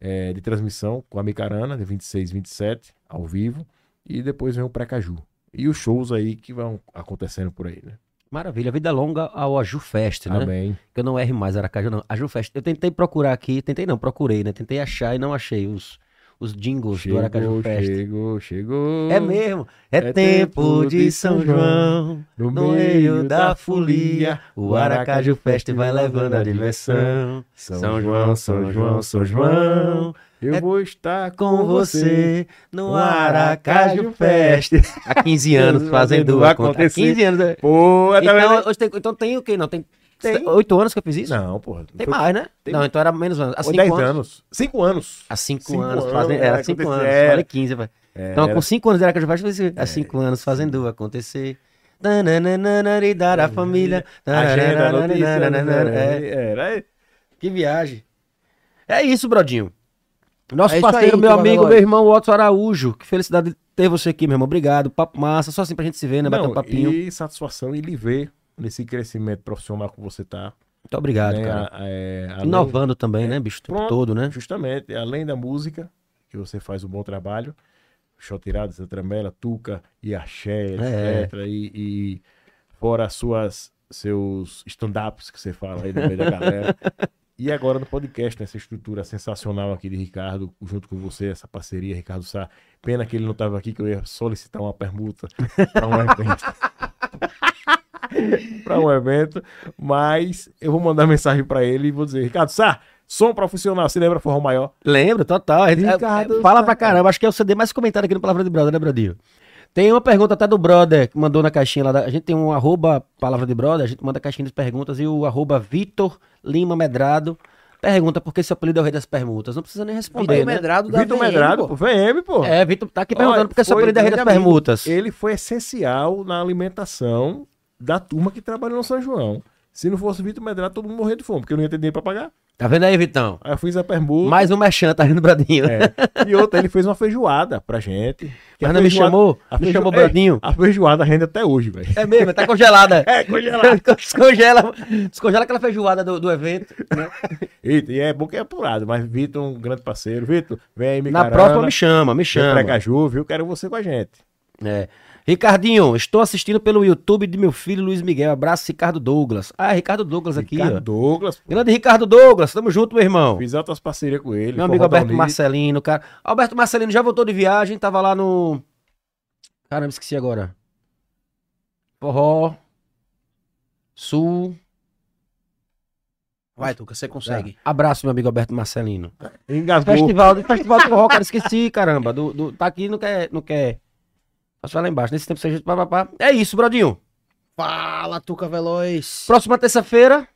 Speaker 2: eh, de transmissão com a Micarana, de 26, 27, ao vivo, e depois vem o Precaju. E os shows aí que vão acontecendo por aí, né?
Speaker 3: Maravilha. Vida longa ao Aju Fest, né?
Speaker 2: Amém.
Speaker 3: Que eu não erre mais Aracaju, não. Aju Fest. Eu tentei procurar aqui, tentei não, procurei, né? Tentei achar e não achei os, os jingles do Aracaju
Speaker 2: Chegou,
Speaker 3: Fest.
Speaker 2: chegou, chegou.
Speaker 3: É mesmo. É,
Speaker 2: É
Speaker 3: tempo de São João,
Speaker 2: No
Speaker 3: no meio da folia, o Aracaju Fest vai levando a diversão. São João, São João, São João,
Speaker 2: Eu
Speaker 3: é
Speaker 2: vou estar
Speaker 3: com você no
Speaker 2: um
Speaker 3: Aracaju
Speaker 2: Aracaju
Speaker 3: Fest. Há 15 anos fazendo
Speaker 2: Vai
Speaker 3: acontecer. Há
Speaker 2: acontecer.
Speaker 3: 15 anos. né?
Speaker 2: Pô, tá
Speaker 3: Então,
Speaker 2: vendo?
Speaker 3: hoje tem, então tem o quê? Não, tem,
Speaker 2: Tem.
Speaker 3: 8 anos que eu fiz isso?
Speaker 2: Não, porra.
Speaker 3: Tem
Speaker 2: foi-
Speaker 3: mais, né?
Speaker 2: tem-
Speaker 3: Não, então era menos anos. Há
Speaker 2: Foi
Speaker 3: 5
Speaker 2: 10
Speaker 3: anos.
Speaker 2: anos. 5 anos.
Speaker 3: Há 5
Speaker 2: Cinco
Speaker 3: anos. né? é.
Speaker 2: anos,
Speaker 3: Fazendo,
Speaker 2: era
Speaker 3: era 5 anos.
Speaker 2: acontecer,
Speaker 3: Falei 15, vai.
Speaker 2: É,
Speaker 3: Então,
Speaker 2: era-
Speaker 3: com 5 anos de Aracaju Fest, eu fiz isso. há 5 anos fazendo acontecer. Nananana, e dar a família.
Speaker 2: Agenda, notícia,
Speaker 3: Nananana, é.
Speaker 2: era-
Speaker 3: Que viagem. É isso, Brodinho. Nosso
Speaker 1: É isso
Speaker 3: parceiro,
Speaker 1: aí,
Speaker 3: meu
Speaker 1: turma da
Speaker 3: amigo,
Speaker 1: loja.
Speaker 3: meu irmão Watson Araújo. Que felicidade de ter você aqui, meu irmão. Obrigado. Papo massa. Só assim pra gente se ver, né? Bater
Speaker 2: Não,
Speaker 3: um papinho.
Speaker 2: E satisfação e lhe ver nesse crescimento profissional que você tá.
Speaker 3: Muito obrigado,
Speaker 2: né?
Speaker 3: cara.
Speaker 2: A- é, além-
Speaker 3: Inovando também, né, bicho? O tempo
Speaker 2: Pronto.
Speaker 3: todo, né?
Speaker 2: Justamente, além da música, que você faz um bom trabalho. Chotirada, Santramela, Tuca e Axé,
Speaker 3: É.
Speaker 2: etc. E, e fora as suas, seus stand-ups que você fala aí no meio da galera. E agora no podcast, nessa estrutura sensacional aqui de Ricardo, junto com você, essa parceria, Ricardo Sá. Pena que ele não estava aqui, que eu ia solicitar uma permuta para um evento. para um evento, mas eu vou mandar mensagem para ele e vou dizer: Ricardo Sá, som profissional, você lembra Forró Maior?
Speaker 3: Lembro, total. A gente-
Speaker 2: Ricardo,
Speaker 3: é, fala
Speaker 2: tá-
Speaker 3: pra caramba. Acho que é o CD mais comentado aqui no Palavra de Brother, né, Brodinho? Tem uma pergunta até do brother que mandou na caixinha lá. da- A gente tem um arroba Palavra de Brother, a gente manda a caixinha de perguntas e o arroba Vitor Lima Medrado pergunta por que seu apelido é o Rei das Permutas. Não precisa nem responder,
Speaker 1: Vitor
Speaker 3: né?
Speaker 1: Medrado da
Speaker 2: Vitor
Speaker 1: VM,
Speaker 2: Medrado, pô,
Speaker 1: pô.
Speaker 2: VM, pô.
Speaker 3: É, Vitor tá aqui
Speaker 2: Olha,
Speaker 3: perguntando por que seu
Speaker 2: foi
Speaker 3: apelido é Rei das
Speaker 2: grande amigo.
Speaker 3: Permutas.
Speaker 2: Ele foi essencial na alimentação da turma que trabalhou no São João. Se não fosse Vitor Medrado, todo mundo morria de fome, porque eu não ia ter dinheiro pra pagar.
Speaker 3: Tá vendo aí, Vitão?
Speaker 2: Aí eu fiz a permuta.
Speaker 3: Mais um merchan, tá vendo, Brodinho?
Speaker 2: É. E outra, ele fez uma feijoada pra gente. Que a
Speaker 3: Mas não me
Speaker 2: feijoada-
Speaker 3: chamou?
Speaker 2: a
Speaker 3: Me
Speaker 2: feijo-
Speaker 3: chamou
Speaker 2: Ei,
Speaker 3: Brodinho?
Speaker 2: A feijoada rende até hoje, velho.
Speaker 3: É mesmo, tá congelada.
Speaker 2: É, congelado.
Speaker 3: descongela, descongela aquela feijoada do, do evento. né?
Speaker 2: Eita, e é bom que é apurado, mas Vitor é um grande parceiro. Vitor, vem aí, me
Speaker 3: Na próxima me chama, me chama.
Speaker 2: Precaju, viu? Quero você com a gente.
Speaker 3: É. Ricardinho, estou assistindo pelo YouTube de meu filho Luiz Miguel. Abraço, Ricardo Douglas. Ah, é Ricardo Douglas aqui,
Speaker 2: Ricardo
Speaker 3: ó.
Speaker 2: Douglas, pô,
Speaker 3: Grande Ricardo Douglas, tamo junto, meu irmão.
Speaker 2: fiz altas parcerias com ele.
Speaker 3: meu amigo
Speaker 2: Forró da
Speaker 3: Alberto
Speaker 2: Unir.
Speaker 3: Marcelino, cara. Alberto Marcelino já voltou de viagem, tava lá no. Caramba, esqueci agora. Forró. Sul.
Speaker 1: Vai, Tuca, você
Speaker 3: Tá. É.
Speaker 1: consegue.
Speaker 3: Abraço, meu amigo Alberto Marcelino.
Speaker 2: Engasgou.
Speaker 3: É Festival, festival de forró, cara, esqueci, caramba. Do, do- tá aqui, não quer, não quer. Passar lá embaixo. Nesse tempo você pá, pá, pá. É isso, Brodinho.
Speaker 1: Fala, Tuca Veloz.
Speaker 3: Próxima terça-feira,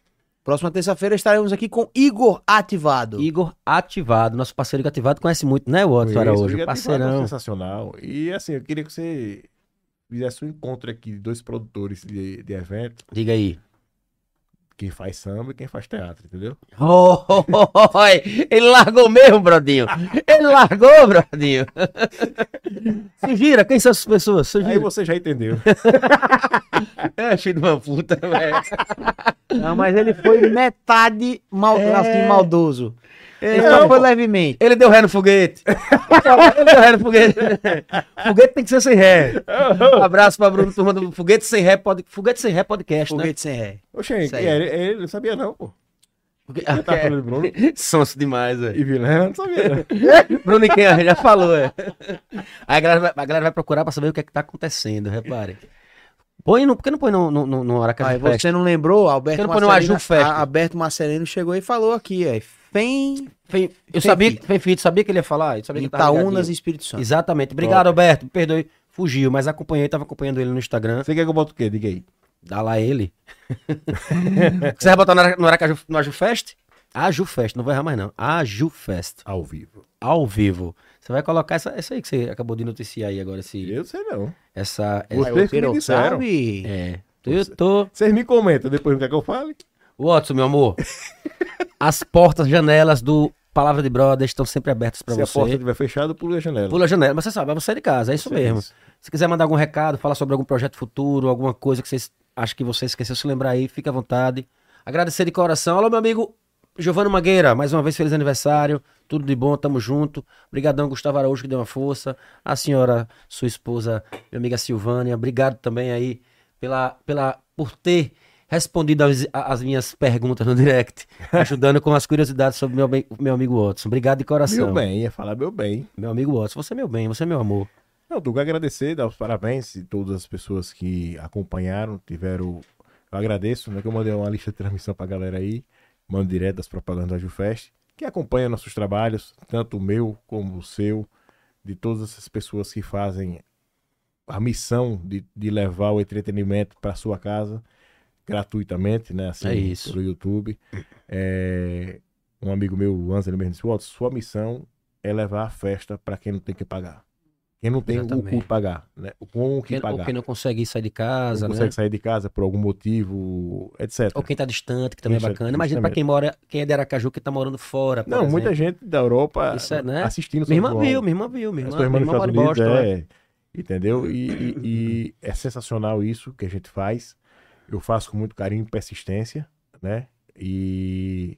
Speaker 1: Próxima terça-feira estaremos aqui com Igor Ativado.
Speaker 3: Igor Ativado, nosso parceiro Igor Ativado, conhece muito, né, o Otto
Speaker 2: Isso,
Speaker 3: Araújo?
Speaker 2: Obrigado, Ricardo,
Speaker 3: Parceirão.
Speaker 2: é Sensacional. E assim, eu queria que você fizesse um encontro aqui de dois produtores de, de evento,
Speaker 3: Diga aí.
Speaker 2: quem faz samba e quem faz teatro, entendeu?
Speaker 3: Oh, oh, oh, oh, ele largou mesmo, Brodinho. Ele largou, Brodinho. Se gira, quem são essas pessoas? Se
Speaker 2: Aí
Speaker 3: gira.
Speaker 2: você já entendeu.
Speaker 3: É, filho de uma puta, velho.
Speaker 1: Não, mas ele foi metade mal, assim, maldoso. Ele
Speaker 3: É. Não,
Speaker 1: só foi
Speaker 3: pô.
Speaker 1: levemente.
Speaker 3: Ele deu ré no foguete. Ele deu ré no foguete. foguete tem que ser sem ré. Abraço pra Bruno, turma do Foguete Sem Ré, pod... foguete sem ré podcast, né?
Speaker 1: Foguete sem ré.
Speaker 2: Oxe,
Speaker 1: Isso aí.
Speaker 2: é, ele, é ele não sabia não, pô.
Speaker 3: Foguete...
Speaker 2: Você tá falando de Bruno
Speaker 3: Sonso demais, velho.
Speaker 2: e Vilena, não sabia né? não.
Speaker 3: Bruno e quem já falou, é. Aí a galera, vai, a galera vai procurar pra saber o que é que tá acontecendo, repare. Põe, não, por que não põe no, no, no, no Aracaju
Speaker 1: Aí
Speaker 3: Fest?
Speaker 1: você não lembrou, Alberto
Speaker 3: Você não põe no Aju Fest.
Speaker 1: a- Alberto Marcelino chegou e falou aqui, é, ó. Fem
Speaker 3: Fem- eu
Speaker 1: Fem
Speaker 3: sabia,
Speaker 1: Fit.
Speaker 3: Fem Fit, sabia que ele ia falar? Eu sabia que tá ele tava
Speaker 1: Itaúnas
Speaker 3: ligadinho.
Speaker 1: e Espírito Santo.
Speaker 3: Exatamente. Obrigado, Alberto. Me perdoe. Fugiu, mas acompanhei, tava acompanhando ele no Instagram.
Speaker 2: Você quer que eu bote o quê? Diga aí.
Speaker 3: Dá lá ele. Você vai botar no Ara- no Aracaju, no Aju Fest? Aju Fest, não vou errar mais não. Aju Fest,
Speaker 2: Ao vivo.
Speaker 3: ao vivo. Você vai colocar essa, essa aí que você acabou de noticiar aí agora, esse,
Speaker 2: Eu sei não.
Speaker 3: essa...
Speaker 2: Você-
Speaker 3: essa-
Speaker 1: Aí,
Speaker 2: Vocês
Speaker 1: o
Speaker 2: que me
Speaker 1: Queiroz,
Speaker 2: disseram.
Speaker 1: sabe?
Speaker 3: é. Eu tô...
Speaker 2: Vocês me comentam depois o que é que eu fale.
Speaker 3: Watson, meu amor, as portas, janelas do Palavra de Brother estão sempre abertas para
Speaker 2: Se a porta
Speaker 3: você.
Speaker 2: estiver fechada, pula a janela.
Speaker 3: Pula a janela, mas você sabe, mas você é de casa, é isso mesmo. Se quiser mandar algum recado, falar sobre algum projeto futuro, alguma coisa que vocês acham que você esqueceu, se lembrar aí, fica à vontade. Agradecer de coração. Alô, meu amigo Giovano Magueira, mais uma vez feliz aniversário, tudo de bom, tamo junto. Obrigadão, Gustavo Araújo, que deu uma força. A senhora, sua esposa, minha amiga Silvânia, obrigado também aí pela, pela, por ter respondido às, às minhas perguntas no direct, ajudando com as curiosidades sobre meu, bem- meu amigo Watson. Obrigado de coração.
Speaker 2: Meu bem, ia falar meu bem.
Speaker 3: Meu amigo Watson, você é meu bem, você é meu amor.
Speaker 2: Não, Dugo, agradecer, dar os parabéns a todas as pessoas que acompanharam, tiveram. Eu agradeço, né? Que eu mandei uma lista de transmissão pra galera aí, mando direto das propagandas da Jufest, que acompanha nossos trabalhos, tanto o meu como o seu, de todas essas pessoas que fazem a missão de, de levar o entretenimento para sua casa gratuitamente, né? Assim,
Speaker 3: É isso.
Speaker 2: pelo YouTube. É, um amigo meu, o Anselmo, mesmo disse: "Walter, sua missão é levar a festa para quem não tem que pagar. Quem não tem
Speaker 3: Exatamente.
Speaker 2: o que pagar, né? Com o que
Speaker 3: Quem-
Speaker 2: pagar.
Speaker 3: Ou quem não consegue sair de
Speaker 2: Não
Speaker 3: casa, né?
Speaker 2: consegue sair de casa por algum motivo, etc.
Speaker 3: Ou quem tá distante, que também
Speaker 2: Isso,
Speaker 3: é bacana. Imagina pra
Speaker 2: justamente.
Speaker 3: quem mora, quem é de Aracaju, que tá morando fora. por
Speaker 2: Não, muita
Speaker 3: exemplo.
Speaker 2: gente da Europa
Speaker 3: né? Isso é, né?
Speaker 2: assistindo
Speaker 3: Minha irmã
Speaker 2: São João.
Speaker 3: viu, minha irmã viu, minha
Speaker 2: As
Speaker 3: irmã,
Speaker 2: suas irmãs
Speaker 3: minha
Speaker 2: nos
Speaker 3: irmã mora em
Speaker 2: Estados Unidos,
Speaker 3: Boston. é.
Speaker 2: é, entendeu? E, e- e é sensacional isso que a gente faz. Eu faço com muito carinho e persistência, né? E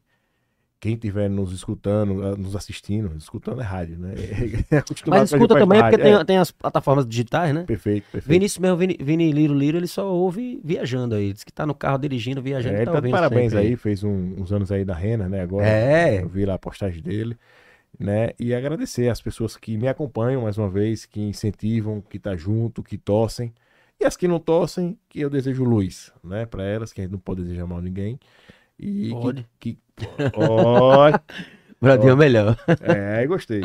Speaker 2: quem estiver nos escutando, ah, nos assistindo, escutando é rádio, né? É acostumado
Speaker 3: Mas
Speaker 2: com a
Speaker 3: escuta
Speaker 2: gente
Speaker 3: também, é
Speaker 2: faz
Speaker 3: porque tem,
Speaker 2: rádio.
Speaker 3: tem as plataformas digitais, né?
Speaker 2: É, perfeito, perfeito.
Speaker 3: Vinícius mesmo, Vini, Vini Liro Liro, ele só ouve viajando aí. Diz que tá no carro dirigindo,
Speaker 2: É,
Speaker 3: viajando. tá
Speaker 2: ele tá de
Speaker 3: ouvindo
Speaker 2: parabéns
Speaker 3: sempre
Speaker 2: aí, fez um- uns anos aí da Renner, né? Agora.
Speaker 3: É.
Speaker 2: Eu vi lá a postagem dele, né? E agradecer as pessoas que me acompanham mais uma vez, que incentivam, que tá junto, que torcem. E as que não torcem, que eu desejo luz, né? Pra elas, que a gente não pode desejar mal a ninguém. E que-
Speaker 3: Pode.
Speaker 2: que. Ó,
Speaker 3: Bradinho é o melhor.
Speaker 2: é, gostei.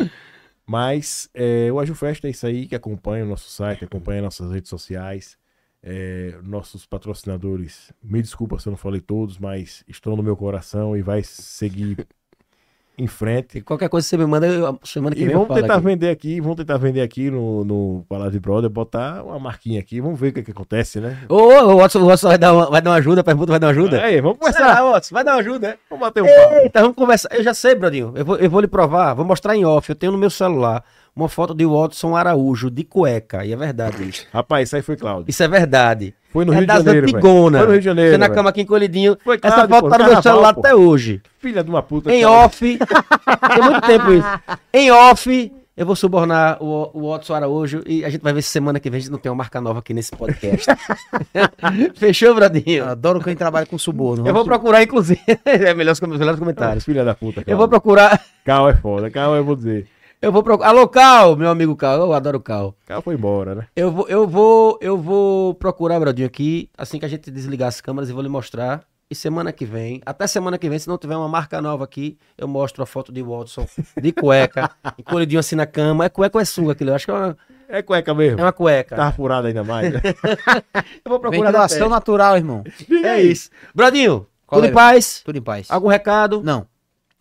Speaker 2: Mas é, o Aju Fest é isso aí que acompanha o nosso site, acompanha nossas redes sociais, é, nossos patrocinadores. Me desculpa se eu não falei todos, mas estão no meu coração e vai seguir em frente.
Speaker 3: E qualquer coisa que você me manda, eu- semana que
Speaker 2: E
Speaker 3: vem eu
Speaker 2: vamos
Speaker 3: falo
Speaker 2: tentar
Speaker 3: aqui.
Speaker 2: vender aqui, vamos tentar vender aqui no, no Palácio de Brother, botar uma marquinha aqui, vamos ver o que, que acontece, né?
Speaker 3: Ô, ô, o Watson, o Watson vai, dar uma, vai dar uma ajuda, a pergunta vai dar uma ajuda.
Speaker 2: Aí, vamos
Speaker 3: Vai
Speaker 2: começar.
Speaker 3: lá, Watson, vai dar uma ajuda, né?
Speaker 2: Vamos bater um papo.
Speaker 3: Eita, vamos conversar. Eu já sei, Bradinho. Eu vou, eu vou lhe provar, vou mostrar em off. Eu tenho no meu celular uma foto de Watson Araújo de cueca. E é verdade isso.
Speaker 2: Rapaz, isso aí foi Cláudio.
Speaker 3: Isso é verdade.
Speaker 2: Foi no
Speaker 3: é
Speaker 2: Rio de
Speaker 3: das
Speaker 2: Janeiro. velho.
Speaker 3: antigona.
Speaker 2: Foi no Rio de Janeiro.
Speaker 3: Você na
Speaker 2: velho.
Speaker 3: cama aqui encolhidinho.
Speaker 2: Foi
Speaker 3: Essa
Speaker 2: claro,
Speaker 3: foto
Speaker 2: pô,
Speaker 3: tá no meu
Speaker 2: carnaval,
Speaker 3: celular
Speaker 2: pô.
Speaker 3: até hoje.
Speaker 2: Filha de uma puta.
Speaker 3: Em
Speaker 2: Cláudio.
Speaker 3: off. Tem muito tempo isso. Em off. Eu vou subornar o, o Watson Araújo e a gente vai ver se semana que vem a gente não tem uma marca nova aqui nesse podcast. Fechou,
Speaker 2: Ah,
Speaker 3: Bradinho?
Speaker 1: Adoro quem trabalha com suborno.
Speaker 3: Eu vou procurar, inclusive. É melhor os melhores comentários.
Speaker 2: Filha da puta, cara.
Speaker 3: Eu vou procurar.
Speaker 2: Cal é foda, Cal eu vou dizer.
Speaker 3: Eu vou procurar. Alô, Cal, meu amigo Cal, eu adoro o Cal.
Speaker 2: Cal foi embora, né?
Speaker 3: Eu vou, eu vou, eu vou procurar, Bradinho, aqui, assim que a gente desligar as câmeras, eu vou lhe mostrar. E semana que vem, até semana que vem, se não tiver uma marca nova aqui, eu mostro a foto de Watson de cueca, encolhidinho assim na cama. É cueca ou é sunga aquilo? Eu acho que é uma,
Speaker 2: É cueca mesmo.
Speaker 3: é uma É cueca.
Speaker 2: Tá furada ainda mais.
Speaker 3: Eu vou procurar. na
Speaker 1: Ventilação natural, irmão.
Speaker 3: tela. É isso. Bradinho,
Speaker 1: Qual
Speaker 3: tudo
Speaker 1: é?
Speaker 3: em paz?
Speaker 1: Tudo em paz.
Speaker 3: Algum recado?
Speaker 1: Não,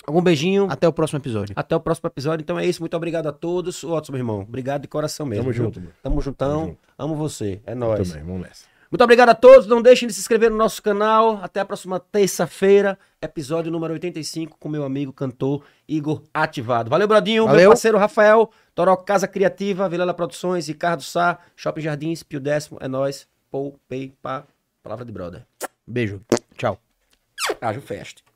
Speaker 3: Algum beijinho?
Speaker 1: até o próximo episódio.
Speaker 3: Até o próximo episódio. Então é isso. Muito obrigado a todos. Watson, meu irmão. Obrigado de coração mesmo.
Speaker 2: Tamo
Speaker 3: viu?
Speaker 2: junto, mano.
Speaker 3: Tamo juntão.
Speaker 2: Tamo junto.
Speaker 3: Amo você. É
Speaker 2: Muito
Speaker 3: nóis.
Speaker 2: bem, vamos nessa.
Speaker 3: Muito obrigado a todos. Não deixem de se inscrever no nosso canal. Até a próxima terça-feira, episódio número 85, com meu amigo cantor Igor Ativado. Valeu, Bradinho. Meu
Speaker 1: Valeu.
Speaker 3: parceiro Rafael, Toró Casa Criativa, Vilela Produções, Ricardo Sá, Shopping Jardins, Pio Décimo. É nóis. Pou, pei, pá. Palavra de brother.
Speaker 1: Beijo. Tchau.
Speaker 3: Ajo Fest.